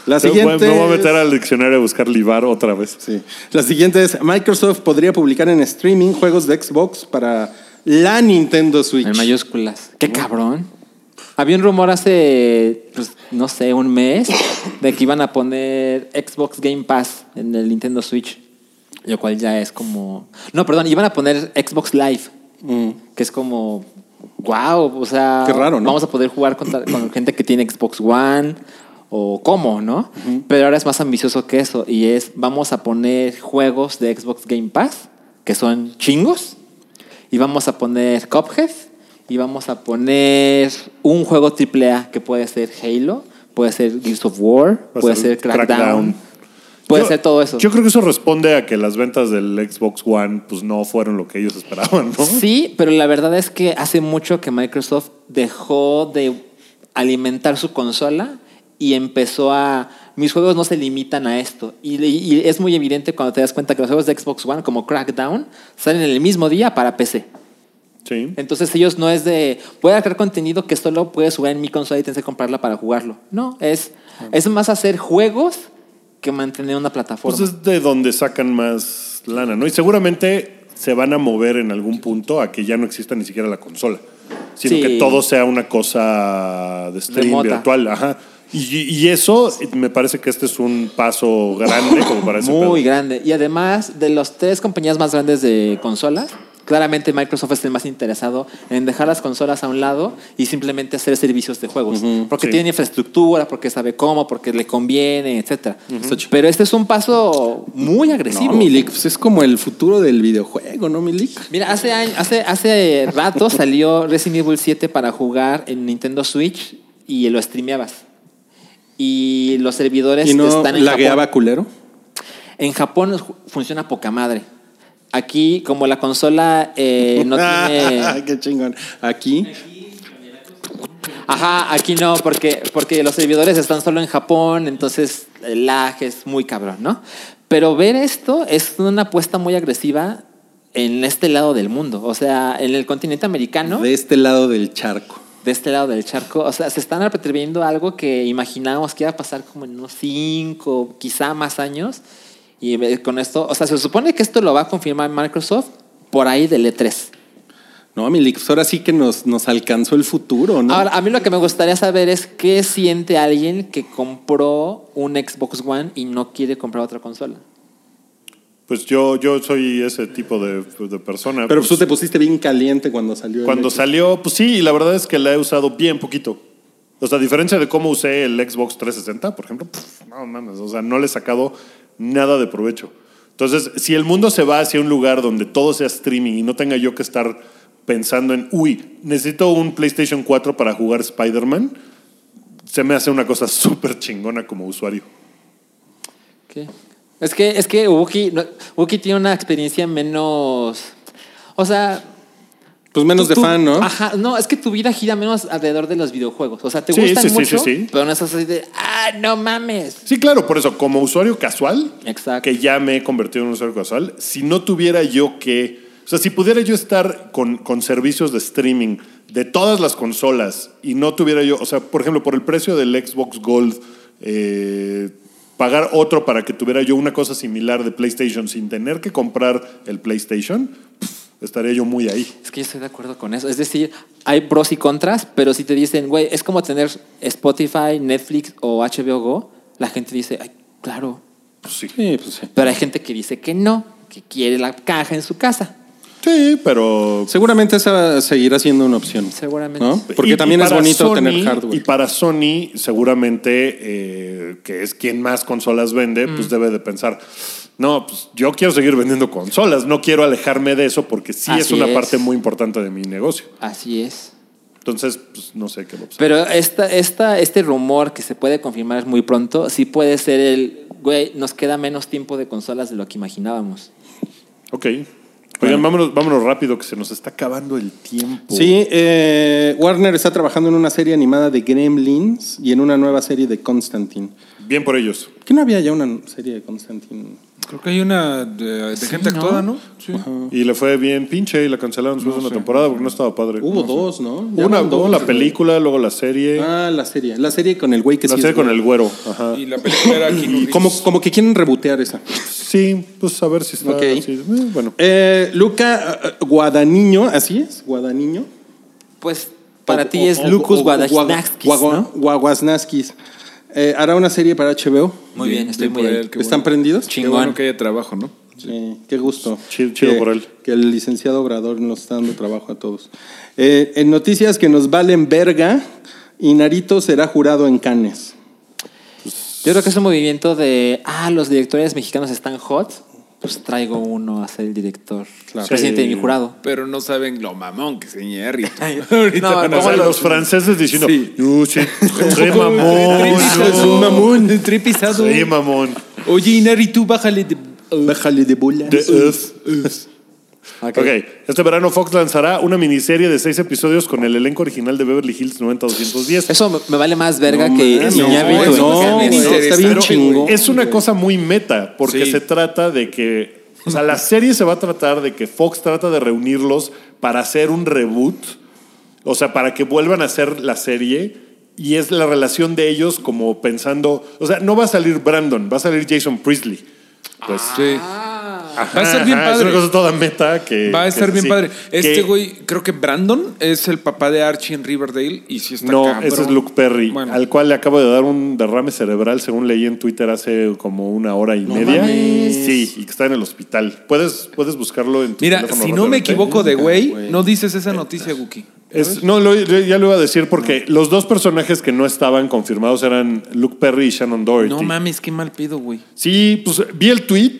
[SPEAKER 3] La siguiente.
[SPEAKER 2] Me voy a meter
[SPEAKER 3] es-
[SPEAKER 2] al diccionario a buscar Libar otra vez.
[SPEAKER 3] Sí. La siguiente es: Microsoft podría publicar en streaming juegos de Xbox para la Nintendo Switch.
[SPEAKER 4] En mayúsculas. Qué cabrón. Había un rumor hace, pues, no sé, un mes de que iban a poner Xbox Game Pass en el Nintendo Switch. Lo cual ya es como. No, perdón, iban a poner Xbox Live. Que es como. Wow, o sea.
[SPEAKER 3] Mm. Qué raro, ¿no?
[SPEAKER 4] Vamos a poder jugar contra- con, gente que tiene Xbox One o cómo, ¿no? Pero ahora es más ambicioso que eso y es: vamos a poner juegos de Xbox Game Pass que son chingos y vamos a poner Cuphead y vamos a poner un juego AAA que puede ser Halo, puede ser Gears of War,
[SPEAKER 2] Va a
[SPEAKER 4] puede
[SPEAKER 2] ser
[SPEAKER 4] ser Crackdown,
[SPEAKER 2] Crackdown.
[SPEAKER 4] puede
[SPEAKER 2] Yo-
[SPEAKER 4] ser todo eso.
[SPEAKER 2] Yo creo que eso responde a que las ventas del Xbox One pues no fueron lo que ellos esperaban, ¿no?
[SPEAKER 4] Sí, pero la verdad es que hace mucho que Microsoft dejó de alimentar su consola y empezó a... Mis juegos no se limitan a esto. Y, y es muy evidente cuando te das cuenta que los juegos de Xbox One, como Crackdown, salen el mismo día para PC.
[SPEAKER 2] Sí.
[SPEAKER 4] Entonces ellos no es de, voy a crear contenido que solo puedes jugar en mi consola y tienes que comprarla para jugarlo. No, es, es más hacer juegos que mantener una plataforma.
[SPEAKER 2] Pues es de donde sacan más lana, ¿no? Y seguramente se van a mover en algún punto a que ya no exista ni siquiera la consola, sino
[SPEAKER 4] Sí.
[SPEAKER 2] que todo sea una cosa de stream
[SPEAKER 4] Remota.
[SPEAKER 2] virtual, ajá. Y, y eso me parece que este es un paso grande como para ese
[SPEAKER 4] Muy
[SPEAKER 2] pedo.
[SPEAKER 4] grande. Y además, de las tres compañías más grandes de consolas, Claramente Microsoft está más interesado en dejar las consolas a un lado y simplemente hacer servicios de juegos. porque
[SPEAKER 2] sí.
[SPEAKER 4] tiene infraestructura, porque sabe cómo, porque le conviene, etcétera.
[SPEAKER 3] Está chido.
[SPEAKER 4] Pero este es un paso muy agresivo.
[SPEAKER 3] No, Milik, pues es como el futuro del videojuego, ¿no, Milik?
[SPEAKER 4] Mira, hace, año- hace, hace rato salió Resident Evil 7 para jugar en Nintendo Switch y lo streameabas. Y los servidores
[SPEAKER 3] Y no
[SPEAKER 4] están en
[SPEAKER 3] lagueaba
[SPEAKER 4] Japón.
[SPEAKER 3] culero.
[SPEAKER 4] En Japón ju- funciona poca madre. Aquí, como la consola eh, no tiene...
[SPEAKER 3] Qué chingón. Aquí,
[SPEAKER 4] Ajá, aquí no, porque, porque los servidores están solo en Japón, entonces el lag es muy cabrón, ¿no? Pero ver esto es una apuesta muy agresiva en este lado del mundo, o sea, en el continente americano.
[SPEAKER 3] de este lado del charco.
[SPEAKER 4] de este lado del charco. O sea, se están atreviendo a algo que imaginábamos que iba a pasar como en unos cinco, quizá más años. Y eh, con esto, o sea, se supone que esto lo va a confirmar Microsoft por ahí del E E3.
[SPEAKER 3] No, Milik, pues ahora sí que nos, nos alcanzó el futuro, ¿no?
[SPEAKER 4] Ahora, a mí lo que me gustaría saber es qué siente alguien que compró un Xbox One y no quiere comprar otra consola.
[SPEAKER 2] Pues yo, yo soy ese tipo de, de persona.
[SPEAKER 3] Pero
[SPEAKER 2] Pues,
[SPEAKER 3] pues, tú te pusiste bien caliente cuando salió. el
[SPEAKER 2] Cuando
[SPEAKER 3] Xbox.
[SPEAKER 2] salió, pues sí, y la verdad es que la he usado bien poquito. O sea, a diferencia de cómo usé el Xbox 360, por ejemplo, pf, no mames, o sea, no le he sacado nada de provecho. Entonces, si el mundo se va hacia un lugar donde todo sea streaming y no tenga yo que estar pensando en, uy, necesito un PlayStation 4 para jugar Spider-Man, se me hace una cosa súper chingona como usuario.
[SPEAKER 4] ¿Qué? Es que, es que Wookie, no- Wookie tiene una experiencia menos. O sea,
[SPEAKER 3] Pues
[SPEAKER 4] tú-
[SPEAKER 3] menos
[SPEAKER 4] Ah,
[SPEAKER 3] de
[SPEAKER 4] tú-
[SPEAKER 3] fan, ¿no?
[SPEAKER 4] Ajá, no, es que tu vida gira menos alrededor de los videojuegos. O sea, te
[SPEAKER 2] Sí,
[SPEAKER 4] gustan
[SPEAKER 2] sí, sí,
[SPEAKER 4] mucho,
[SPEAKER 2] sí, sí.
[SPEAKER 4] pero no estás así de, ah, no mames.
[SPEAKER 2] Sí, claro, por eso, como usuario casual,
[SPEAKER 4] Exacto.
[SPEAKER 2] que ya me he convertido en un usuario casual, si no tuviera yo que, o sea, si pudiera yo estar con, con servicios de streaming de todas las consolas y no tuviera yo, o sea, por ejemplo, por el precio del Xbox Gold, eh, pagar otro para que tuviera yo una cosa similar de PlayStation sin tener que comprar el PlayStation, pf, estaría yo muy ahí.
[SPEAKER 4] Es que yo estoy de acuerdo con eso. Es decir, hay pros y contras, pero si te dicen, güey, es como tener Spotify, Netflix o HBO Go, la gente dice, ay, claro.
[SPEAKER 2] Pues sí.
[SPEAKER 3] Sí, pues sí.
[SPEAKER 4] Pero hay gente que dice que no, que quiere la caja en su casa.
[SPEAKER 2] Sí, pero
[SPEAKER 3] Seguramente esa seguirá siendo una opción.
[SPEAKER 4] Seguramente.
[SPEAKER 3] ¿no? Porque
[SPEAKER 2] Y-
[SPEAKER 3] también
[SPEAKER 2] y
[SPEAKER 3] es
[SPEAKER 2] para
[SPEAKER 3] bonito
[SPEAKER 2] Sony-
[SPEAKER 3] tener
[SPEAKER 2] Y
[SPEAKER 3] hardware.
[SPEAKER 2] para Sony, seguramente, eh, que es quien más consolas vende,
[SPEAKER 4] Mm.
[SPEAKER 2] pues debe de pensar, no, pues yo quiero seguir vendiendo consolas, no quiero alejarme de eso porque sí es
[SPEAKER 4] Así
[SPEAKER 2] una
[SPEAKER 4] es.
[SPEAKER 2] parte muy importante de mi negocio.
[SPEAKER 4] Así es.
[SPEAKER 2] Entonces, pues no sé qué va a pasar.
[SPEAKER 4] Pero esta, esta, este rumor que se puede confirmar muy pronto, sí puede ser el, güey, nos queda menos tiempo de consolas de lo que imaginábamos.
[SPEAKER 2] Ok. Oigan, vámonos, vámonos rápido, que se nos está acabando el tiempo.
[SPEAKER 3] Sí, eh, Warner está trabajando en una serie animada de Gremlins y en una nueva serie de Constantine.
[SPEAKER 2] Bien por ellos.
[SPEAKER 3] ¿Que no había ya una serie de Constantine?
[SPEAKER 5] Creo que hay una de, de gente
[SPEAKER 4] ¿no?
[SPEAKER 5] actuada, ¿no? Sí.
[SPEAKER 3] Ah.
[SPEAKER 2] Y le fue bien pinche y la cancelaron después de una temporada porque no estaba padre.
[SPEAKER 3] Hubo
[SPEAKER 2] No sé.
[SPEAKER 3] dos, ¿no? Ya
[SPEAKER 2] Una,
[SPEAKER 3] van dos,
[SPEAKER 2] hubo la
[SPEAKER 3] güey.
[SPEAKER 2] película, luego la serie.
[SPEAKER 3] Ah, la serie. La serie con el güey que
[SPEAKER 2] la
[SPEAKER 3] sí es
[SPEAKER 2] serie con
[SPEAKER 3] güey.
[SPEAKER 2] el güero. Ajá.
[SPEAKER 5] Y la película era Keanu
[SPEAKER 3] Y
[SPEAKER 5] Reeves.
[SPEAKER 3] Como, como que quieren rebotear esa.
[SPEAKER 2] Sí, pues a ver si está
[SPEAKER 3] Ok.
[SPEAKER 2] así. Eh, Bueno,
[SPEAKER 3] Eh, Luca eh, Guadaniño, ¿así es? Guadaniño.
[SPEAKER 4] Pues para
[SPEAKER 3] O-
[SPEAKER 4] ti
[SPEAKER 3] o-
[SPEAKER 4] es
[SPEAKER 3] o-
[SPEAKER 4] Lucas
[SPEAKER 3] o-
[SPEAKER 4] Guadagnakis,
[SPEAKER 3] Guago-
[SPEAKER 4] ¿no?
[SPEAKER 3] Guaguasnaskis. Eh, hará una serie para HBO.
[SPEAKER 4] Muy bien, estoy muy
[SPEAKER 5] por
[SPEAKER 4] bien.
[SPEAKER 5] él, qué
[SPEAKER 3] ¿Están
[SPEAKER 5] bueno.
[SPEAKER 3] prendidos?
[SPEAKER 5] Qué
[SPEAKER 4] Chingón.
[SPEAKER 5] bueno que haya trabajo, ¿no?
[SPEAKER 3] Eh, qué gusto.
[SPEAKER 2] Chido- chido
[SPEAKER 3] que,
[SPEAKER 2] por él.
[SPEAKER 3] Que el licenciado Obrador nos está dando trabajo a todos. Eh, en noticias que nos valen verga, Inarito será jurado en Cannes.
[SPEAKER 4] Yo creo que es un movimiento de, ah, los directores mexicanos están hot, pues traigo uno a ser el director,
[SPEAKER 3] Claro.
[SPEAKER 4] presidente
[SPEAKER 2] Sí.
[SPEAKER 4] de mi jurado.
[SPEAKER 5] Pero no saben lo mamón que se ñerri. Ahorita
[SPEAKER 4] no,
[SPEAKER 5] van a
[SPEAKER 2] O sea,
[SPEAKER 5] saber.
[SPEAKER 2] los franceses diciendo,
[SPEAKER 5] Sí.
[SPEAKER 2] "Uh, sí, re
[SPEAKER 5] Tres
[SPEAKER 2] mamón,
[SPEAKER 5] pisados,
[SPEAKER 2] no,
[SPEAKER 5] mamón, tres pisados.
[SPEAKER 2] re mamón,
[SPEAKER 5] Oye, Inari, tú bájale de...
[SPEAKER 3] Bájale de bola.
[SPEAKER 2] de Earth".
[SPEAKER 4] Ok.
[SPEAKER 2] Ok, este verano Fox lanzará una miniserie de seis episodios con el elenco original de Beverly Hills 90210.
[SPEAKER 4] Eso me- me vale más verga
[SPEAKER 3] No
[SPEAKER 4] que
[SPEAKER 3] mames,
[SPEAKER 4] Iñárritu
[SPEAKER 2] Pues
[SPEAKER 5] no,
[SPEAKER 4] en
[SPEAKER 5] no,
[SPEAKER 4] Cannes.
[SPEAKER 5] güey.
[SPEAKER 3] güey, está bien
[SPEAKER 5] Pero-
[SPEAKER 3] chingón.
[SPEAKER 2] Es una cosa muy meta, porque
[SPEAKER 5] Sí.
[SPEAKER 2] se trata de que, o sea, la serie se va a tratar de que Fox trata de reunirlos para hacer un reboot, o sea, para que vuelvan a hacer la serie. Y es la relación de ellos como pensando, o sea, no va a salir Brandon, va a salir Jason Priestley. Pues
[SPEAKER 5] Sí. Va a estar bien
[SPEAKER 2] Ajá, Es
[SPEAKER 5] padre.
[SPEAKER 2] una cosa toda meta que.
[SPEAKER 5] Va a
[SPEAKER 2] que
[SPEAKER 5] estar
[SPEAKER 2] es
[SPEAKER 5] bien
[SPEAKER 2] así.
[SPEAKER 5] padre. Este
[SPEAKER 2] Que-
[SPEAKER 5] güey, creo que Brandon es el papá de Archie en Riverdale y sí está
[SPEAKER 2] No,
[SPEAKER 5] cabrón.
[SPEAKER 2] ese es Luke Perry,
[SPEAKER 5] Bueno.
[SPEAKER 2] al cual le acabo de dar un derrame cerebral, según leí en Twitter hace como una hora y media. Sí, y que está en el hospital. Puedes, puedes buscarlo en tu
[SPEAKER 5] Mira,
[SPEAKER 2] teléfono
[SPEAKER 5] si no me
[SPEAKER 2] rápidamente.
[SPEAKER 5] equivoco de güey,
[SPEAKER 3] güey.
[SPEAKER 5] no dices esa noticia, Guki.
[SPEAKER 2] Es- no, lo- yo ya lo iba a decir porque los dos personajes que no estaban confirmados eran Luke Perry y Shannon Doherty.
[SPEAKER 5] No mames, qué mal pedo, güey.
[SPEAKER 2] Sí, pues vi el tweet.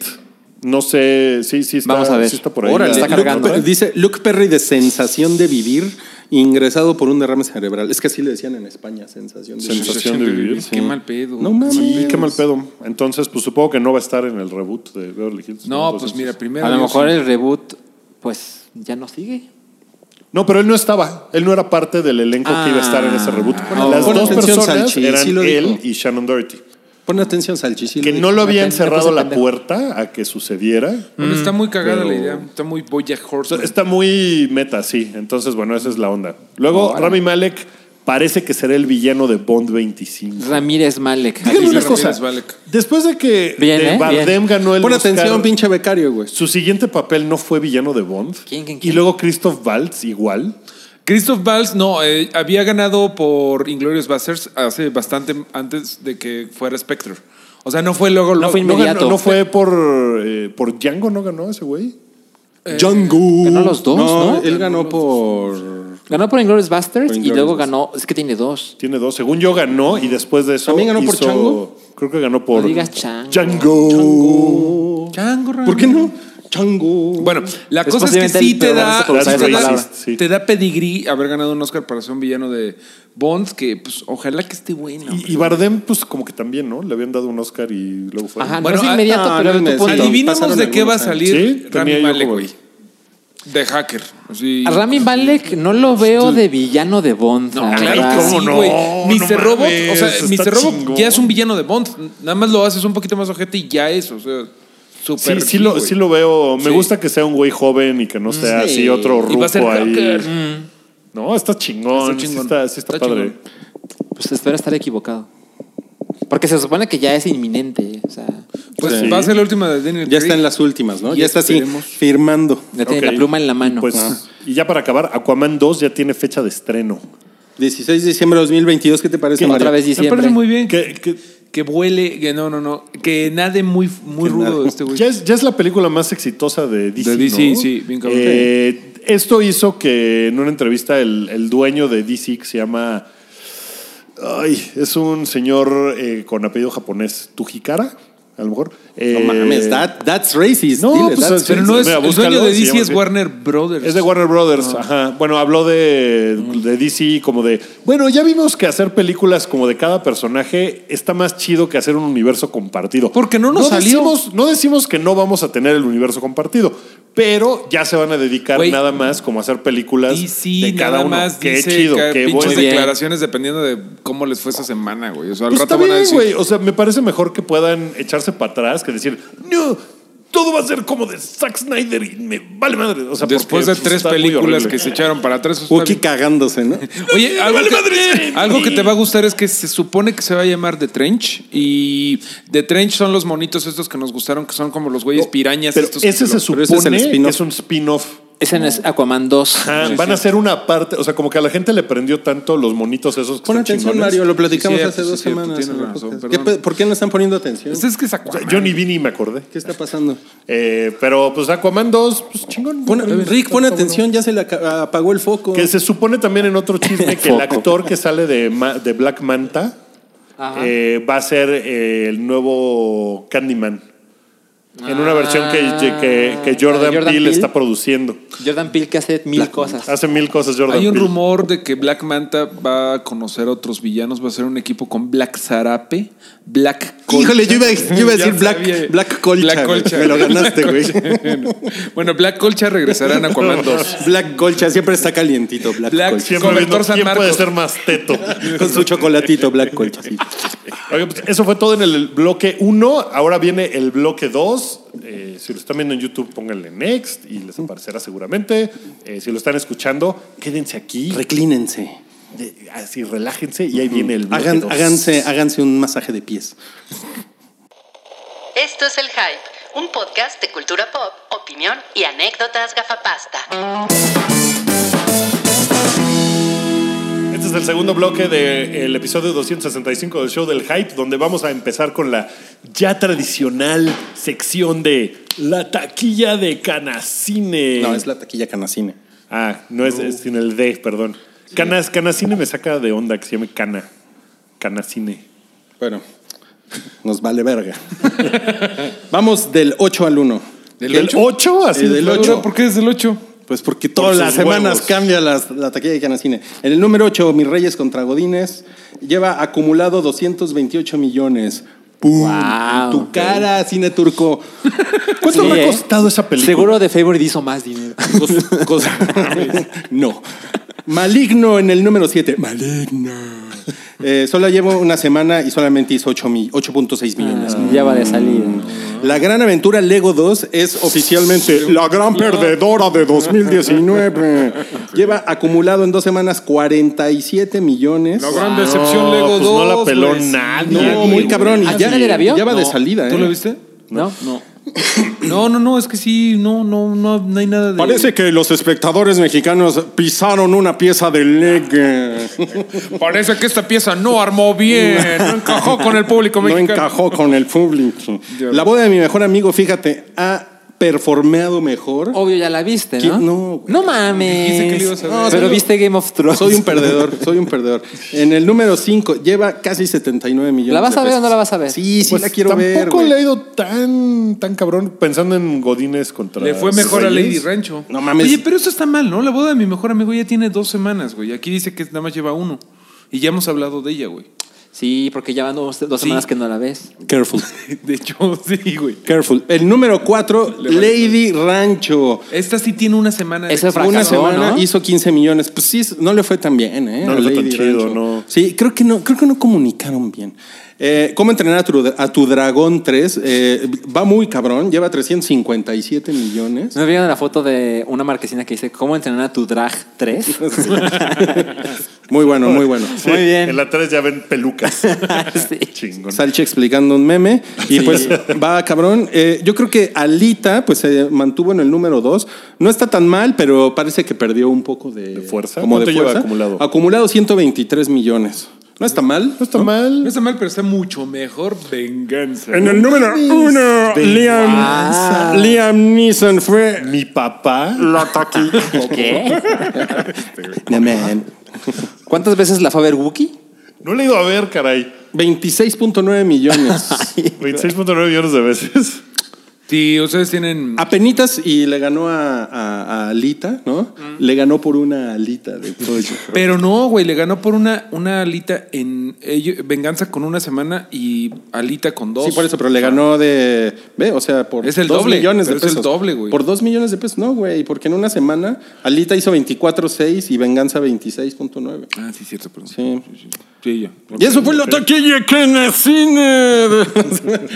[SPEAKER 2] No sé, sí, sí está,
[SPEAKER 4] Vamos a ver.
[SPEAKER 2] sí está por ahí.
[SPEAKER 4] Órale.
[SPEAKER 2] la-
[SPEAKER 4] Está
[SPEAKER 3] Luke
[SPEAKER 4] cargando,
[SPEAKER 3] Pe-
[SPEAKER 4] ¿eh?
[SPEAKER 3] Dice Luke Perry de sensación de vivir ingresado por un derrame cerebral. Es que así le decían en España, sensación de
[SPEAKER 2] Sensación.
[SPEAKER 3] vivir.
[SPEAKER 2] de vivir, sí.
[SPEAKER 5] Qué mal pedo.
[SPEAKER 3] No mames.
[SPEAKER 2] Sí, qué mal pedo. Entonces, pues supongo que no va a estar en el reboot de Beverly Hills.
[SPEAKER 5] No, pues
[SPEAKER 2] Entonces-
[SPEAKER 5] mira, primero.
[SPEAKER 4] A lo
[SPEAKER 5] Dios,
[SPEAKER 4] mejor el reboot, pues, ya no sigue.
[SPEAKER 2] No, pero él no estaba. Él no era parte del elenco que iba a estar en ese reboot.
[SPEAKER 4] Ah,
[SPEAKER 2] Las
[SPEAKER 4] pon
[SPEAKER 2] dos
[SPEAKER 3] Oh, atención,
[SPEAKER 2] personas
[SPEAKER 3] Salchi,
[SPEAKER 2] eran
[SPEAKER 3] sí lo dijo.
[SPEAKER 2] él y Shannon Doherty.
[SPEAKER 3] Pon atención, Salchi. sí
[SPEAKER 2] Que
[SPEAKER 3] lo
[SPEAKER 2] no
[SPEAKER 3] dijo.
[SPEAKER 2] lo habían
[SPEAKER 4] puse
[SPEAKER 2] cerrado la
[SPEAKER 4] pendejo.
[SPEAKER 2] puerta a que sucediera.
[SPEAKER 5] Bueno, está muy cagada
[SPEAKER 2] pero-
[SPEAKER 5] la idea. Está muy Boya
[SPEAKER 2] O
[SPEAKER 5] Horse.
[SPEAKER 2] sea, Está muy meta, sí. Entonces, bueno, esa es la onda. Luego, Rami Malek parece que será el villano de Bond 25.
[SPEAKER 4] Ramírez Malek.
[SPEAKER 3] Ah,
[SPEAKER 2] Díganme
[SPEAKER 5] sí,
[SPEAKER 2] una
[SPEAKER 5] Ramírez
[SPEAKER 2] cosa.
[SPEAKER 5] Malek.
[SPEAKER 2] Después de que
[SPEAKER 4] Bien,
[SPEAKER 2] de
[SPEAKER 4] ¿eh?
[SPEAKER 2] Bardem
[SPEAKER 4] Bien.
[SPEAKER 2] ganó el
[SPEAKER 3] Pon
[SPEAKER 2] Oscar,
[SPEAKER 3] atención, pinche becario, güey.
[SPEAKER 2] su siguiente papel no fue villano de Bond.
[SPEAKER 4] ¿Quién, quién,
[SPEAKER 2] Y
[SPEAKER 4] quién?
[SPEAKER 2] luego Christoph Waltz, igual.
[SPEAKER 5] Christoph Valls, no, eh, había ganado por Inglorious Basterds hace bastante antes de que fuera Spectre. O sea, no fue luego. luego.
[SPEAKER 4] fue
[SPEAKER 2] No, ganó-
[SPEAKER 4] Inmediato.
[SPEAKER 2] no fue por, eh, por Django, no ganó ese güey.
[SPEAKER 3] Django.
[SPEAKER 4] ganó los dos, ¿no?
[SPEAKER 3] Él ganó por.
[SPEAKER 4] Ganó por Inglourious Basterds
[SPEAKER 3] Por
[SPEAKER 4] y luego
[SPEAKER 3] Inglourious
[SPEAKER 4] ganó. Es que tiene dos.
[SPEAKER 2] Tiene dos. Según yo ganó y después de eso.
[SPEAKER 3] ¿También ganó por
[SPEAKER 2] hizo-
[SPEAKER 3] Chango?
[SPEAKER 2] Creo que ganó por.
[SPEAKER 4] No digas Chango.
[SPEAKER 2] Chango.
[SPEAKER 5] Chango,
[SPEAKER 3] ¿Por qué no? Chango.
[SPEAKER 5] Bueno, la
[SPEAKER 4] Es
[SPEAKER 5] cosa es que
[SPEAKER 4] posiblemente
[SPEAKER 5] sí
[SPEAKER 4] el
[SPEAKER 5] te
[SPEAKER 4] peor
[SPEAKER 5] da,
[SPEAKER 4] momento
[SPEAKER 2] para
[SPEAKER 5] sí
[SPEAKER 2] usar
[SPEAKER 5] te,
[SPEAKER 2] esa
[SPEAKER 5] da
[SPEAKER 2] palabra. Sí.
[SPEAKER 5] te da pedigrí haber ganado un Oscar para ser un villano de Bond, que pues ojalá que esté bueno. hombre.
[SPEAKER 2] Y, y Bardem, pues como que también, ¿no? Le habían dado un Oscar y luego fue.
[SPEAKER 4] Ajá,
[SPEAKER 5] Bueno,
[SPEAKER 4] no
[SPEAKER 5] ah,
[SPEAKER 4] es inmediato,
[SPEAKER 3] no,
[SPEAKER 4] pero
[SPEAKER 3] no
[SPEAKER 4] tú
[SPEAKER 3] es-
[SPEAKER 4] ponlo.
[SPEAKER 3] Adivina-
[SPEAKER 5] Adivinemos
[SPEAKER 3] Pasaron
[SPEAKER 5] de qué va a
[SPEAKER 3] algunos
[SPEAKER 5] salir
[SPEAKER 2] Sí,
[SPEAKER 5] Rami
[SPEAKER 2] tenía yo
[SPEAKER 5] Malek,
[SPEAKER 2] como-
[SPEAKER 5] güey. De hacker. así.
[SPEAKER 4] A Rami Malek no lo veo de villano de Bond.
[SPEAKER 5] No,
[SPEAKER 4] la
[SPEAKER 5] claro
[SPEAKER 4] verdad.
[SPEAKER 5] que sí,
[SPEAKER 2] ¿cómo no?
[SPEAKER 5] güey.
[SPEAKER 2] No
[SPEAKER 5] Mr. Robot, o
[SPEAKER 2] mames,
[SPEAKER 5] sea,
[SPEAKER 2] está
[SPEAKER 5] Mr. Robot
[SPEAKER 2] chingón.
[SPEAKER 5] ya es un villano de Bond. Nada más lo haces un poquito más ojete y ya es, o sea,
[SPEAKER 2] Sí,
[SPEAKER 5] súper.
[SPEAKER 2] sí lo,
[SPEAKER 5] güey.
[SPEAKER 2] sí lo veo. Me
[SPEAKER 5] Sí.
[SPEAKER 2] gusta que sea un güey joven y que no sea
[SPEAKER 3] Sí.
[SPEAKER 2] así otro
[SPEAKER 5] Y va a ser
[SPEAKER 2] ruco ahí. Mm.
[SPEAKER 5] hacker.
[SPEAKER 2] No, está chingón.
[SPEAKER 5] Está
[SPEAKER 2] Sí
[SPEAKER 5] chingón.
[SPEAKER 2] está, sí está
[SPEAKER 5] Está
[SPEAKER 2] padre.
[SPEAKER 5] chingón.
[SPEAKER 4] Pues espero estar equivocado. Porque se supone que ya es inminente. O sea,
[SPEAKER 5] Pues
[SPEAKER 2] Sí.
[SPEAKER 5] va a ser la última de Daniel
[SPEAKER 3] Ya está en
[SPEAKER 5] Craig.
[SPEAKER 3] las últimas, ¿no?
[SPEAKER 5] Y
[SPEAKER 3] Ya está así
[SPEAKER 5] esperemos.
[SPEAKER 3] firmando.
[SPEAKER 4] ya tiene
[SPEAKER 2] Ok.
[SPEAKER 4] la pluma en la mano.
[SPEAKER 2] Pues,
[SPEAKER 4] Ah.
[SPEAKER 2] y ya para acabar, Aquaman 2 ya tiene fecha de estreno.
[SPEAKER 3] 16 de diciembre de 2022, ¿qué te parece?
[SPEAKER 4] ¿Qué?
[SPEAKER 3] Mario?
[SPEAKER 4] Otra vez
[SPEAKER 5] Me
[SPEAKER 4] diciembre.
[SPEAKER 5] parece muy bien que,
[SPEAKER 2] Que- que-
[SPEAKER 5] que vuele, que no, no, no, que nade muy, muy
[SPEAKER 3] Que
[SPEAKER 5] rudo
[SPEAKER 3] nade.
[SPEAKER 5] este güey.
[SPEAKER 2] ya, es, ya es la película más exitosa de DC.
[SPEAKER 5] De DC,
[SPEAKER 2] ¿no?
[SPEAKER 5] sí, bien cabrón.
[SPEAKER 2] Eh, esto hizo que en una entrevista el, el dueño de DC, que se llama. Ay, es un señor eh, con apellido japonés, Tujikara, a lo mejor.
[SPEAKER 3] No
[SPEAKER 2] Eh,
[SPEAKER 3] mames, that- that's racist.
[SPEAKER 2] No,
[SPEAKER 3] Dile,
[SPEAKER 2] pues,
[SPEAKER 3] that's
[SPEAKER 5] Pero no
[SPEAKER 2] Sí,
[SPEAKER 5] es.
[SPEAKER 2] mira,
[SPEAKER 5] el dueño
[SPEAKER 2] búscalo,
[SPEAKER 5] de
[SPEAKER 2] se
[SPEAKER 5] DC
[SPEAKER 2] llama
[SPEAKER 5] es
[SPEAKER 2] así.
[SPEAKER 5] Warner Brothers.
[SPEAKER 2] Es de Warner
[SPEAKER 5] Ah.
[SPEAKER 2] Brothers, ajá. Bueno, habló de, de DC como de. Bueno, ya vimos que hacer películas como de cada personaje está más chido que hacer un universo compartido.
[SPEAKER 5] Porque no nos salió.
[SPEAKER 2] Decimos, no decimos que no vamos a tener el universo compartido, pero ya se van a dedicar
[SPEAKER 5] Güey,
[SPEAKER 2] nada más como a hacer películas
[SPEAKER 5] DC
[SPEAKER 2] de cada
[SPEAKER 5] nada
[SPEAKER 2] uno.
[SPEAKER 5] más
[SPEAKER 2] qué
[SPEAKER 5] dice
[SPEAKER 2] chido,
[SPEAKER 5] que
[SPEAKER 2] qué
[SPEAKER 5] pinches
[SPEAKER 2] bueno.
[SPEAKER 4] Muy bien.
[SPEAKER 5] declaraciones dependiendo de cómo les fue esa semana, güey. O sea, al
[SPEAKER 2] Pues
[SPEAKER 5] rato
[SPEAKER 2] está
[SPEAKER 5] van a
[SPEAKER 2] bien,
[SPEAKER 5] decir.
[SPEAKER 2] güey. O sea, me parece mejor que puedan echarse para atrás que decir, no, todo va a ser como de Zack Snyder y me vale madre. O sea,
[SPEAKER 5] Después
[SPEAKER 2] porque,
[SPEAKER 5] de
[SPEAKER 2] pues,
[SPEAKER 5] tres
[SPEAKER 2] está muy
[SPEAKER 5] películas
[SPEAKER 2] horrible.
[SPEAKER 5] que se echaron para atrás. eso está
[SPEAKER 3] Wookie
[SPEAKER 5] bien.
[SPEAKER 3] cagándose, ¿no?
[SPEAKER 5] Oye, algo,
[SPEAKER 2] vale
[SPEAKER 5] que,
[SPEAKER 2] madre, sí.
[SPEAKER 5] algo que te va a gustar es que se supone que se va a llamar The Trench. Y The Trench son los monitos estos que nos gustaron, que son como los güeyes pirañas.
[SPEAKER 2] Pero
[SPEAKER 5] estos
[SPEAKER 2] ese se
[SPEAKER 5] que lo-
[SPEAKER 3] pero ese
[SPEAKER 2] supone
[SPEAKER 3] es el
[SPEAKER 2] que
[SPEAKER 3] spin-off.
[SPEAKER 2] es un spin-off.
[SPEAKER 4] Ese no es Aquaman 2.
[SPEAKER 2] Ah, van a ser una parte, o sea, como que a la gente le prendió tanto los monitos esos que están
[SPEAKER 3] Pon atención,
[SPEAKER 2] chingones.
[SPEAKER 3] Mario, lo platicamos
[SPEAKER 5] Sí, cierto,
[SPEAKER 3] hace
[SPEAKER 5] sí,
[SPEAKER 3] dos
[SPEAKER 5] cierto,
[SPEAKER 3] semanas.
[SPEAKER 5] tienes
[SPEAKER 3] en el
[SPEAKER 5] razón,
[SPEAKER 3] podcast.
[SPEAKER 5] perdón.
[SPEAKER 3] ¿Qué pe- ¿Por qué no están poniendo atención?
[SPEAKER 5] Este es que es
[SPEAKER 2] O sea,
[SPEAKER 5] Aquaman.
[SPEAKER 2] yo ni vi ni me acordé.
[SPEAKER 3] ¿Qué está pasando?
[SPEAKER 2] Eh, pero pues Aquaman 2, pues chingón.
[SPEAKER 3] Pon- Rick, pon
[SPEAKER 2] Está
[SPEAKER 3] atención, ya se le aca- apagó el foco.
[SPEAKER 2] cabrón. Que se supone también en otro chisme que el
[SPEAKER 4] Foco.
[SPEAKER 2] actor que sale de, Ma- de Black Manta
[SPEAKER 4] Ajá.
[SPEAKER 2] eh, va a ser eh, el nuevo Candyman. En una
[SPEAKER 4] Ah,
[SPEAKER 2] versión que, que, que
[SPEAKER 4] la
[SPEAKER 2] Jordan,
[SPEAKER 4] de Jordan
[SPEAKER 2] Peele
[SPEAKER 4] Peele.
[SPEAKER 2] está produciendo.
[SPEAKER 4] Jordan Peele que hace mil cosas.
[SPEAKER 2] Hace mil cosas Jordan
[SPEAKER 5] Hay un
[SPEAKER 2] Peele.
[SPEAKER 5] rumor de que Black Manta va a conocer a otros villanos, va a ser un equipo con Black Zarape, Black Colcha.
[SPEAKER 3] Híjole, yo iba, yo iba a
[SPEAKER 5] Ya
[SPEAKER 3] decir
[SPEAKER 5] sabía.
[SPEAKER 3] Black, Black Colcha.
[SPEAKER 5] Black
[SPEAKER 3] güey.
[SPEAKER 5] Colcha.
[SPEAKER 3] Me lo ganaste, güey.
[SPEAKER 5] bueno, Black Colcha regresará en Aquaman 2.
[SPEAKER 3] Black Colcha, siempre está calientito, Black,
[SPEAKER 5] Black-
[SPEAKER 3] Colcha.
[SPEAKER 2] Siempre
[SPEAKER 5] Con
[SPEAKER 2] viendo
[SPEAKER 5] Héctor San
[SPEAKER 2] quién puede
[SPEAKER 5] Marcos.
[SPEAKER 2] ser más teto.
[SPEAKER 3] Con su chocolatito, Black Colcha. sí.
[SPEAKER 2] Oiga, pues, eso fue todo en el bloque 1. Ahora viene el bloque 2. Eh, si lo están viendo en YouTube, pónganle next y les aparecerá seguramente. Eh, si lo están escuchando, quédense aquí.
[SPEAKER 3] Reclínense.
[SPEAKER 2] de- así, relájense y ahí viene el bloque
[SPEAKER 3] Hagan-
[SPEAKER 2] dos.
[SPEAKER 3] háganse, háganse un masaje de pies.
[SPEAKER 1] Esto es El Hype, un podcast de cultura pop, opinión y anécdotas gafapasta.
[SPEAKER 2] Este es el segundo bloque del episodio 265 del show del hype, donde vamos a empezar con la ya tradicional sección de la taquilla de Canacine.
[SPEAKER 3] No, es la taquilla canacine.
[SPEAKER 2] Ah, no es, es sin el D, perdón. Canas, Canacine me saca de onda que se llame Cana. Canacine.
[SPEAKER 3] Bueno, nos vale verga. Vamos del 8 al 1.
[SPEAKER 2] ¿Del 8? Así
[SPEAKER 3] Eh, del
[SPEAKER 2] de-
[SPEAKER 3] ocho.
[SPEAKER 5] ¿Por qué es el 8?
[SPEAKER 3] Pues porque todas
[SPEAKER 2] sus
[SPEAKER 3] las semanas
[SPEAKER 2] huevos.
[SPEAKER 3] cambia las- la taquilla de Canacine. En el número 8, Mis Reyes contra Godines lleva acumulado 228 millones. ¡Pum!
[SPEAKER 4] Wow.
[SPEAKER 3] tu cara, cine turco. ¿Cuánto
[SPEAKER 4] Sí,
[SPEAKER 3] me
[SPEAKER 4] ¿eh?
[SPEAKER 3] costó?
[SPEAKER 2] esa
[SPEAKER 4] Seguro de Favorite hizo más dinero.
[SPEAKER 3] Cos- cos- no. Maligno en el número 7. Maligno. Eh, solo llevo una semana y solamente hizo ocho mi- 8.6 millones.
[SPEAKER 4] ya va de salida.
[SPEAKER 3] La gran aventura Lego 2 es oficialmente la gran perdedora de 2019. Lleva acumulado en dos semanas 47 millones.
[SPEAKER 5] La gran decepción
[SPEAKER 2] Ah, no,
[SPEAKER 5] Lego 2.
[SPEAKER 2] pues no la peló
[SPEAKER 5] güey.
[SPEAKER 2] nadie,
[SPEAKER 3] No, muy cabrón.
[SPEAKER 4] ¿Ah,
[SPEAKER 3] Y ya,
[SPEAKER 4] sí, la vio?
[SPEAKER 3] ya va de
[SPEAKER 4] No.
[SPEAKER 3] salida, ¿eh?
[SPEAKER 5] ¿Tú lo viste?
[SPEAKER 4] ¿No?
[SPEAKER 5] No, no, no, es que sí, no, no, no, no hay nada de.
[SPEAKER 3] Parece que los espectadores mexicanos pisaron una pieza de Lego.
[SPEAKER 5] Parece que esta pieza no armó bien, no encajó con el público
[SPEAKER 3] No
[SPEAKER 5] mexicano.
[SPEAKER 3] encajó con el público. La boda de mi mejor amigo, fíjate, ha performeado mejor.
[SPEAKER 4] Obvio, ya la viste, ¿no?
[SPEAKER 3] ¿Quién? No, güey.
[SPEAKER 4] No
[SPEAKER 5] Dijiste
[SPEAKER 4] mames.
[SPEAKER 5] que lo ibas a ver. No,
[SPEAKER 4] Pero
[SPEAKER 3] soy-
[SPEAKER 4] viste Game of Thrones.
[SPEAKER 3] Soy un perdedor, soy un perdedor. En el número 5 lleva casi 79 millones.
[SPEAKER 4] ¿La vas
[SPEAKER 3] de
[SPEAKER 4] a ver o
[SPEAKER 3] pesos.
[SPEAKER 4] no la vas a ver?
[SPEAKER 3] Sí, sí
[SPEAKER 2] Pues
[SPEAKER 3] la quiero ver.
[SPEAKER 2] tampoco
[SPEAKER 3] güey.
[SPEAKER 2] le ha ido tan, tan cabrón pensando en Godines contra.
[SPEAKER 5] Le fue mejor a
[SPEAKER 2] Reyes.
[SPEAKER 5] Lady Rancho.
[SPEAKER 3] No mames.
[SPEAKER 5] Oye, pero eso está mal, ¿no? La boda de mi mejor amigo ya tiene dos semanas, güey. Aquí dice que nada más lleva uno. Y ya hemos hablado de ella, güey.
[SPEAKER 4] Sí, porque ya van dos, dos semanas que no la ves.
[SPEAKER 3] Careful.
[SPEAKER 5] De hecho, sí, güey.
[SPEAKER 3] Careful. El número 4, Lady Rancho.
[SPEAKER 5] Esta sí tiene una semana. de
[SPEAKER 4] Ese
[SPEAKER 5] éxito.
[SPEAKER 4] Fracasó,
[SPEAKER 3] Una semana
[SPEAKER 4] ¿no?
[SPEAKER 3] hizo 15 millones. Pues sí, no le fue tan bien, ¿eh?
[SPEAKER 2] No
[SPEAKER 3] A
[SPEAKER 2] le fue tan
[SPEAKER 3] Lady
[SPEAKER 2] chido,
[SPEAKER 3] Rancho.
[SPEAKER 2] no.
[SPEAKER 3] Sí, creo que no, creo que no comunicaron bien. Eh, ¿Cómo entrenar a tu, a tu dragón 3? Eh, va muy cabrón, lleva 357 millones.
[SPEAKER 4] ¿No vieron la foto de una marquesina que dice ¿Cómo entrenar a tu drag 3?
[SPEAKER 3] Muy bueno, muy bueno.
[SPEAKER 2] Sí,
[SPEAKER 4] Muy bien.
[SPEAKER 2] En la 3 ya ven pelucas.
[SPEAKER 4] Sí.
[SPEAKER 2] Chingón.
[SPEAKER 3] Salche explicando un meme y pues va cabrón. Eh, yo creo que Alita pues se mantuvo en el número 2. No está tan mal, pero parece que perdió un poco de,
[SPEAKER 2] ¿De fuerza?
[SPEAKER 3] Como de
[SPEAKER 2] ¿Cuánto lleva
[SPEAKER 3] fuerza.
[SPEAKER 2] acumulado?
[SPEAKER 3] Acumulado 123 millones. No está mal.
[SPEAKER 2] No está mal.
[SPEAKER 5] No está mal, pero está mucho mejor. Venganza.
[SPEAKER 3] En el número uno, Liam, Liam Neeson fue
[SPEAKER 2] Mi papá.
[SPEAKER 3] la taqui.
[SPEAKER 4] ¿Qué? ¿Cuántas veces la fue a ver Wookie?
[SPEAKER 2] No le he ido a ver, caray.
[SPEAKER 3] 26.9 millones.
[SPEAKER 2] 26.9 millones de veces.
[SPEAKER 5] Sí, ustedes tienen.
[SPEAKER 3] Apenitas y le ganó a, a- a Alita, ¿no?
[SPEAKER 2] Mm.
[SPEAKER 3] Le ganó por una alita de pollo.
[SPEAKER 5] Pero no, güey, le ganó por una, una alita en ello- venganza con una semana y alita con dos.
[SPEAKER 3] Sí, por eso, pero le ganó de. Ve, o sea, por
[SPEAKER 5] Es el
[SPEAKER 3] dos
[SPEAKER 5] doble,
[SPEAKER 3] millones de
[SPEAKER 5] pero es el
[SPEAKER 3] pesos.
[SPEAKER 5] doble, güey.
[SPEAKER 3] Por 2 millones de pesos. No, güey, porque en una semana Alita hizo 24.6 y Venganza 26.9.
[SPEAKER 5] Ah, sí, cierto, perdón.
[SPEAKER 3] Sí.
[SPEAKER 5] Sí, ya.
[SPEAKER 3] Y eso fue lo taquilla que en el cine.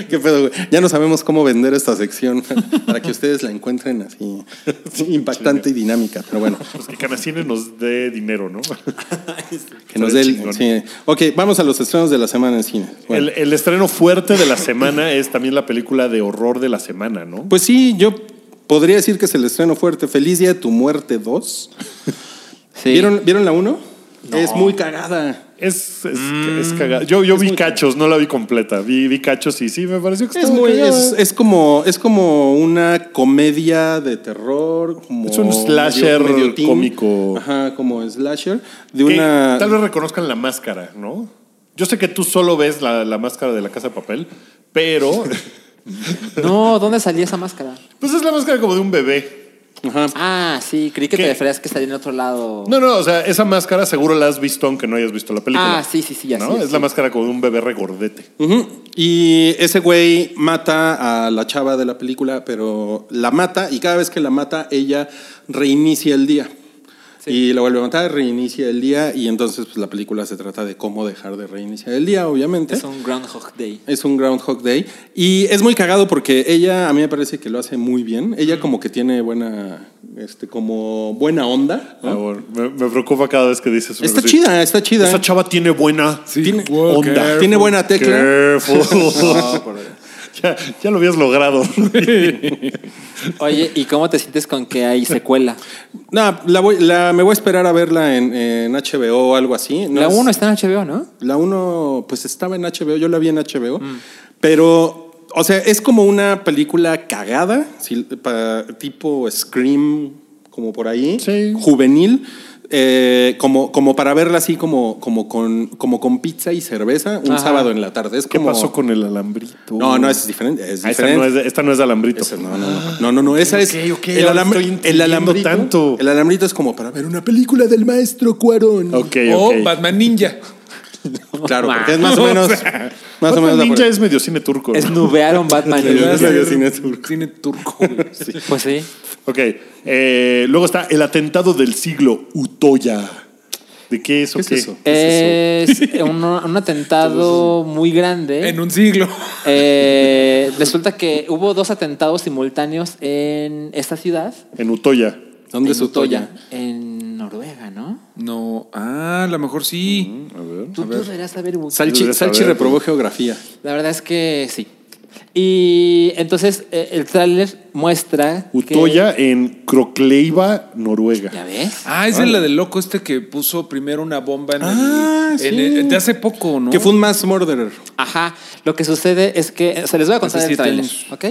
[SPEAKER 3] Qué pedo, güey. Ya no sabemos cómo vender esta sección para que ustedes la encuentren así impactante y dinámica. Pero bueno,
[SPEAKER 2] Pues que Canacine nos dé dinero, ¿no?
[SPEAKER 3] que nos dé el.
[SPEAKER 2] Chingón.
[SPEAKER 3] sí. Ok, vamos a los estrenos de la semana en cine. Bueno.
[SPEAKER 2] El, el estreno fuerte de la semana es también la película de horror de la semana, ¿no?
[SPEAKER 3] Pues sí, yo podría decir que es el estreno fuerte. Feliz Día de tu Muerte 2.
[SPEAKER 4] Sí.
[SPEAKER 3] ¿Vieron, ¿Vieron la 1? Es muy cagada.
[SPEAKER 2] Es, es,
[SPEAKER 3] Mm.
[SPEAKER 2] es cagada. Yo, yo vi cachos, no la vi completa. Vi, vi cachos y sí, me pareció que
[SPEAKER 3] Es,
[SPEAKER 2] estaba
[SPEAKER 3] muy,
[SPEAKER 2] cagada.
[SPEAKER 3] es, es como, es como una comedia de terror. Como
[SPEAKER 2] Es un slasher
[SPEAKER 3] teen.
[SPEAKER 2] cómico.
[SPEAKER 3] Ajá, como slasher. De
[SPEAKER 2] Que
[SPEAKER 3] una.
[SPEAKER 2] Tal vez reconozcan la máscara, ¿no? Yo sé que tú solo ves la, la máscara de la casa de papel, pero
[SPEAKER 4] No, ¿dónde salía esa máscara?
[SPEAKER 2] pues es la máscara como de un bebé.
[SPEAKER 3] Ajá.
[SPEAKER 4] Ah, sí, creí que
[SPEAKER 2] ¿Qué?
[SPEAKER 4] te referías que salía en otro lado.
[SPEAKER 2] No, no, o sea, esa máscara seguro la has visto aunque no hayas visto la película.
[SPEAKER 4] Ah, sí, sí, sí, así
[SPEAKER 2] ¿no?
[SPEAKER 4] es,
[SPEAKER 2] Es, la
[SPEAKER 4] sí.
[SPEAKER 2] máscara como de un bebé regordete.
[SPEAKER 3] Ujú. Y ese güey mata a la chava de la película, pero la mata y cada vez que la mata, ella reinicia el día. Y la vuelve a matar, reinicia el día y entonces pues, la película se trata de cómo dejar de reiniciar el día, obviamente.
[SPEAKER 4] Es un Groundhog Day.
[SPEAKER 3] Es un Groundhog Day. Y es muy cagado porque ella, a mí me parece que lo hace muy bien. Ella como que tiene buena, este, como buena onda. ¿no?
[SPEAKER 2] Ah, bueno, me, me preocupa cada vez que dices.
[SPEAKER 3] Está
[SPEAKER 2] sí.
[SPEAKER 3] chida, está chida.
[SPEAKER 2] Esa chava tiene buena
[SPEAKER 3] Tiene
[SPEAKER 2] onda.
[SPEAKER 3] Tiene buena tecla.
[SPEAKER 2] Careful.
[SPEAKER 3] No, por-
[SPEAKER 2] Ya, ya lo habías logrado.
[SPEAKER 4] Oye, ¿y cómo te sientes con que hay secuela?
[SPEAKER 3] No, la voy, la, me voy a esperar a verla en, en HBO o algo así. No
[SPEAKER 4] la
[SPEAKER 3] es-
[SPEAKER 4] 1 está en HBO, ¿no?
[SPEAKER 3] La 1, pues estaba en HBO, yo la vi en HBO,
[SPEAKER 2] Mm.
[SPEAKER 3] pero, o sea, es como una película cagada, si- pa- tipo Scream, como por ahí,
[SPEAKER 2] Sí.
[SPEAKER 3] juvenil, eh, como, como para verla así como, como, con, como con pizza y cerveza un
[SPEAKER 4] Ajá.
[SPEAKER 3] sábado en la tarde. Es
[SPEAKER 2] ¿Qué
[SPEAKER 3] como-
[SPEAKER 2] pasó con el alambrito?
[SPEAKER 3] No, no, es diferente. Es
[SPEAKER 2] Ah, esta, no
[SPEAKER 3] diferente.
[SPEAKER 2] es, de- esta no es de alambrito.
[SPEAKER 3] Esa no, no, no, no, no, no, esa es
[SPEAKER 2] ok, ok,
[SPEAKER 3] el,
[SPEAKER 2] ahora
[SPEAKER 3] alam-
[SPEAKER 2] estoy
[SPEAKER 3] el
[SPEAKER 2] entendiendo
[SPEAKER 3] alambrito.
[SPEAKER 2] tanto.
[SPEAKER 3] El alambrito es como para ver una película del maestro Cuarón.
[SPEAKER 2] Ok,
[SPEAKER 5] O
[SPEAKER 2] ok.
[SPEAKER 5] Oh, Batman Ninja.
[SPEAKER 3] Claro, porque es más o
[SPEAKER 5] O
[SPEAKER 3] menos,
[SPEAKER 5] sea,
[SPEAKER 3] más o
[SPEAKER 2] Batman
[SPEAKER 3] menos la
[SPEAKER 2] Ninja es medio cine turco. ¿no?
[SPEAKER 4] Esnubearon Batman.
[SPEAKER 3] Sí,
[SPEAKER 5] Va a
[SPEAKER 3] es medio
[SPEAKER 5] ser
[SPEAKER 3] cine turco.
[SPEAKER 5] Cine turco. güey.
[SPEAKER 4] Pues sí.
[SPEAKER 2] Ok. eh, luego está El atentado del siglo Utoya. ¿De qué es o
[SPEAKER 3] ¿Qué es
[SPEAKER 2] qué?
[SPEAKER 3] eso?
[SPEAKER 4] Es un, un atentado muy grande.
[SPEAKER 5] En un siglo.
[SPEAKER 4] Eh, resulta que hubo dos atentados simultáneos en esta ciudad.
[SPEAKER 2] En Utoya.
[SPEAKER 3] ¿Dónde
[SPEAKER 4] en
[SPEAKER 3] es Utoya?
[SPEAKER 4] En Noruega, ¿no?
[SPEAKER 5] No. Ah, a lo mejor sí.
[SPEAKER 4] Tú, tú deberías saber. Buki.
[SPEAKER 3] Salchi,
[SPEAKER 2] Deberías
[SPEAKER 3] Salchi
[SPEAKER 2] saber,
[SPEAKER 3] reprobó geografía.
[SPEAKER 4] La verdad es que sí. Y entonces eh, el tráiler muestra que-
[SPEAKER 2] Utoya en Crocleiva, Noruega.
[SPEAKER 4] ¿Ya ves?
[SPEAKER 5] Ah, es de la del loco este que puso primero una bomba en el-
[SPEAKER 3] Ah,
[SPEAKER 5] en
[SPEAKER 3] sí.
[SPEAKER 5] el- de hace poco, ¿no?
[SPEAKER 3] Que fue un mass murderer.
[SPEAKER 4] Ajá. Lo que sucede es que se les voy a contar
[SPEAKER 5] Hace
[SPEAKER 4] el
[SPEAKER 5] siete
[SPEAKER 4] tráiler,
[SPEAKER 5] años.
[SPEAKER 4] ¿ok?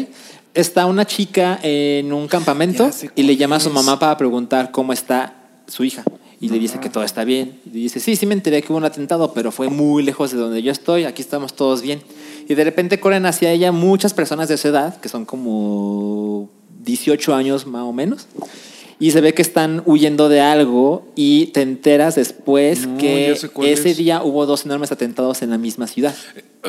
[SPEAKER 4] Está una chica en un campamento
[SPEAKER 5] Ya sé
[SPEAKER 4] y le
[SPEAKER 5] cuál
[SPEAKER 4] llama a su
[SPEAKER 5] es.
[SPEAKER 4] mamá para preguntar cómo está su hija y le dice que todo está bien. Y dice, sí, sí me enteré que hubo un atentado, pero fue muy lejos de donde yo estoy, aquí estamos todos bien. Y de repente corren hacia ella muchas personas de su edad, que son como 18 años más o menos, y se ve que están huyendo de algo y te enteras después
[SPEAKER 5] No,
[SPEAKER 4] que
[SPEAKER 5] ya sé cuál
[SPEAKER 4] ese
[SPEAKER 5] es.
[SPEAKER 4] día hubo dos enormes atentados en la misma ciudad.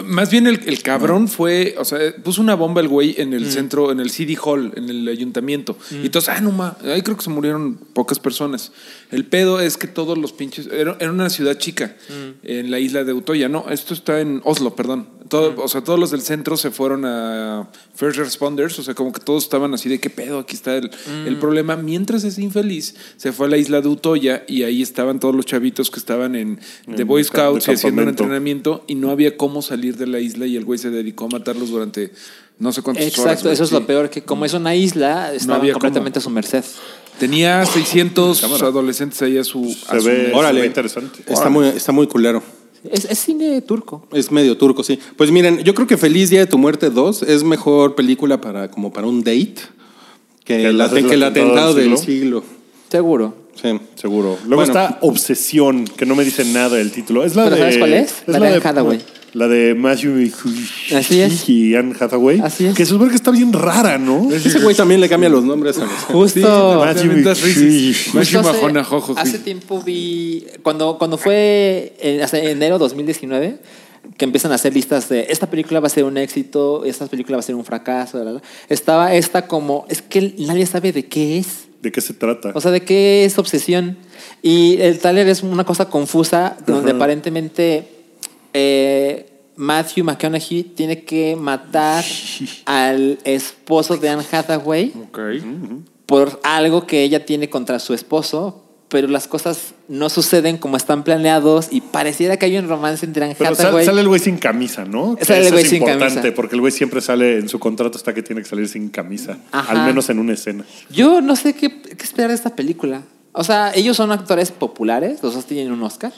[SPEAKER 5] Más bien el, el cabrón fue, o sea, puso una bomba el güey en
[SPEAKER 2] Mm.
[SPEAKER 5] el centro, en el City Hall, en el ayuntamiento. Y entonces, ah, no ma, ahí creo que se murieron pocas personas. El pedo es que todos los pinches. Era, era una ciudad chica
[SPEAKER 2] Mm.
[SPEAKER 5] en la isla de Utoya. No, esto está en Oslo, perdón. Todo-
[SPEAKER 2] Mm.
[SPEAKER 5] O sea, todos los del centro se fueron a First Responders. O sea, como que todos estaban así de qué pedo, aquí está el,
[SPEAKER 2] Mm.
[SPEAKER 5] el problema. Mientras ese infeliz se fue a la isla de Utoya y ahí estaban todos los chavitos que estaban en The
[SPEAKER 2] En
[SPEAKER 5] Boy
[SPEAKER 2] el camp- de
[SPEAKER 5] Scouts y haciendo un
[SPEAKER 2] campamento.
[SPEAKER 5] entrenamiento entrenamiento y no había cómo salir de la isla y el güey se dedicó a matarlos durante no sé cuántas horas.
[SPEAKER 4] Exacto,
[SPEAKER 5] güey.
[SPEAKER 4] eso es
[SPEAKER 5] Sí.
[SPEAKER 4] lo peor, que como es una isla, estaban
[SPEAKER 5] había
[SPEAKER 4] completamente a su merced.
[SPEAKER 5] Tenía 600 adolescentes ahí a su... a
[SPEAKER 2] Se
[SPEAKER 5] su-
[SPEAKER 2] ve,
[SPEAKER 3] Órale.
[SPEAKER 2] se ve interesante.
[SPEAKER 3] Está muy, está muy culero.
[SPEAKER 4] Es, es cine turco.
[SPEAKER 3] Es medio turco, sí. Pues miren, yo creo que Feliz Día de tu Muerte 2 es mejor película para, como para un date que,
[SPEAKER 2] Que
[SPEAKER 3] el,
[SPEAKER 2] la-
[SPEAKER 3] aten-
[SPEAKER 2] el
[SPEAKER 3] que el atentado del siglo.
[SPEAKER 4] Seguro.
[SPEAKER 3] Sí.
[SPEAKER 2] Seguro. Luego
[SPEAKER 3] Bueno.
[SPEAKER 2] está Obsesión, que no me dice nada el título. Es la
[SPEAKER 4] ¿Pero
[SPEAKER 2] de,
[SPEAKER 4] sabes cuál es? La de Anne Hathaway.
[SPEAKER 2] La de Matthew
[SPEAKER 4] Así es.
[SPEAKER 2] y Anne Hathaway.
[SPEAKER 4] Así es.
[SPEAKER 2] Que se supone que está bien rara, ¿no?
[SPEAKER 3] Ese güey también le cambia los nombres a los.
[SPEAKER 4] Justo.
[SPEAKER 2] Matthew
[SPEAKER 5] Te aventas
[SPEAKER 2] McConaughey.
[SPEAKER 5] risas.
[SPEAKER 4] justo
[SPEAKER 5] Matthew
[SPEAKER 4] hace-
[SPEAKER 5] McConaughey.
[SPEAKER 4] hace tiempo vi, cuando, cuando fue en, hasta enero 2019, que empiezan a hacer listas de esta película va a ser un éxito, esta película va a ser un fracaso, la, la, la. estaba esta como, es que nadie sabe de qué es.
[SPEAKER 2] ¿De qué se trata?
[SPEAKER 4] O sea, ¿de qué es obsesión? Y el tráiler es una cosa confusa donde aparentemente eh, Matthew McConaughey tiene que matar al esposo de Anne Hathaway
[SPEAKER 5] Ok.
[SPEAKER 4] por algo que ella tiene contra su esposo, pero las cosas no suceden como están planeados y pareciera que hay un romance entre Anne
[SPEAKER 2] pero sal-
[SPEAKER 4] Hathaway.
[SPEAKER 2] sale el güey sin camisa, ¿no? Que
[SPEAKER 4] Sale el
[SPEAKER 2] eso
[SPEAKER 4] güey
[SPEAKER 2] es
[SPEAKER 4] sin
[SPEAKER 2] importante,
[SPEAKER 4] camisa.
[SPEAKER 2] porque el güey siempre sale en su contrato hasta que tiene que salir sin camisa.
[SPEAKER 4] Ajá.
[SPEAKER 2] Al menos en una escena.
[SPEAKER 4] Yo no sé qué, qué esperar de esta película. O sea, ellos son actores populares, los dos tienen un Oscar.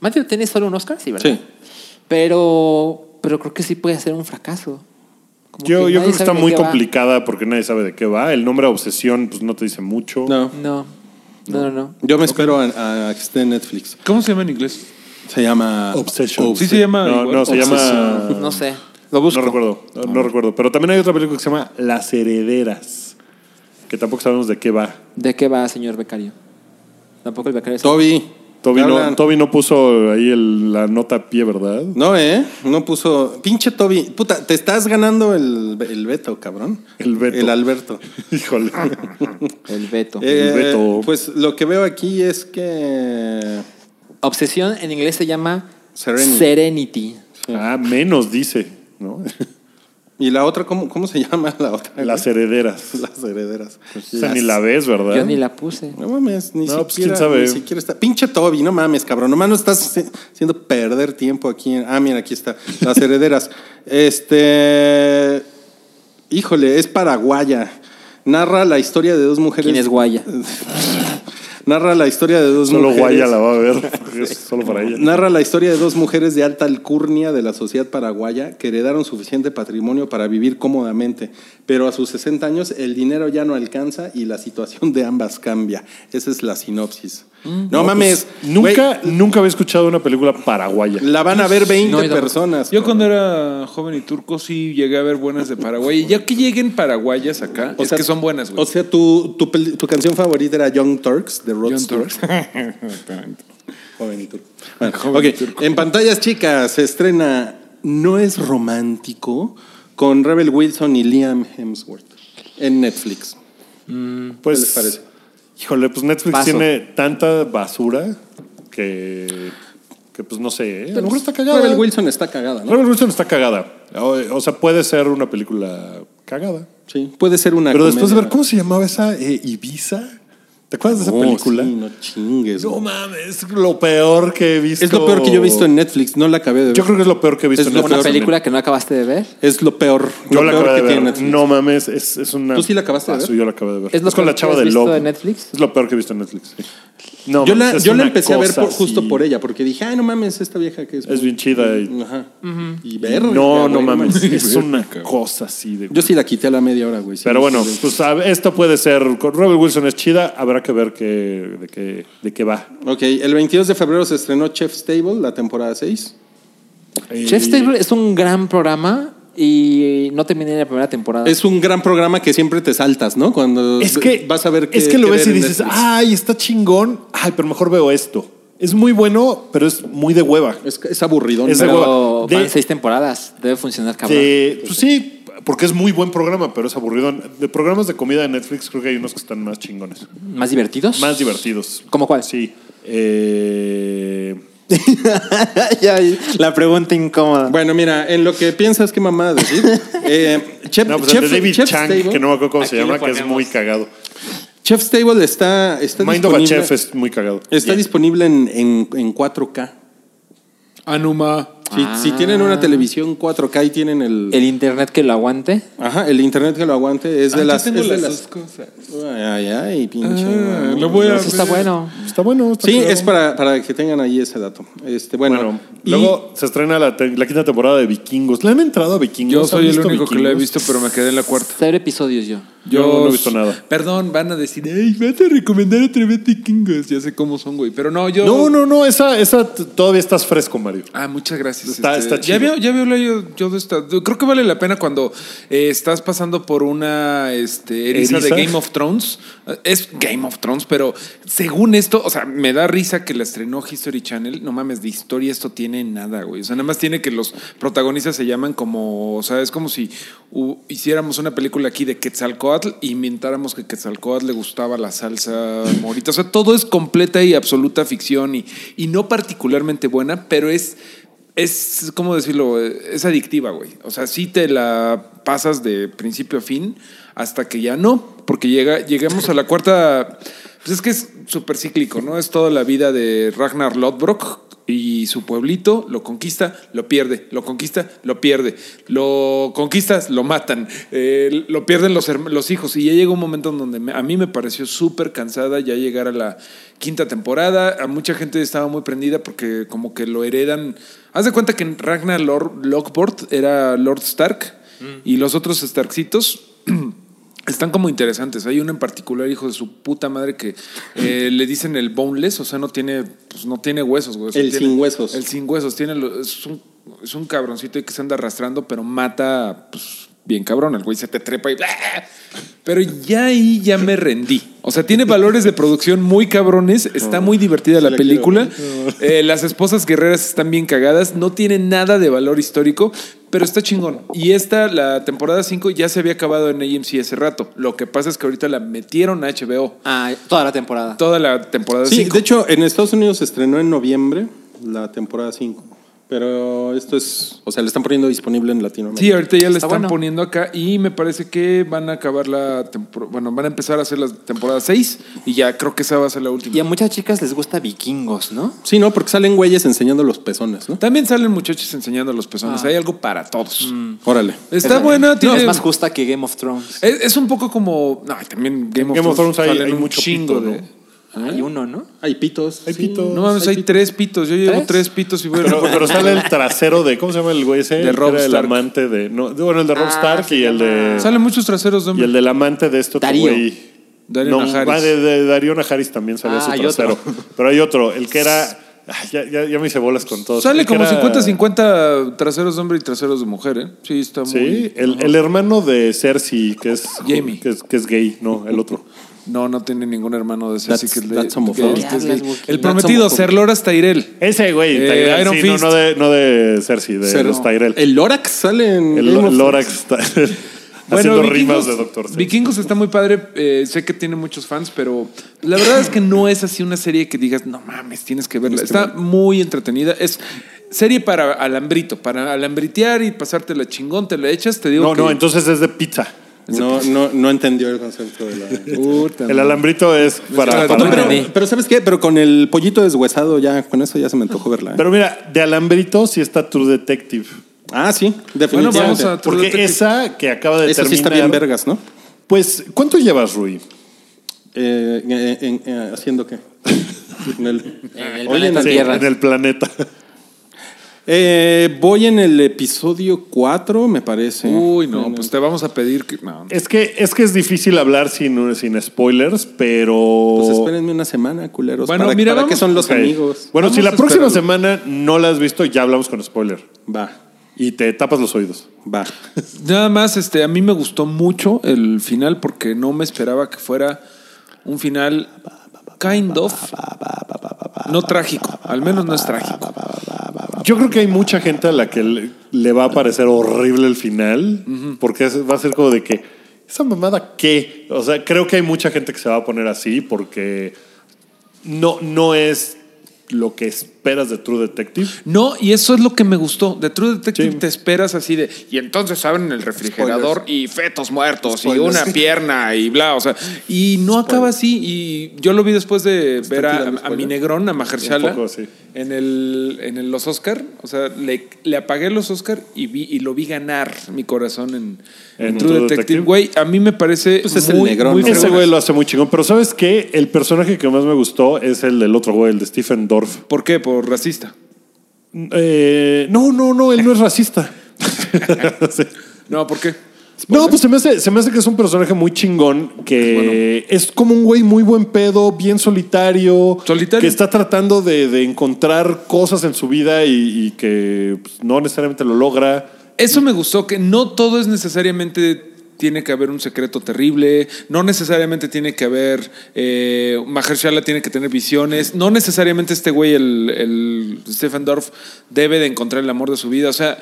[SPEAKER 4] Matthew tiene solo un Oscar, sí, ¿verdad?
[SPEAKER 3] Sí.
[SPEAKER 4] Pero, pero creo que sí puede ser un fracaso. Como
[SPEAKER 2] Yo, yo
[SPEAKER 4] nadie
[SPEAKER 2] creo que
[SPEAKER 4] sabe
[SPEAKER 2] está
[SPEAKER 4] de
[SPEAKER 2] muy
[SPEAKER 4] qué va.
[SPEAKER 2] complicada porque nadie sabe de qué va. El nombre Obsesión pues no te dice mucho.
[SPEAKER 3] No.
[SPEAKER 4] No, no, no. no.
[SPEAKER 3] Yo me espero a, a que esté en Netflix.
[SPEAKER 5] ¿Cómo se llama en inglés?
[SPEAKER 3] Se llama
[SPEAKER 2] Obsession.
[SPEAKER 5] Sí se llama...
[SPEAKER 2] No,
[SPEAKER 5] igual.
[SPEAKER 2] no, se llama...
[SPEAKER 4] No sé.
[SPEAKER 2] Lo No recuerdo, no,
[SPEAKER 3] Ah.
[SPEAKER 2] no recuerdo. Pero también hay otra película que se llama Las Herederas, que tampoco sabemos de qué va.
[SPEAKER 4] ¿De qué va, señor becario? Tampoco el becario. sabe.
[SPEAKER 3] Toby.
[SPEAKER 2] Toby
[SPEAKER 3] ¿Te
[SPEAKER 2] no,
[SPEAKER 3] hablan?
[SPEAKER 2] Toby no puso ahí el- la nota a pie, ¿verdad?
[SPEAKER 3] No, ¿eh? No puso. Pinche Toby. Puta, te estás ganando el, el Beto, cabrón.
[SPEAKER 2] El Beto.
[SPEAKER 3] El Alberto.
[SPEAKER 2] Híjole.
[SPEAKER 4] El Beto.
[SPEAKER 3] Eh,
[SPEAKER 2] Beto.
[SPEAKER 3] Pues lo que veo aquí es que.
[SPEAKER 4] Obsesión en inglés se llama
[SPEAKER 3] Serenity.
[SPEAKER 4] Serenity.
[SPEAKER 2] ah, menos dice, ¿no?
[SPEAKER 3] ¿Y la otra, cómo, cómo se llama la otra? güey?
[SPEAKER 2] Las herederas.
[SPEAKER 3] Las herederas.
[SPEAKER 2] O sea, ni la ves, ¿verdad?
[SPEAKER 4] Yo ni la puse.
[SPEAKER 3] No mames, ni
[SPEAKER 2] No,
[SPEAKER 3] siquiera.
[SPEAKER 2] pues, quién sabe.
[SPEAKER 3] Ni siquiera está. Pinche Toby, no mames, cabrón. Nomás no estás haci- haciendo perder tiempo aquí. en- Ah, mira, aquí está. Las herederas. este. Híjole, es paraguaya. Narra la historia de dos mujeres.
[SPEAKER 4] ¿Quién es Guaya?
[SPEAKER 3] Narra la historia de dos
[SPEAKER 2] Solo
[SPEAKER 3] mujeres.
[SPEAKER 2] Guaya la va a ver. porque es solo para ella.
[SPEAKER 3] Narra la historia de dos mujeres de alta alcurnia de la sociedad paraguaya que heredaron suficiente patrimonio para vivir cómodamente, pero a sus 60 años el dinero ya no alcanza y la situación de ambas cambia. Esa es la sinopsis.
[SPEAKER 4] Mm.
[SPEAKER 3] no, mames,
[SPEAKER 2] pues, Nunca, nunca había escuchado una película paraguaya.
[SPEAKER 3] güey, la van a ver 20
[SPEAKER 4] No, yo tampoco.
[SPEAKER 3] personas.
[SPEAKER 5] Yo
[SPEAKER 3] cabrón.
[SPEAKER 5] cuando era joven y turco sí llegué a ver buenas de Paraguay. Y ya que lleguen paraguayas acá,
[SPEAKER 3] O
[SPEAKER 5] es
[SPEAKER 3] sea,
[SPEAKER 5] que son buenas, güey.
[SPEAKER 3] O sea, tu, tu, pel- tu canción favorita era Young Turks de Rod
[SPEAKER 5] John
[SPEAKER 3] Stewart.
[SPEAKER 5] Turks.
[SPEAKER 3] Joven y turco. Bueno, ok. En pantallas chicas se estrena No es romántico con Rebel Wilson y Liam Hemsworth en Netflix.
[SPEAKER 2] Pues,
[SPEAKER 3] ¿Qué les parece?
[SPEAKER 2] Híjole, pues Netflix
[SPEAKER 4] Paso.
[SPEAKER 2] tiene tanta basura que, que pues no sé. ¿eh? A lo mejor está cagada.
[SPEAKER 3] Rebel Wilson está cagada, ¿no?
[SPEAKER 2] Rebel Wilson está cagada. O, o sea, puede ser una película cagada.
[SPEAKER 3] Sí. Puede ser una.
[SPEAKER 2] Pero después de ver,
[SPEAKER 3] comedia.
[SPEAKER 2] ¿cómo se llamaba esa eh, Ibiza? ¿Te acuerdas de esa
[SPEAKER 3] Oh,
[SPEAKER 2] película?
[SPEAKER 3] sí, no chingues.
[SPEAKER 2] No
[SPEAKER 3] güey.
[SPEAKER 2] mames, es lo peor que he visto.
[SPEAKER 3] es lo peor que yo he visto en Netflix. No la acabé de ver.
[SPEAKER 2] Yo creo que es lo peor que he visto
[SPEAKER 3] Es
[SPEAKER 2] en
[SPEAKER 3] lo
[SPEAKER 2] Netflix.
[SPEAKER 4] ¿Una
[SPEAKER 3] peor.
[SPEAKER 4] película que no acabaste de ver?
[SPEAKER 3] es lo peor.
[SPEAKER 2] Yo la
[SPEAKER 3] lo peor
[SPEAKER 2] acabé de ver.
[SPEAKER 3] Netflix.
[SPEAKER 2] No mames, es, es una.
[SPEAKER 3] ¿Tú sí la acabaste de
[SPEAKER 2] Ah,
[SPEAKER 3] ver?
[SPEAKER 2] sí, yo la acabé de ver.
[SPEAKER 4] ¿Es lo
[SPEAKER 2] con
[SPEAKER 4] peor
[SPEAKER 2] la
[SPEAKER 4] que
[SPEAKER 2] chava
[SPEAKER 4] has
[SPEAKER 2] de
[SPEAKER 4] visto
[SPEAKER 2] Love.
[SPEAKER 4] de Netflix?
[SPEAKER 2] Es lo peor que he visto en Netflix. sí. No,
[SPEAKER 3] Yo
[SPEAKER 2] mames,
[SPEAKER 3] la,
[SPEAKER 2] es
[SPEAKER 3] yo la
[SPEAKER 2] una
[SPEAKER 3] empecé a ver
[SPEAKER 2] cosa
[SPEAKER 3] por- justo
[SPEAKER 2] así.
[SPEAKER 3] por ella, porque dije, ay, no mames, esta vieja que es.
[SPEAKER 2] Es
[SPEAKER 3] muy-
[SPEAKER 2] bien chida y-
[SPEAKER 3] Ajá. Y verga,
[SPEAKER 2] No,
[SPEAKER 3] güey,
[SPEAKER 2] no mames,
[SPEAKER 3] mames.
[SPEAKER 2] es una cosa así de.
[SPEAKER 3] Yo sí la quité a la media hora, güey. sí,
[SPEAKER 2] Pero
[SPEAKER 3] sí,
[SPEAKER 2] bueno,
[SPEAKER 3] sí.
[SPEAKER 2] pues a- esto puede ser. Con Robert Wilson es chida, habrá que ver qué, de, qué, de qué va.
[SPEAKER 3] Ok, el 22 de febrero se estrenó Chef's Table, la temporada 6.
[SPEAKER 4] Chef's Table es un gran programa y no terminé la primera temporada.
[SPEAKER 3] Es un gran programa que siempre te saltas, ¿no? Cuando
[SPEAKER 2] Es que
[SPEAKER 3] vas a ver qué-
[SPEAKER 2] Es que lo
[SPEAKER 3] qué
[SPEAKER 2] ves y
[SPEAKER 3] ver en
[SPEAKER 2] dices, "Ah".
[SPEAKER 3] Netflix.
[SPEAKER 2] ay, está chingón. Ay, pero mejor veo esto. Es muy bueno, pero es muy de hueva.
[SPEAKER 3] Es, es aburridón.
[SPEAKER 2] Es de
[SPEAKER 3] pero-
[SPEAKER 2] hueva.
[SPEAKER 4] Pero
[SPEAKER 2] de-
[SPEAKER 4] van seis temporadas. Debe funcionar, cabrón.
[SPEAKER 2] De- pues sí, porque es muy buen programa, pero es aburrido. De programas de comida de Netflix creo que hay unos que están más chingones,
[SPEAKER 4] ¿Más divertidos?
[SPEAKER 2] más divertidos.
[SPEAKER 4] ¿Cómo cuál?
[SPEAKER 2] Sí. Eh,
[SPEAKER 4] Ya, la pregunta incómoda.
[SPEAKER 3] Bueno, mira, en lo que piensas, qué mamada decir. Eh, Chef-
[SPEAKER 2] no, pues el
[SPEAKER 3] Chef-
[SPEAKER 2] de David
[SPEAKER 3] Chef's
[SPEAKER 2] Chang,
[SPEAKER 3] Table-
[SPEAKER 2] que no me acuerdo cómo
[SPEAKER 4] Aquí
[SPEAKER 2] se
[SPEAKER 4] lo
[SPEAKER 2] llama, que es
[SPEAKER 4] ponemos.
[SPEAKER 2] muy cagado.
[SPEAKER 3] Chef's Table está, está
[SPEAKER 2] Mind of a
[SPEAKER 3] disponible,
[SPEAKER 2] Chef es muy cagado.
[SPEAKER 3] está disponible en, en, en 4K.
[SPEAKER 5] Ah, Anuma.
[SPEAKER 3] Si, si tienen
[SPEAKER 5] Ah.
[SPEAKER 3] una televisión 4K y tienen el,
[SPEAKER 4] El internet que lo aguante.
[SPEAKER 3] ajá, el internet que lo aguante, es de
[SPEAKER 5] Ah,
[SPEAKER 3] las...
[SPEAKER 5] yo tengo
[SPEAKER 3] es de
[SPEAKER 5] las
[SPEAKER 3] las-
[SPEAKER 5] dos cosas.
[SPEAKER 3] Ay, ay, ay, pinche.
[SPEAKER 5] Ah,
[SPEAKER 3] mamón.
[SPEAKER 5] lo voy a
[SPEAKER 4] Eso está
[SPEAKER 5] ver.
[SPEAKER 4] bueno.
[SPEAKER 2] Está bueno. está
[SPEAKER 3] Sí,
[SPEAKER 2] cagado.
[SPEAKER 3] es para, para que tengan ahí ese dato. Este, bueno,
[SPEAKER 2] Bueno,
[SPEAKER 3] y-
[SPEAKER 2] luego se estrena la, te- la quinta temporada de Vikingos. ¿Le han entrado a Vikingos?
[SPEAKER 5] Yo
[SPEAKER 2] ¿Han
[SPEAKER 5] soy el
[SPEAKER 2] visto
[SPEAKER 5] único que la he
[SPEAKER 2] Vikingos?
[SPEAKER 5] visto, pero me quedé en la cuarta.
[SPEAKER 4] Cero episodios yo.
[SPEAKER 5] Yo
[SPEAKER 2] No, no he visto nada.
[SPEAKER 5] Perdón, van a decir, ay, vas a recomendar otra vez Vikingos. Ya sé cómo son, güey. Pero no, yo.
[SPEAKER 2] No, no, no, esa, esa t- todavía estás fresco, Mario.
[SPEAKER 5] Ah, muchas gracias.
[SPEAKER 2] Está- está chido.
[SPEAKER 5] Ya veo, ya veo la- yo, yo de esta. Creo que vale la pena cuando eh, estás pasando por una este, eriza,
[SPEAKER 2] ¿Eriza?
[SPEAKER 5] de Game of Thrones. Es Game of Thrones, pero según esto, o sea, me da risa que la estrenó History Channel. No mames, de historia esto tiene nada, güey. O sea, nada más tiene que los protagonistas se llaman como. O sea, es como si hu- hiciéramos una película aquí de Quetzalcoatl y inventáramos que Quetzalcoatl le gustaba la salsa morita. O sea, todo es completa y absoluta ficción y, y no particularmente buena, pero es. Es, ¿cómo decirlo? Es adictiva, güey. O sea, sí te la pasas de principio a fin hasta que ya no, porque llega, llegamos a la cuarta. Pues es que es súper cíclico, ¿no? Es toda la vida de Ragnar Lodbrok y su pueblito lo conquista, lo pierde, lo conquista, lo pierde, lo conquistas, lo matan, eh, lo pierden los, herma- los hijos. Y pues ya llega un momento en donde me- a mí me pareció súper cansada ya llegar a la quinta temporada. A mucha gente estaba muy prendida porque como que lo heredan. Haz de cuenta que Ragnar Lor- Lockport era Lord Stark y los otros Starksitos están como interesantes. Hay uno en particular, hijo de su puta madre, que eh, le dicen el boneless, o sea, no tiene, pues, no tiene huesos, güey. O sea,
[SPEAKER 3] El
[SPEAKER 5] tiene-
[SPEAKER 3] sin huesos.
[SPEAKER 5] El sin huesos. Tiene, lo- es, un, es un cabroncito que se anda arrastrando, pero mata, pues, bien cabrón. El güey se te trepa y. ¡bla! Pero ya ahí ya me rendí. O sea, tiene valores de producción muy cabrones. Está muy divertida la
[SPEAKER 3] la
[SPEAKER 5] película. Eh, las esposas guerreras están bien cagadas. No tienen nada de valor histórico, pero está chingón. Y esta, la temporada 5, ya se había acabado en AMC hace rato. Lo que pasa es que ahorita la metieron a HBO.
[SPEAKER 4] Ah, toda la temporada.
[SPEAKER 5] Toda la temporada
[SPEAKER 3] sí,
[SPEAKER 5] 5.
[SPEAKER 3] de hecho, en Estados Unidos se estrenó en noviembre la temporada 5. Pero esto es, o sea, le están poniendo disponible en Latinoamérica.
[SPEAKER 5] Sí, ahorita ya le
[SPEAKER 4] Está
[SPEAKER 5] están
[SPEAKER 4] bueno.
[SPEAKER 5] poniendo acá y me parece que van a acabar la temporada, bueno, van a empezar a hacer la temporada 6 y ya creo que esa va a ser la última.
[SPEAKER 4] Y a muchas chicas les gusta vikingos, ¿no?
[SPEAKER 3] Sí, no, porque salen güeyes enseñando los pezones, ¿no?
[SPEAKER 5] También salen muchachos enseñando los pezones,
[SPEAKER 4] Ah.
[SPEAKER 5] hay algo para todos.
[SPEAKER 3] Órale.
[SPEAKER 5] Está
[SPEAKER 4] Mm. Es-
[SPEAKER 5] buena, tiene... Eh,
[SPEAKER 4] Es más justa que Game of Thrones.
[SPEAKER 5] es, es un poco como. Ay, también Game,
[SPEAKER 2] Game of Thrones hay-
[SPEAKER 5] salen
[SPEAKER 2] hay
[SPEAKER 5] un
[SPEAKER 2] mucho
[SPEAKER 5] chingo
[SPEAKER 2] pito,
[SPEAKER 5] de. ¿eh?
[SPEAKER 4] Hay uno, ¿no?
[SPEAKER 3] Hay pitos.
[SPEAKER 2] Hay
[SPEAKER 3] sí.
[SPEAKER 2] pito.
[SPEAKER 5] No mames, hay tres pitos. Yo llevo
[SPEAKER 4] ¿Tres?
[SPEAKER 5] tres pitos y voy a-
[SPEAKER 2] Pero, pero sale el trasero de. ¿Cómo se llama el güey ese?
[SPEAKER 5] De
[SPEAKER 2] El que
[SPEAKER 5] Robb
[SPEAKER 2] era El
[SPEAKER 5] Stark.
[SPEAKER 2] amante de. No, de- bueno, el de Rob
[SPEAKER 4] Ah,
[SPEAKER 2] Stark
[SPEAKER 4] se
[SPEAKER 2] y el de.
[SPEAKER 4] llama-
[SPEAKER 5] Salen muchos traseros
[SPEAKER 2] Y
[SPEAKER 5] de hombre.
[SPEAKER 2] el del amante de este otro
[SPEAKER 4] Darío.
[SPEAKER 2] güey.
[SPEAKER 5] Darío
[SPEAKER 2] no,
[SPEAKER 5] Najaris.
[SPEAKER 2] va de, de Darío Najaris también salió
[SPEAKER 4] Ah,
[SPEAKER 2] su
[SPEAKER 4] hay
[SPEAKER 2] trasero.
[SPEAKER 4] otro.
[SPEAKER 2] Pero hay otro, el que era. Ay, Ya, ya, ya me hice bolas con todos.
[SPEAKER 5] Sale
[SPEAKER 2] El que
[SPEAKER 5] como
[SPEAKER 2] era-
[SPEAKER 5] 50-50 traseros de hombre y traseros de mujer, ¿eh? Sí, está muy.
[SPEAKER 2] Sí, el, el hermano de Cersei, que es.
[SPEAKER 5] Jaime.
[SPEAKER 2] Que es, que es gay, no, el otro.
[SPEAKER 5] No, no tiene ningún hermano de ese.
[SPEAKER 3] That's-
[SPEAKER 5] así que le-
[SPEAKER 3] that's homophobic.
[SPEAKER 5] que- que es gay.
[SPEAKER 4] Hablas, Wookie.
[SPEAKER 5] El
[SPEAKER 4] That's
[SPEAKER 5] prometido,
[SPEAKER 4] homophobic.
[SPEAKER 5] Ser Loras Tyrell.
[SPEAKER 2] Ese güey,
[SPEAKER 5] Eh,
[SPEAKER 2] Tyrell,
[SPEAKER 5] Iron
[SPEAKER 2] sí, no,
[SPEAKER 5] Fist.
[SPEAKER 2] no de, no de Cersei, de
[SPEAKER 3] Cero.
[SPEAKER 2] los Tyrell. El,
[SPEAKER 3] El Lorax sale en. Game
[SPEAKER 2] lo-
[SPEAKER 3] of
[SPEAKER 2] Lorax Tyrell, haciendo rimas de Doctor Cersei.
[SPEAKER 5] Vikingos está muy padre. eh, sé que tiene muchos fans, pero la verdad es que no es así una serie que digas, no mames, tienes que verla. Está muy entretenida. Es serie para alambrito, para alambritear y pasártela chingón. Te la echas, te digo.
[SPEAKER 2] No,
[SPEAKER 5] que-
[SPEAKER 2] no, entonces es de pizza.
[SPEAKER 3] Thrones. No, no, no entendió el concepto de la.
[SPEAKER 5] Puta
[SPEAKER 2] El
[SPEAKER 5] madre.
[SPEAKER 2] alambrito es para.
[SPEAKER 5] para-
[SPEAKER 2] para-
[SPEAKER 5] No,
[SPEAKER 2] pero,
[SPEAKER 4] entendí.
[SPEAKER 3] pero, pero ¿sabes qué? Pero con el pollito deshuesado ya, con eso ya se me antojó verla. ¿eh?
[SPEAKER 2] mira, de alambrito sí está True Detective.
[SPEAKER 3] ah, sí,
[SPEAKER 5] Bueno,
[SPEAKER 3] definitivamente.
[SPEAKER 5] vamos a.
[SPEAKER 2] Porque esa que acaba de
[SPEAKER 3] Eso
[SPEAKER 2] terminar.
[SPEAKER 3] sí está bien vergas, ¿no?
[SPEAKER 2] Pues, ¿cuánto llevas, Rui?
[SPEAKER 3] Eh, en- en- en- ¿Haciendo qué? En el-
[SPEAKER 4] En el
[SPEAKER 3] Oye,
[SPEAKER 4] planeta
[SPEAKER 3] sí,
[SPEAKER 4] Tierra.
[SPEAKER 2] en el planeta.
[SPEAKER 3] Eh, voy en el episodio 4, me parece.
[SPEAKER 5] Uy, no, pues te vamos a pedir que. No,
[SPEAKER 2] Es que es que es difícil hablar sin, sin spoilers, pero.
[SPEAKER 3] Pues espérenme una semana, culeros.
[SPEAKER 5] Bueno,
[SPEAKER 3] ¿Para,
[SPEAKER 5] mira,
[SPEAKER 3] para
[SPEAKER 5] vamos-
[SPEAKER 3] qué son los
[SPEAKER 2] Oh. Ok.
[SPEAKER 3] amigos?
[SPEAKER 2] Bueno,
[SPEAKER 5] Vamos
[SPEAKER 2] si
[SPEAKER 5] a
[SPEAKER 2] la próxima
[SPEAKER 5] esperarlo.
[SPEAKER 2] semana no la has visto, ya hablamos con spoiler.
[SPEAKER 3] Va,
[SPEAKER 2] Y te tapas los oídos.
[SPEAKER 3] va.
[SPEAKER 5] Nada más, este, a mí me gustó mucho el final porque no me esperaba que fuera un final kind of no trágico, al menos no es trágico.
[SPEAKER 2] Yo creo que hay mucha gente a la que le, le va a parecer horrible el final, porque es- va a ser como de que, ¿esa mamada qué? O sea, creo que hay mucha gente que se va a poner así porque no, no es lo que esperas de True Detective.
[SPEAKER 5] No, y eso es lo que me gustó. De True Detective
[SPEAKER 2] Sí.
[SPEAKER 5] te esperas así de y entonces abren el refrigerador y fetos muertos y
[SPEAKER 3] Spoilers.
[SPEAKER 5] una pierna y bla, o sea, y no acaba así y yo lo vi después de ver a,
[SPEAKER 3] tirando
[SPEAKER 5] a mi
[SPEAKER 3] spoilers?
[SPEAKER 5] negrón a Mahershala
[SPEAKER 2] Un poco, sí.
[SPEAKER 5] en el en el- los Oscar, o sea, le, le apagué los Oscar y vi y lo vi ganar mi corazón en, en True, Detective, güey, a mí me parece
[SPEAKER 3] Pues es el
[SPEAKER 5] muy,
[SPEAKER 3] negrón,
[SPEAKER 5] muy
[SPEAKER 3] ¿no?
[SPEAKER 2] Ese
[SPEAKER 5] fregón.
[SPEAKER 2] güey lo hace muy chingón, pero ¿sabes qué? El personaje que más me gustó es el del otro güey, el de Stephen Dorff.
[SPEAKER 5] ¿Por qué? Por racista.
[SPEAKER 2] Eh, no, no, no, él no es racista. Sí.
[SPEAKER 5] No, ¿por qué?
[SPEAKER 2] No, pues se me, hace, se me hace que es un personaje muy chingón, que es como un güey muy buen pedo, bien solitario,
[SPEAKER 5] Solitario.
[SPEAKER 2] que está tratando de, de encontrar cosas en su vida y, y que pues, no necesariamente lo logra.
[SPEAKER 5] Eso me gustó, que no todo es necesariamente tiene que haber un secreto terrible, no necesariamente tiene que haber, eh, Mahershala tiene que tener visiones, no necesariamente este güey, el, el Stefan Dorff, debe de encontrar el amor de su vida, o sea,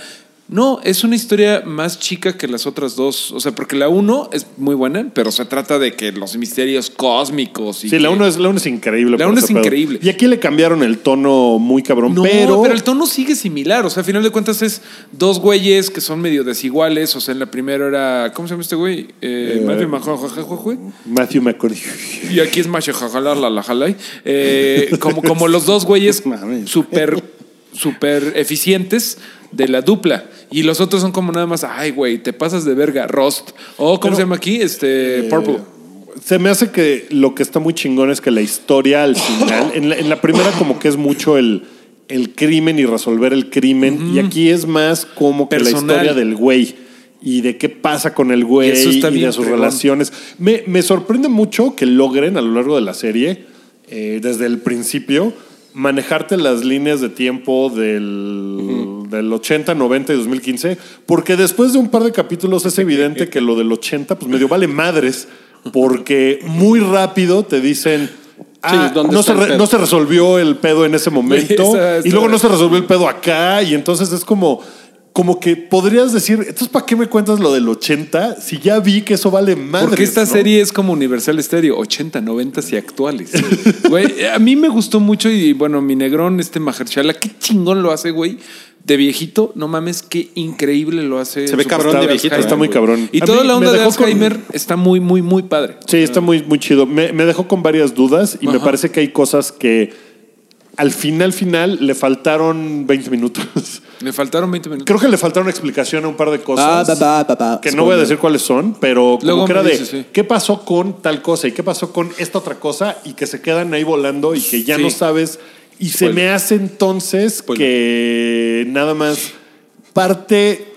[SPEAKER 5] no, es una historia más chica que las otras dos, o sea, porque la uno es muy buena, pero se trata de que los misterios cósmicos y
[SPEAKER 2] Sí, la
[SPEAKER 5] que-
[SPEAKER 2] uno es, la uno es increíble.
[SPEAKER 5] La
[SPEAKER 2] por
[SPEAKER 5] uno
[SPEAKER 2] ese
[SPEAKER 5] es increíble.
[SPEAKER 2] Y aquí le cambiaron el tono muy cabrón,
[SPEAKER 5] No,
[SPEAKER 2] pero...
[SPEAKER 5] pero... el tono sigue similar. O sea, al final de cuentas es dos güeyes que son medio desiguales. O sea, en la primera era. ¿Cómo se llama este güey? Eh, Matthew McConaughey.
[SPEAKER 2] Matthew McConaughey.
[SPEAKER 5] Y aquí es Machajalar, la la jalai. Eh, como, como los dos güeyes
[SPEAKER 3] Mames.
[SPEAKER 5] súper super eficientes de la dupla. Y los otros son como nada más, ay, güey, te pasas de verga, Rost. O, ¿cómo
[SPEAKER 2] Pero-
[SPEAKER 5] se llama aquí? Este, Purple.
[SPEAKER 2] Se me hace que lo que está muy chingón es que la historia al final, en la, en la primera como que es mucho el, el crimen y resolver el crimen, y aquí es más como que la
[SPEAKER 5] Personal.
[SPEAKER 2] historia del güey y de qué pasa con el güey
[SPEAKER 5] Eso está
[SPEAKER 2] y
[SPEAKER 5] bien
[SPEAKER 2] de sus
[SPEAKER 5] fregón.
[SPEAKER 2] relaciones. Me, me sorprende mucho que logren a lo largo de la serie, eh, desde el principio, manejarte las líneas de tiempo del, del 80, 90 y 2015, porque después de un par de capítulos es evidente que lo del 80, pues medio vale madres, porque muy rápido te dicen... "Ah,
[SPEAKER 3] ¿dónde
[SPEAKER 2] no,
[SPEAKER 3] está
[SPEAKER 2] se
[SPEAKER 3] el
[SPEAKER 2] re-
[SPEAKER 3] pedo?"
[SPEAKER 2] no se resolvió el pedo en ese momento
[SPEAKER 5] Esa está
[SPEAKER 2] y luego
[SPEAKER 5] buena.
[SPEAKER 2] no se resolvió el pedo acá y entonces es como como que podrías decir, entonces ¿para qué me cuentas lo del 80 si ya vi que eso vale madre?
[SPEAKER 5] Porque esta serie es como Universal Stereo, 80, 90 y actuales. eh, güey, a mí me gustó mucho y bueno, mi negrón, este Mahershala, qué chingón lo hace, güey. de viejito, no mames, qué increíble lo hace.
[SPEAKER 3] Se ve
[SPEAKER 5] su
[SPEAKER 3] cabrón
[SPEAKER 5] portada
[SPEAKER 3] de
[SPEAKER 5] de
[SPEAKER 3] viejito, ¿eh?
[SPEAKER 5] Alzheimer,
[SPEAKER 2] está muy
[SPEAKER 5] güey.
[SPEAKER 2] cabrón.
[SPEAKER 5] Y
[SPEAKER 2] A
[SPEAKER 5] toda
[SPEAKER 2] mí
[SPEAKER 5] la
[SPEAKER 2] me
[SPEAKER 5] onda de
[SPEAKER 2] dejó con-
[SPEAKER 5] Alzheimer está muy, muy, muy padre.
[SPEAKER 2] Sí, está muy, muy chido. Me, me dejó con varias dudas y me parece que hay cosas que al final, final, le faltaron 20 minutos.
[SPEAKER 5] Le faltaron 20 minutos.
[SPEAKER 2] Creo que le faltaron explicación a un par de
[SPEAKER 5] Ah,
[SPEAKER 4] Ba,
[SPEAKER 2] cosas.
[SPEAKER 4] ba, ba, ba, ba.
[SPEAKER 2] Que no voy a decir cuáles son, pero como
[SPEAKER 5] Luego
[SPEAKER 2] que
[SPEAKER 5] me
[SPEAKER 2] era de
[SPEAKER 5] dices, sí.
[SPEAKER 2] qué pasó con tal cosa y qué pasó con esta otra cosa y que se quedan ahí volando y que ya
[SPEAKER 5] Sí.
[SPEAKER 2] no sabes. Y se
[SPEAKER 5] Spoiler.
[SPEAKER 2] me hace entonces
[SPEAKER 5] Spoiler.
[SPEAKER 2] que nada más parte.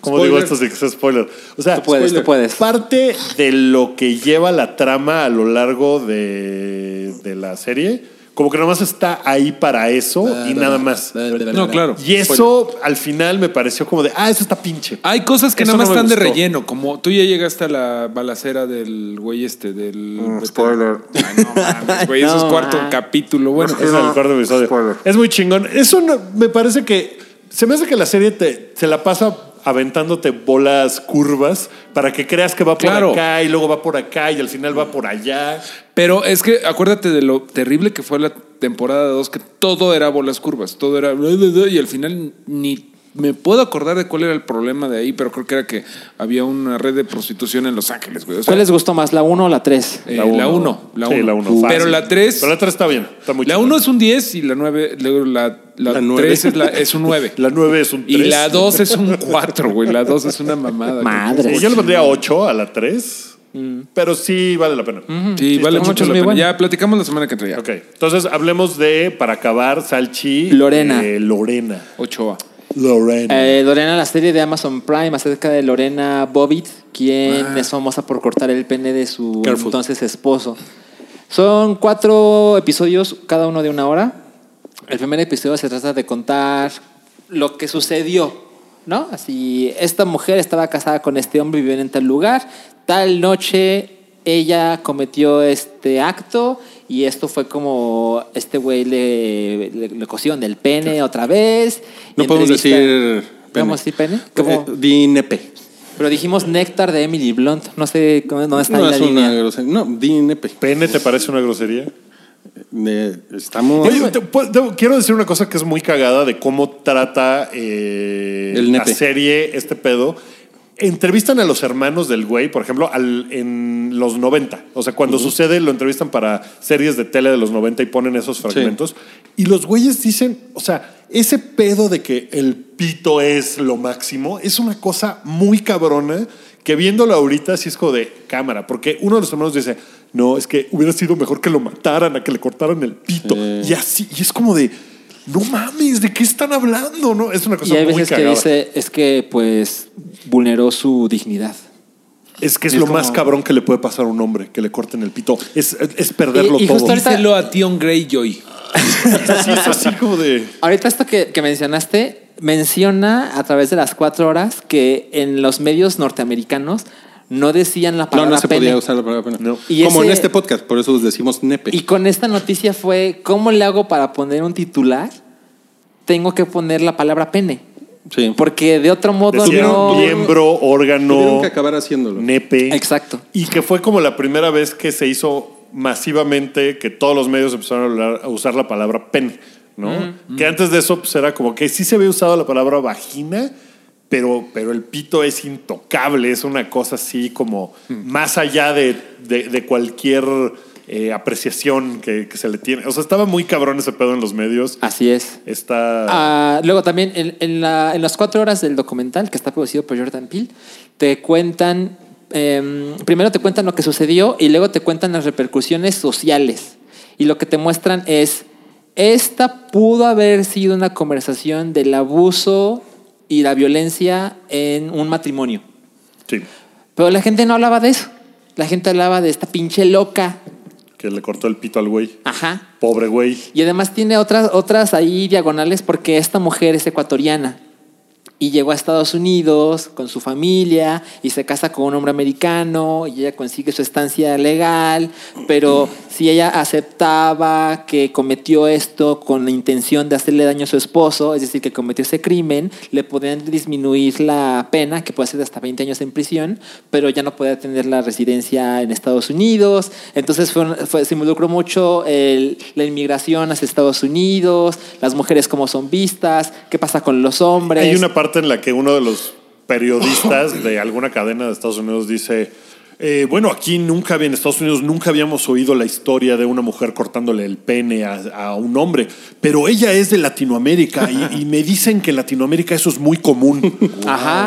[SPEAKER 2] Como digo
[SPEAKER 5] Spoiler.
[SPEAKER 2] esto sin que sea spoiler? O sea,
[SPEAKER 4] Tú puedes, tú puedes.
[SPEAKER 2] parte de lo que lleva la trama a lo largo de, de la serie, como que nada más está ahí para eso y nada más.
[SPEAKER 5] No, claro.
[SPEAKER 2] Y eso al final me pareció como de, ah, eso está pinche.
[SPEAKER 5] Hay cosas que
[SPEAKER 2] Eso
[SPEAKER 5] nada más
[SPEAKER 2] no me
[SPEAKER 5] están de
[SPEAKER 2] gustó.
[SPEAKER 5] relleno, como tú ya llegaste a la balacera del güey este, del... spoiler. no mames, güey, eso es
[SPEAKER 4] No,
[SPEAKER 5] cuarto
[SPEAKER 4] ah.
[SPEAKER 5] capítulo. Bueno,
[SPEAKER 2] Es el cuarto episodio. Es muy chingón. Eso no- me parece que. Se me hace que la serie te, se la pasa aventándote bolas curvas para que creas que va por
[SPEAKER 5] Claro.
[SPEAKER 2] acá y luego va por acá y al final va por allá.
[SPEAKER 5] Pero es que acuérdate de lo terrible que fue la temporada 2, que todo era bolas curvas, todo era... bla, bla, bla, Y al final ni me puedo acordar de cuál era el problema de ahí, pero creo que era que había una red de prostitución en Los Ángeles, güey. O sea,
[SPEAKER 4] ¿Cuál les gustó más, la 1 o la 3?
[SPEAKER 5] eh, la 1. La 1.
[SPEAKER 2] Sí, la uno,
[SPEAKER 5] Pero
[SPEAKER 2] fácil.
[SPEAKER 5] la 3...
[SPEAKER 2] Pero la 3 está bien. Está muy
[SPEAKER 5] La
[SPEAKER 2] chingona.
[SPEAKER 5] 1 es un 10 y la 9, la, la,
[SPEAKER 3] La nueve.
[SPEAKER 5] 3 es, la- es un 9.
[SPEAKER 2] La 9 es un 3.
[SPEAKER 5] Y la 2 es un 4, güey. La 2 es una mamada. güey.
[SPEAKER 4] Madre.
[SPEAKER 2] yo le pondría 8 a la 3.
[SPEAKER 5] Mm.
[SPEAKER 2] Pero sí vale la pena.
[SPEAKER 5] Sí, vale
[SPEAKER 4] está
[SPEAKER 5] mucho
[SPEAKER 4] muy
[SPEAKER 5] la pena.
[SPEAKER 4] bueno.
[SPEAKER 5] Ya platicamos la semana que entra ya.
[SPEAKER 2] Ok. Entonces hablemos de, para acabar, Salchi.
[SPEAKER 4] Lorena.
[SPEAKER 2] eh, Lorena.
[SPEAKER 5] Ochoa.
[SPEAKER 2] Lorena.
[SPEAKER 4] Eh, Lorena, la serie de Amazon Prime acerca de Lorena Bobbitt, quien es famosa por cortar el pene de su
[SPEAKER 2] Ah. Careful.
[SPEAKER 4] entonces esposo. Son cuatro episodios, cada uno de una hora. El primer episodio se trata de contar lo que sucedió, ¿no? Así, esta mujer estaba casada con este hombre, vivían en tal lugar, tal noche ella cometió este acto y esto fue como este güey le, le, le cosieron del pene otra vez.
[SPEAKER 3] No
[SPEAKER 4] Y
[SPEAKER 3] podemos
[SPEAKER 4] entrevista-
[SPEAKER 3] decir pene.
[SPEAKER 4] ¿Podemos decir pene? ¿Cómo?
[SPEAKER 3] Eh, di nepe.
[SPEAKER 4] Pero dijimos néctar de Emily Blunt. No sé cómo- dónde está
[SPEAKER 3] No
[SPEAKER 4] ahí la
[SPEAKER 3] es una
[SPEAKER 4] línea.
[SPEAKER 3] grosería. No, di nepe.
[SPEAKER 2] ¿Pene te parece una grosería?
[SPEAKER 3] Eh, estamos.
[SPEAKER 2] Oye, te- pu- te- quiero decir una cosa que es muy cagada de cómo trata eh,
[SPEAKER 3] El
[SPEAKER 2] la
[SPEAKER 3] nepe.
[SPEAKER 2] serie este pedo. Entrevistan a los hermanos del güey, por ejemplo, al- en los 90. O sea, cuando sucede, lo entrevistan para series de tele de los 90 y ponen esos fragmentos. Y los güeyes dicen, o sea, ese pedo de que el pito es lo máximo es una cosa muy cabrona que viéndolo ahorita sí es como de cámara, porque uno de los hermanos dice, no, es que hubiera sido mejor que lo mataran, a que le cortaran el pito. Y así, y es como de, no mames, ¿de qué están hablando? No, es una cosa
[SPEAKER 4] Y hay
[SPEAKER 2] muy
[SPEAKER 4] veces que
[SPEAKER 2] cagada.
[SPEAKER 4] dice, es que pues vulneró su dignidad.
[SPEAKER 2] es que es,
[SPEAKER 4] es
[SPEAKER 2] lo
[SPEAKER 4] como-
[SPEAKER 2] más cabrón que le puede pasar a un hombre, que le corten el pito. Es, es- es perderlo
[SPEAKER 4] Y- y justo
[SPEAKER 2] todo.
[SPEAKER 4] Pues ahorita-
[SPEAKER 5] Díselo a Tion Greyjoy.
[SPEAKER 2] Sí, es así como de...
[SPEAKER 4] Ahorita esto que, que mencionaste, menciona a través de las cuatro horas que en los medios norteamericanos no decían la
[SPEAKER 3] no,
[SPEAKER 4] palabra
[SPEAKER 3] no se
[SPEAKER 4] pene.
[SPEAKER 3] podía usar la palabra pene.
[SPEAKER 2] No.
[SPEAKER 4] Y
[SPEAKER 3] Como
[SPEAKER 4] ese-
[SPEAKER 3] en este podcast, por eso decimos nepe.
[SPEAKER 4] Y con esta noticia fue, ¿cómo le hago para poner un titular? Tengo que poner la palabra pene.
[SPEAKER 3] Sí.
[SPEAKER 4] Porque de otro modo
[SPEAKER 2] Decían
[SPEAKER 4] no...
[SPEAKER 2] miembro, órgano,
[SPEAKER 3] Tuvieron que acabar haciéndolo.
[SPEAKER 2] nepe.
[SPEAKER 4] Exacto.
[SPEAKER 2] Y que fue como la primera vez que se hizo masivamente que todos los medios empezaron a, hablar- a usar la palabra pene, ¿no? Que antes de eso pues, era como que sí se había usado la palabra vagina, pero, pero el pito es intocable, es una cosa así como
[SPEAKER 4] Hmm.
[SPEAKER 2] más allá de, de- de cualquier eh, apreciación que, que se le tiene. O sea, estaba muy cabrón ese pedo en los medios.
[SPEAKER 4] Así es.
[SPEAKER 2] Está...
[SPEAKER 4] Ah, luego también en, en la- en las cuatro horas del documental que está producido por Jordan Peele, te cuentan, em, primero te cuentan lo que sucedió y luego te cuentan las repercusiones sociales. Y lo que te muestran es, esta pudo haber sido una conversación del abuso y la violencia en un matrimonio.
[SPEAKER 2] Sí,
[SPEAKER 4] Pero la gente no hablaba de eso. La gente hablaba de esta pinche loca.
[SPEAKER 2] que le cortó el pito al güey.
[SPEAKER 4] Ajá.
[SPEAKER 2] Pobre güey.
[SPEAKER 4] Y además tiene otras, otras ahí diagonales porque esta mujer es ecuatoriana y llegó a Estados Unidos con su familia y se casa con un hombre americano y ella consigue su estancia legal, pero si ella aceptaba que cometió esto con la intención de hacerle daño a su esposo, es decir, que cometió ese crimen, le podían disminuir la pena, que puede ser de hasta 20 años en prisión, pero ya no podía tener la residencia en Estados Unidos. Entonces fue, fue- se involucró mucho el- la inmigración hacia Estados Unidos, las mujeres cómo son vistas, qué pasa con los hombres.
[SPEAKER 2] Hay una parte en la que uno de los periodistas de alguna cadena de Estados Unidos dice, eh, bueno, aquí nunca había, en Estados Unidos nunca habíamos oído la historia de una mujer cortándole el pene a, a un hombre, pero ella es de Latinoamérica y, y me dicen que en Latinoamérica eso es muy común.
[SPEAKER 4] Ajá.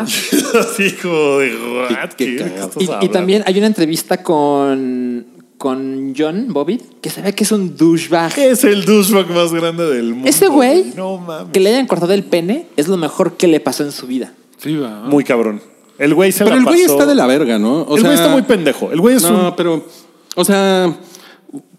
[SPEAKER 2] Así como de, "What?
[SPEAKER 3] Qué- qué
[SPEAKER 2] ¿Qué- qué
[SPEAKER 3] cagado".
[SPEAKER 2] estás
[SPEAKER 4] Y- Y,
[SPEAKER 2] hablando?"
[SPEAKER 4] también hay una entrevista con, con John Bobbitt, que se ve que es un douchebag.
[SPEAKER 2] Es el douchebag más grande del mundo.
[SPEAKER 4] Ese güey
[SPEAKER 2] No mames.
[SPEAKER 4] que le hayan cortado el pene es lo mejor que le pasó en su vida.
[SPEAKER 5] Sí, va.
[SPEAKER 2] Muy cabrón. El güey se la
[SPEAKER 3] Pero el güey
[SPEAKER 2] pasó-
[SPEAKER 3] está de la verga, ¿no? O
[SPEAKER 2] el güey
[SPEAKER 3] sea,
[SPEAKER 2] está muy pendejo. El güey es
[SPEAKER 3] no,
[SPEAKER 2] un
[SPEAKER 3] pero, o sea,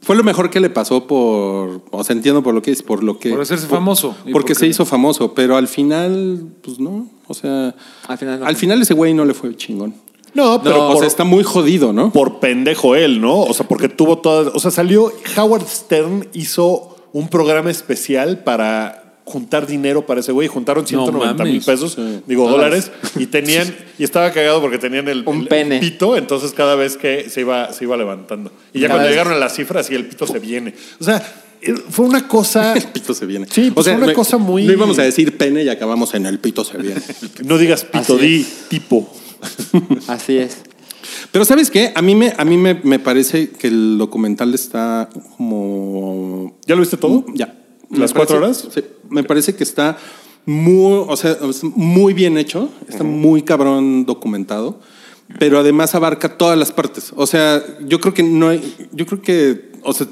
[SPEAKER 3] fue lo mejor que le pasó por, o sea, entiendo por lo que es, por lo que...
[SPEAKER 5] Por hacerse famoso.
[SPEAKER 3] Porque,
[SPEAKER 5] Y porque-
[SPEAKER 3] se hizo famoso, pero al final, pues no, o sea,
[SPEAKER 4] Al final no.
[SPEAKER 3] al final ese güey no le fue chingón.
[SPEAKER 2] No, pero
[SPEAKER 3] o
[SPEAKER 2] por,
[SPEAKER 3] sea, está muy jodido, ¿no?
[SPEAKER 2] por pendejo él, ¿no? O sea, porque tuvo todas. O sea, salió. Howard Stern hizo un programa especial para juntar dinero para ese güey. Juntaron 190 mil
[SPEAKER 5] mames.
[SPEAKER 2] pesos, digo, dólares, y tenían. Y estaba cagado porque tenían el,
[SPEAKER 4] Un
[SPEAKER 2] el
[SPEAKER 4] pene.
[SPEAKER 2] pito, entonces cada vez que se iba, se iba levantando. Y ya
[SPEAKER 4] Cada
[SPEAKER 2] cuando
[SPEAKER 4] vez-
[SPEAKER 2] llegaron a las cifras, y el pito se viene. O sea, eh, fue una cosa.
[SPEAKER 3] El pito se viene.
[SPEAKER 2] Sí, pues una
[SPEAKER 3] no-
[SPEAKER 2] cosa muy-
[SPEAKER 3] No íbamos a decir pene y acabamos en el pito se viene.
[SPEAKER 2] No digas pito,
[SPEAKER 4] Así
[SPEAKER 2] di tipo. Pues
[SPEAKER 4] Así es.
[SPEAKER 3] Pero ¿sabes qué? A mí, me, a mí me, me parece que el documental está como...
[SPEAKER 2] ¿Ya lo viste todo?
[SPEAKER 3] Ya.
[SPEAKER 2] ¿Las
[SPEAKER 3] Me parece-
[SPEAKER 2] cuatro horas?
[SPEAKER 3] Sí. Me parece que está muy, o sea, es muy bien hecho, está muy cabrón documentado, pero además abarca todas las partes. O sea, yo creo que no hay, yo creo que, o sea,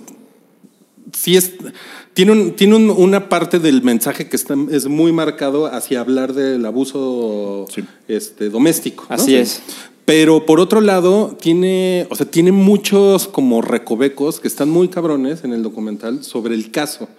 [SPEAKER 3] sí es. Tiene, un- tiene un- una parte del mensaje que está, es muy marcado hacia hablar del abuso
[SPEAKER 2] Sí.
[SPEAKER 3] este, doméstico. ¿no?
[SPEAKER 4] Así
[SPEAKER 3] Sí.
[SPEAKER 4] es.
[SPEAKER 3] Pero por otro lado, tiene, o sea, tiene muchos como recovecos que están muy cabrones en el documental sobre el caso,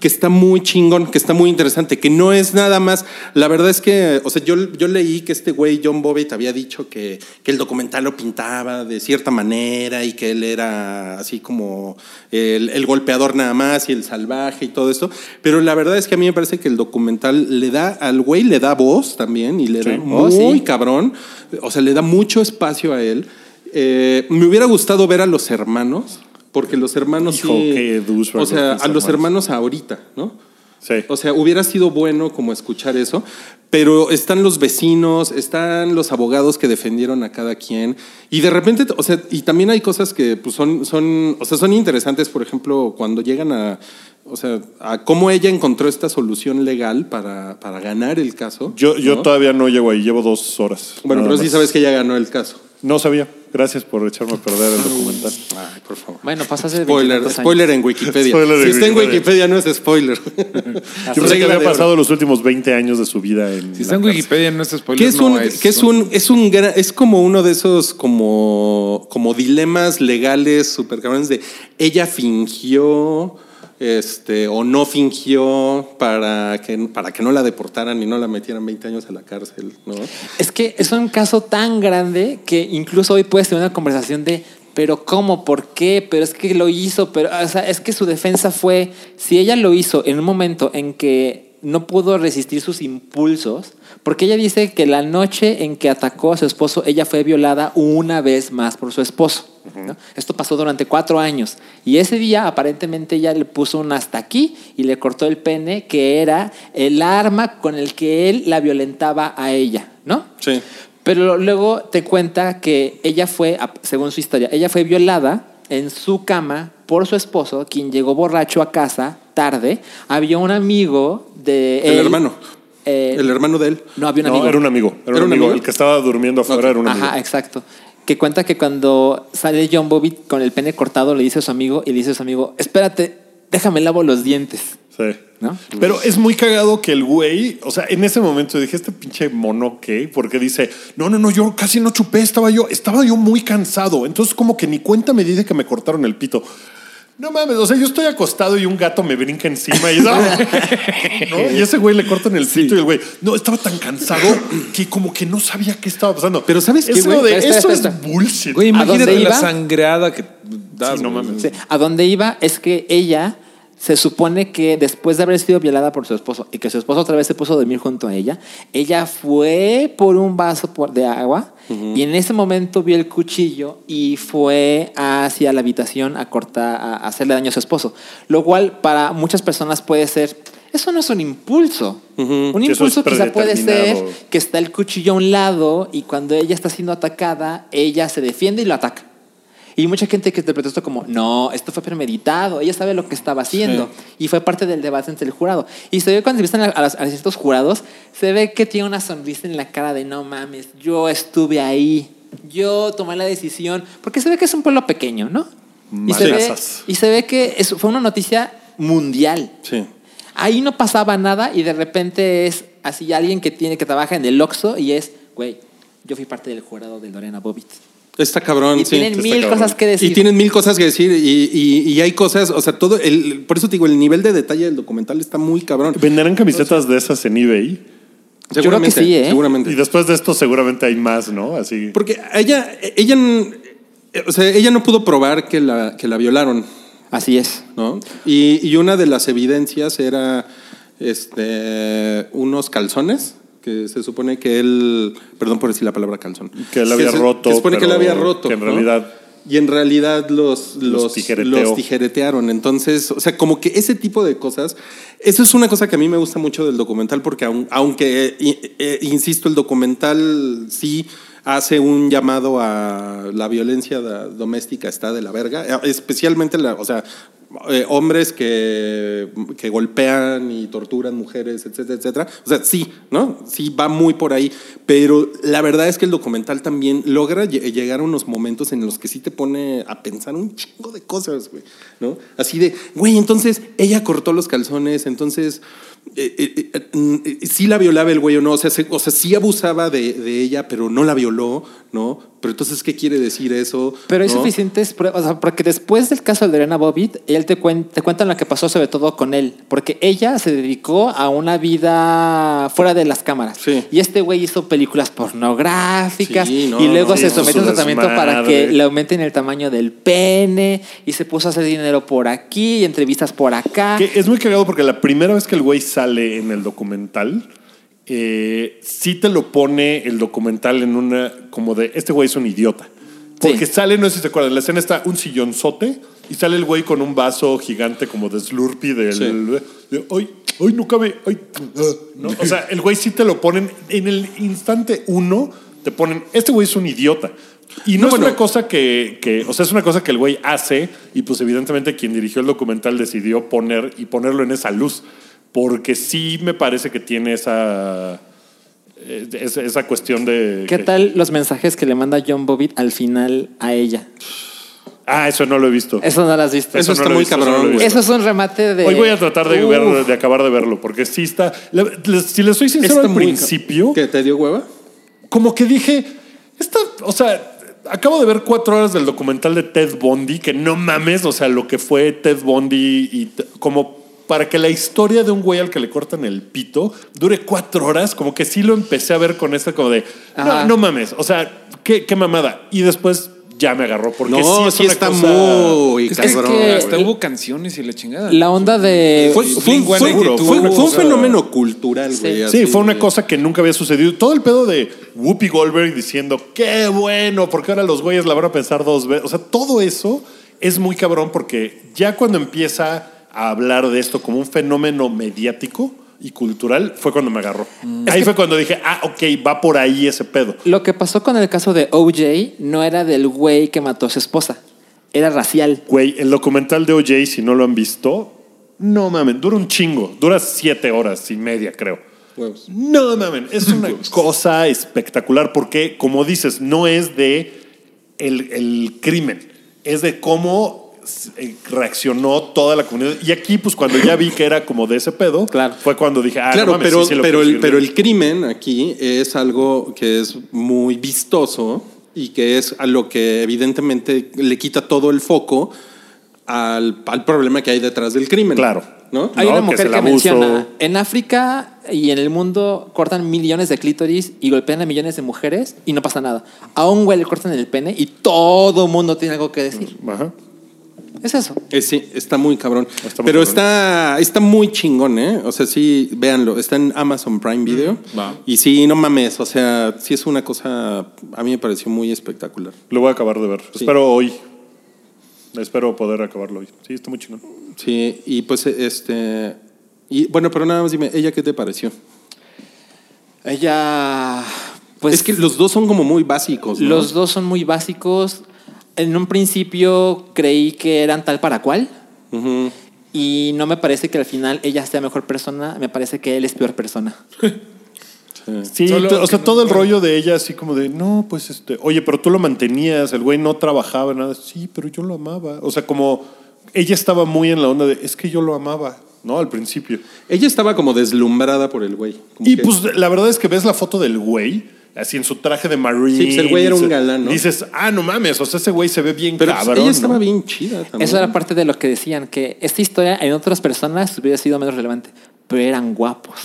[SPEAKER 3] que está muy chingón, que está muy interesante, que no es nada más. La verdad es que, o sea, yo, yo leí que este güey, John Bobbitt, había dicho que, que el documental lo pintaba de cierta manera y que él era así como el, el golpeador nada más y el salvaje y todo esto. Pero la verdad es que a mí me parece que el documental le da, al güey le da voz también y le da muy
[SPEAKER 4] Oh, sí.
[SPEAKER 3] cabrón. O sea, le da mucho espacio a él. Eh, me hubiera gustado ver a los hermanos, porque los hermanos.
[SPEAKER 2] Hijo,
[SPEAKER 3] sí-
[SPEAKER 2] qué douchebag
[SPEAKER 3] o sea,
[SPEAKER 2] los
[SPEAKER 3] a los
[SPEAKER 2] hermanos.
[SPEAKER 3] hermanos ahorita, ¿no?
[SPEAKER 2] Sí.
[SPEAKER 3] O sea, hubiera sido bueno como escuchar eso, pero están los vecinos, están los abogados que defendieron a cada quien y de repente, o sea, y también hay cosas que pues, son, son, o sea, son interesantes, por ejemplo, cuando llegan a, o sea, a cómo ella encontró esta solución legal para, para ganar el caso.
[SPEAKER 2] Yo, yo
[SPEAKER 3] ¿no?
[SPEAKER 2] todavía no llego ahí, llevo dos horas.
[SPEAKER 3] Bueno,
[SPEAKER 2] Nada
[SPEAKER 3] pero sí
[SPEAKER 2] más.
[SPEAKER 3] sabes que ella ganó el caso.
[SPEAKER 2] No sabía. Gracias por echarme a perder el documental.
[SPEAKER 3] Ay, por favor.
[SPEAKER 4] Bueno, pasa hace
[SPEAKER 3] Spoiler,
[SPEAKER 4] 24 años.
[SPEAKER 3] spoiler en Wikipedia.
[SPEAKER 2] Spoiler en
[SPEAKER 3] si está en
[SPEAKER 2] Wikipedia.
[SPEAKER 3] Wikipedia no es spoiler.
[SPEAKER 2] Yo pensé que
[SPEAKER 3] Regla
[SPEAKER 2] había
[SPEAKER 3] de oro.
[SPEAKER 2] pasado los últimos 20 años de su vida en.
[SPEAKER 5] Si está en
[SPEAKER 2] la cárcel.
[SPEAKER 5] Wikipedia, no es spoiler.
[SPEAKER 3] Que es
[SPEAKER 5] no
[SPEAKER 3] un, que es un, es un gran- es como uno de esos como, como dilemas legales super cabrones de ella fingió este o no fingió para que para que no la deportaran y no la metieran 20 años a la cárcel, ¿no?
[SPEAKER 4] Es que es un caso tan grande que incluso hoy puedes tener una conversación de, pero ¿cómo? ¿Por qué? Pero es que lo hizo, pero o sea, es que su defensa fue, si ella lo hizo en un momento en que no pudo resistir sus impulsos, porque ella dice que la noche en que atacó a su esposo, ella fue violada una vez más por su esposo. ¿no? Esto pasó durante cuatro años y ese día aparentemente ella le puso un hasta aquí y le cortó el pene que era el arma con el que él la violentaba a ella, ¿no?
[SPEAKER 3] Sí.
[SPEAKER 4] Pero luego te cuenta que ella fue, ap- según su historia, ella fue violada en su cama por su esposo, quien llegó borracho a casa tarde. Había un amigo de
[SPEAKER 3] El
[SPEAKER 4] él,
[SPEAKER 3] hermano.
[SPEAKER 4] eh,
[SPEAKER 3] El hermano de él.
[SPEAKER 4] No, había un
[SPEAKER 2] no,
[SPEAKER 4] amigo.
[SPEAKER 2] era un amigo. Era, un amigo. El que estaba durmiendo afuera era un amigo.
[SPEAKER 4] Ajá, exacto. Que cuenta que cuando sale John Bobbitt con el pene cortado, le dice a su amigo y le dice a su amigo, espérate, déjame lavo los dientes.
[SPEAKER 2] Sí.
[SPEAKER 4] ¿No?
[SPEAKER 2] Pero es muy cagado que el güey, o sea, en ese momento dije, este pinche mono qué, porque dice, no, no, no, yo casi no chupé, estaba yo, estaba yo muy cansado, entonces como que ni cuenta me dice que me cortaron el pito. No mames, o sea, yo estoy acostado y un gato me brinca encima y, ¿no? y ese güey le cortan el pito y el güey, no, estaba tan cansado que como que no sabía qué estaba pasando.
[SPEAKER 3] Pero ¿sabes qué,
[SPEAKER 2] Eso
[SPEAKER 3] güey?
[SPEAKER 2] de,
[SPEAKER 4] Espera,
[SPEAKER 2] eso
[SPEAKER 4] espera, espera.
[SPEAKER 2] es bullshit.
[SPEAKER 5] Güey,
[SPEAKER 4] ¿A dónde
[SPEAKER 5] imagínate la
[SPEAKER 4] iba?
[SPEAKER 5] sangrada que maldad.
[SPEAKER 2] Sí, no
[SPEAKER 5] güey.
[SPEAKER 2] mames.
[SPEAKER 4] Sí, A donde iba es que ella se supone que después de haber sido violada por su esposo y que su esposo otra vez se puso a dormir junto a ella, ella fue por un vaso por- de agua y en ese momento vio el cuchillo y fue hacia la habitación a cortar, a a hacerle daño a su esposo. Lo cual para muchas personas puede ser, eso no es un impulso. Un
[SPEAKER 2] Eso es
[SPEAKER 4] impulso quizá puede ser
[SPEAKER 2] predeterminado.
[SPEAKER 4] que está el cuchillo a un lado y cuando ella está siendo atacada, ella se defiende y lo ataca. Y mucha gente que interpretó esto como, no, esto fue premeditado, ella sabe lo que estaba haciendo. Y fue parte del debate entre el jurado. Y se ve cuando entrevistan a, a las- a ciertos jurados, se ve que tiene una sonrisa en la cara de, no mames, yo estuve ahí, yo tomé la decisión, porque se ve que es un pueblo pequeño, ¿no? Y se, ve,
[SPEAKER 2] Masas.
[SPEAKER 4] y se ve que eso fue una noticia mundial.
[SPEAKER 3] Sí.
[SPEAKER 4] Ahí no pasaba nada y de repente es así alguien que tiene que trabaja en el Oxxo y es, güey, yo fui parte del jurado de Lorena Bobbitt.
[SPEAKER 3] Está cabrón.
[SPEAKER 4] Y
[SPEAKER 3] Mm, sí,
[SPEAKER 4] tienen
[SPEAKER 3] está
[SPEAKER 4] mil
[SPEAKER 3] cabrón.
[SPEAKER 4] cosas que decir.
[SPEAKER 3] Y tienen mil cosas que decir. Y, y- y hay cosas, o sea, todo. El, por eso te digo, el nivel de detalle del documental está muy cabrón.
[SPEAKER 2] ¿Venderán camisetas de esas en eBay?
[SPEAKER 3] Seguramente.
[SPEAKER 4] sí, ¿eh?
[SPEAKER 3] Seguramente.
[SPEAKER 2] Y después de esto seguramente hay más, ¿no? Así.
[SPEAKER 3] Porque ella, ella, eh, o sea, ella no pudo probar que la, que la violaron,
[SPEAKER 4] Así es.
[SPEAKER 3] ¿no? Y, y una de las evidencias era este, unos calzones que se supone que él, perdón por decir la palabra calzón,
[SPEAKER 2] Que él había
[SPEAKER 3] se-
[SPEAKER 2] roto,
[SPEAKER 3] se supone que él
[SPEAKER 2] pero
[SPEAKER 3] había roto,
[SPEAKER 2] que en
[SPEAKER 3] ¿no?
[SPEAKER 2] realidad-
[SPEAKER 3] y en realidad los los,
[SPEAKER 2] Los
[SPEAKER 3] los
[SPEAKER 2] tijereteó.
[SPEAKER 3] tijeretearon, entonces, o sea, como que ese tipo de cosas, eso es una cosa que a mí me gusta mucho del documental porque aun- aunque eh, i- eh, insisto el documental sí hace un llamado a la violencia da- doméstica está de la verga, eh, especialmente la, o sea, eh, hombres que, que golpean y torturan mujeres, etcétera, etcétera. O sea, sí, ¿no? Sí va muy por ahí. Pero la verdad es que el documental también logra lle- llegar a unos momentos en los que sí te pone a pensar un chingo de cosas, güey, ¿no? Así de, güey, entonces ella cortó los calzones, entonces eh, eh, eh, mm, eh, sí la violaba el güey o no, o sea, se- o sea sí abusaba de, de ella, pero no la violó, ¿no? Pero entonces, ¿qué quiere decir eso?
[SPEAKER 4] Pero hay
[SPEAKER 3] ¿No?
[SPEAKER 4] suficientes pruebas, o sea, porque después del caso de Lorena Bobbitt, él te, cuen- te cuentan lo que pasó sobre todo con él, porque ella se dedicó a una vida fuera de las cámaras.
[SPEAKER 3] Sí.
[SPEAKER 4] Y este güey hizo películas pornográficas
[SPEAKER 3] Sí, no,
[SPEAKER 4] y luego
[SPEAKER 3] no,
[SPEAKER 4] se
[SPEAKER 3] hizo
[SPEAKER 4] sometió a
[SPEAKER 2] su
[SPEAKER 4] un tratamiento para
[SPEAKER 2] desmadre.
[SPEAKER 4] que le aumenten el tamaño del pene y se puso a hacer dinero por aquí y entrevistas por acá.
[SPEAKER 2] Que es muy cagado porque la primera vez que el güey sale en el documental, eh, sí te lo pone el documental en una como de este güey es un idiota. Porque
[SPEAKER 4] Sí.
[SPEAKER 2] sale, no sé si se acuerdan, la escena está un sillonzote y sale el güey con un vaso gigante como de Slurpee del. de, ay, ay, no cabe. ay, ah", ¿no? O sea, el güey sí te lo ponen en el instante uno, te ponen, este güey es un idiota. Y no,
[SPEAKER 3] No,
[SPEAKER 2] es
[SPEAKER 3] bueno.
[SPEAKER 2] una cosa que, que- o sea, es una cosa que el güey hace y pues evidentemente quien dirigió el documental decidió poner y ponerlo en esa luz, porque sí me parece que tiene esa, eh, esa, esa cuestión de...
[SPEAKER 4] ¿Qué
[SPEAKER 2] que-
[SPEAKER 4] tal los mensajes que le manda John Bobbitt al final a ella?
[SPEAKER 2] Ah, eso no lo he visto.
[SPEAKER 4] Eso no lo has visto.
[SPEAKER 2] no
[SPEAKER 4] Eso,
[SPEAKER 3] Eso está
[SPEAKER 2] lo he
[SPEAKER 3] muy
[SPEAKER 2] visto, eso no lo he
[SPEAKER 3] cabrón, güey.
[SPEAKER 2] visto.
[SPEAKER 4] es un remate de...
[SPEAKER 2] Hoy voy a tratar de,
[SPEAKER 4] Este, Uf.
[SPEAKER 2] ver- de acabar de verlo, porque sí está... la- les- si les soy sincero
[SPEAKER 3] Está
[SPEAKER 2] al
[SPEAKER 3] muy ca-
[SPEAKER 2] principio...
[SPEAKER 3] ¿Que te dio hueva?
[SPEAKER 2] como que dije, esta, o sea, acabo de ver cuatro horas del documental de Ted Bundy, que no mames, o sea, lo que fue Ted Bundy y t- como para que la historia de un güey al que le cortan el pito dure cuatro horas, como que sí lo empecé a ver con esta como de, no,
[SPEAKER 4] Ajá.
[SPEAKER 2] no mames, o sea, qué, qué mamada. Y después ya me agarró, porque sí,
[SPEAKER 3] No,
[SPEAKER 2] es
[SPEAKER 3] sí,
[SPEAKER 2] una
[SPEAKER 3] está
[SPEAKER 2] cosa-
[SPEAKER 3] muy
[SPEAKER 5] Es
[SPEAKER 3] cabrón.
[SPEAKER 5] que
[SPEAKER 4] güey.
[SPEAKER 5] hasta hubo canciones y la chingada.
[SPEAKER 4] La onda de...
[SPEAKER 5] Fue-
[SPEAKER 3] fue, un-
[SPEAKER 5] Blink-182,
[SPEAKER 3] fue un- fue un- fue un
[SPEAKER 5] o sea,
[SPEAKER 3] fenómeno cultural, güey.
[SPEAKER 4] Sí,
[SPEAKER 2] Sí,
[SPEAKER 3] así.
[SPEAKER 2] fue una cosa que nunca había sucedido. Todo el pedo de Whoopi Goldberg diciendo, qué bueno, porque ahora los güeyes la van a pensar dos veces. O sea, todo eso es muy cabrón porque ya cuando empieza a hablar de esto como un fenómeno mediático y cultural, fue cuando me agarró. Ahí fue cuando dije, ah, ok, va por ahí ese pedo.
[SPEAKER 4] Lo que pasó con el caso de OJ no era del güey que mató a su esposa, era racial.
[SPEAKER 2] Güey, el documental de OJ, si no lo han visto, no mamen, dura un chingo, dura siete horas y media, creo.
[SPEAKER 3] Huevos.
[SPEAKER 2] No mamen, es una cosa espectacular porque, como dices, no es de el, el crimen, es de cómo eh, reaccionó toda la comunidad. Y aquí, pues cuando ya vi que era como de ese pedo,
[SPEAKER 4] Claro.
[SPEAKER 2] fue cuando dije, ah, no
[SPEAKER 3] claro,
[SPEAKER 2] mames,
[SPEAKER 3] pero,
[SPEAKER 2] sí, sí lo
[SPEAKER 3] pero,
[SPEAKER 2] puedo
[SPEAKER 3] el,
[SPEAKER 2] seguir
[SPEAKER 3] pero el
[SPEAKER 2] viendo.
[SPEAKER 3] crimen aquí es algo que es muy vistoso y que es a lo que evidentemente le quita todo el foco al, al problema que hay detrás del crimen.
[SPEAKER 2] Claro.
[SPEAKER 3] ¿No?
[SPEAKER 4] Hay
[SPEAKER 2] No,
[SPEAKER 4] una
[SPEAKER 2] que
[SPEAKER 4] mujer
[SPEAKER 2] es el
[SPEAKER 4] que,
[SPEAKER 2] abuso.
[SPEAKER 4] menciona, en África y en el mundo cortan millones de clítoris y golpean a millones de mujeres y no pasa nada. A un güey le cortan el pene y todo mundo tiene algo que decir.
[SPEAKER 2] Ajá.
[SPEAKER 4] Es eso.
[SPEAKER 3] Eh, sí, está muy cabrón.
[SPEAKER 2] Está muy
[SPEAKER 3] Pero
[SPEAKER 2] cabrón.
[SPEAKER 3] está está muy chingón, ¿eh? O sea, sí, véanlo. Está en Amazon Prime Video.
[SPEAKER 2] Mm,
[SPEAKER 5] va.
[SPEAKER 3] Y sí, no mames. O sea, sí es una cosa. A mí me pareció muy espectacular.
[SPEAKER 2] Lo voy a acabar de ver. Espero hoy. Espero poder acabarlo hoy. Sí, está muy chingón.
[SPEAKER 3] Sí, y pues este. Y bueno, pero nada más dime, ¿ella qué te pareció?
[SPEAKER 4] Ella. Pues
[SPEAKER 3] es que los dos son como muy básicos. ¿no?
[SPEAKER 4] Los dos son muy básicos. En un principio creí que eran tal para cual.
[SPEAKER 3] Ujú.
[SPEAKER 4] Y no me parece que al final ella sea mejor persona. Me parece que él es peor persona.
[SPEAKER 2] Sí,
[SPEAKER 5] Solo
[SPEAKER 2] to- o sea,
[SPEAKER 5] que no-
[SPEAKER 2] todo el rollo de ella así como de, no, pues este, oye, pero tú lo mantenías, el güey no trabajaba, nada. Sí, pero yo lo amaba. O sea, como ella estaba muy en la onda de, es que yo lo amaba, ¿no? Al principio.
[SPEAKER 3] Ella estaba como deslumbrada por el güey. Como
[SPEAKER 2] Y
[SPEAKER 3] que-
[SPEAKER 2] pues la verdad es que ves la foto del güey, así en su traje de marine.
[SPEAKER 3] Sí, pues, el güey era un
[SPEAKER 2] dice-
[SPEAKER 3] galán, ¿no?
[SPEAKER 2] Dices, ah, no mames, o sea, ese güey se ve bien
[SPEAKER 3] Pero pues,
[SPEAKER 2] cabrón.
[SPEAKER 3] ella estaba
[SPEAKER 2] ¿no?
[SPEAKER 3] bien chida también.
[SPEAKER 4] Eso era parte de lo que decían, que esta historia en otras personas hubiera sido menos relevante, pero eran guapos.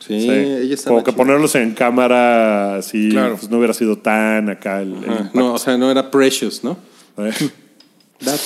[SPEAKER 3] Sí,
[SPEAKER 2] Sí.
[SPEAKER 3] ella estaba.
[SPEAKER 2] Como que
[SPEAKER 3] chida.
[SPEAKER 2] ponerlos en cámara así,
[SPEAKER 5] Claro.
[SPEAKER 2] pues no hubiera sido tan acá el, el
[SPEAKER 3] Ajá. Ah, No, o sea, no era precious, ¿no?
[SPEAKER 2] impacto.
[SPEAKER 3] That's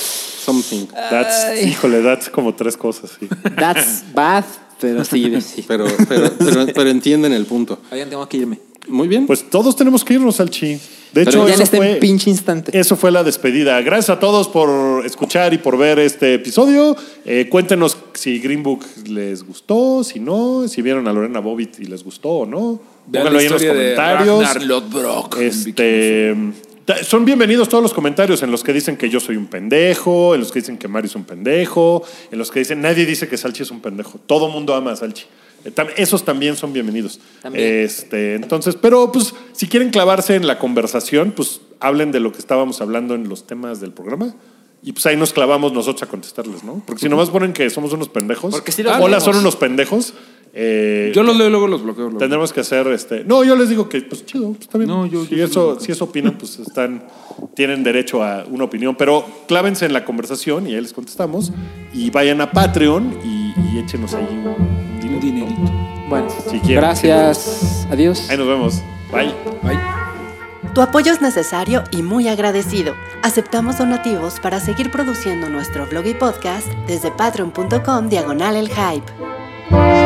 [SPEAKER 3] something.
[SPEAKER 2] That's- híjole, that's como tres cosas, sí.
[SPEAKER 4] That's bad, pero sí, sí.
[SPEAKER 3] Pero, pero, pero, pero entienden el punto.
[SPEAKER 4] Oigan, tengo que irme.
[SPEAKER 3] Muy bien.
[SPEAKER 2] Pues todos tenemos que irnos al chi. De
[SPEAKER 4] Pero
[SPEAKER 2] hecho,
[SPEAKER 4] ya en
[SPEAKER 2] eso
[SPEAKER 4] este
[SPEAKER 2] fue,
[SPEAKER 4] pinche instante.
[SPEAKER 2] eso fue la despedida. Gracias a todos por escuchar y por ver este episodio. Eh, cuéntenos si Green Book les gustó, si no, si vieron a Lorena Bobbitt y les gustó o no.
[SPEAKER 5] Vean
[SPEAKER 2] Pónganlo
[SPEAKER 5] la
[SPEAKER 2] ahí en los
[SPEAKER 5] historia de
[SPEAKER 2] comentarios.
[SPEAKER 5] Ragnar Lodbrok.
[SPEAKER 2] Este, ta- son bienvenidos todos los comentarios en los que dicen que yo soy un pendejo, en los que dicen que Mario es un pendejo, en los que dicen nadie dice que Salchi es un pendejo. Todo mundo ama a Salchi. Eh, tam- Esos también son bienvenidos.
[SPEAKER 4] También.
[SPEAKER 2] Este, entonces, pero pues si quieren clavarse en la conversación, pues hablen de lo que estábamos hablando en los temas del programa. Y pues ahí nos clavamos nosotros a contestarles, ¿no? Porque si nomás ponen que somos unos pendejos,
[SPEAKER 4] Porque sí los
[SPEAKER 2] hola,
[SPEAKER 4] leemos.
[SPEAKER 2] son unos pendejos. eh,
[SPEAKER 5] Yo los leo y luego los bloqueo. luego.
[SPEAKER 2] Tendremos que hacer este. No, yo les digo que, pues chido, pues, está bien.
[SPEAKER 5] No, yo-
[SPEAKER 2] si,
[SPEAKER 5] yo-
[SPEAKER 2] eso, si eso opinan, pues están, tienen derecho a una opinión. Pero clávense en la conversación y ahí les contestamos. Y vayan a Patreon y, y échenos ahí un
[SPEAKER 5] Un
[SPEAKER 2] dinero.
[SPEAKER 5] dinerito.
[SPEAKER 4] Bueno,
[SPEAKER 2] Si quieren.
[SPEAKER 4] gracias. Adiós.
[SPEAKER 2] Ahí nos vemos. Bye.
[SPEAKER 5] Ay.
[SPEAKER 1] Tu apoyo es necesario y muy agradecido. Aceptamos donativos para seguir produciendo nuestro blog y podcast desde patreon.com diagonal el hype.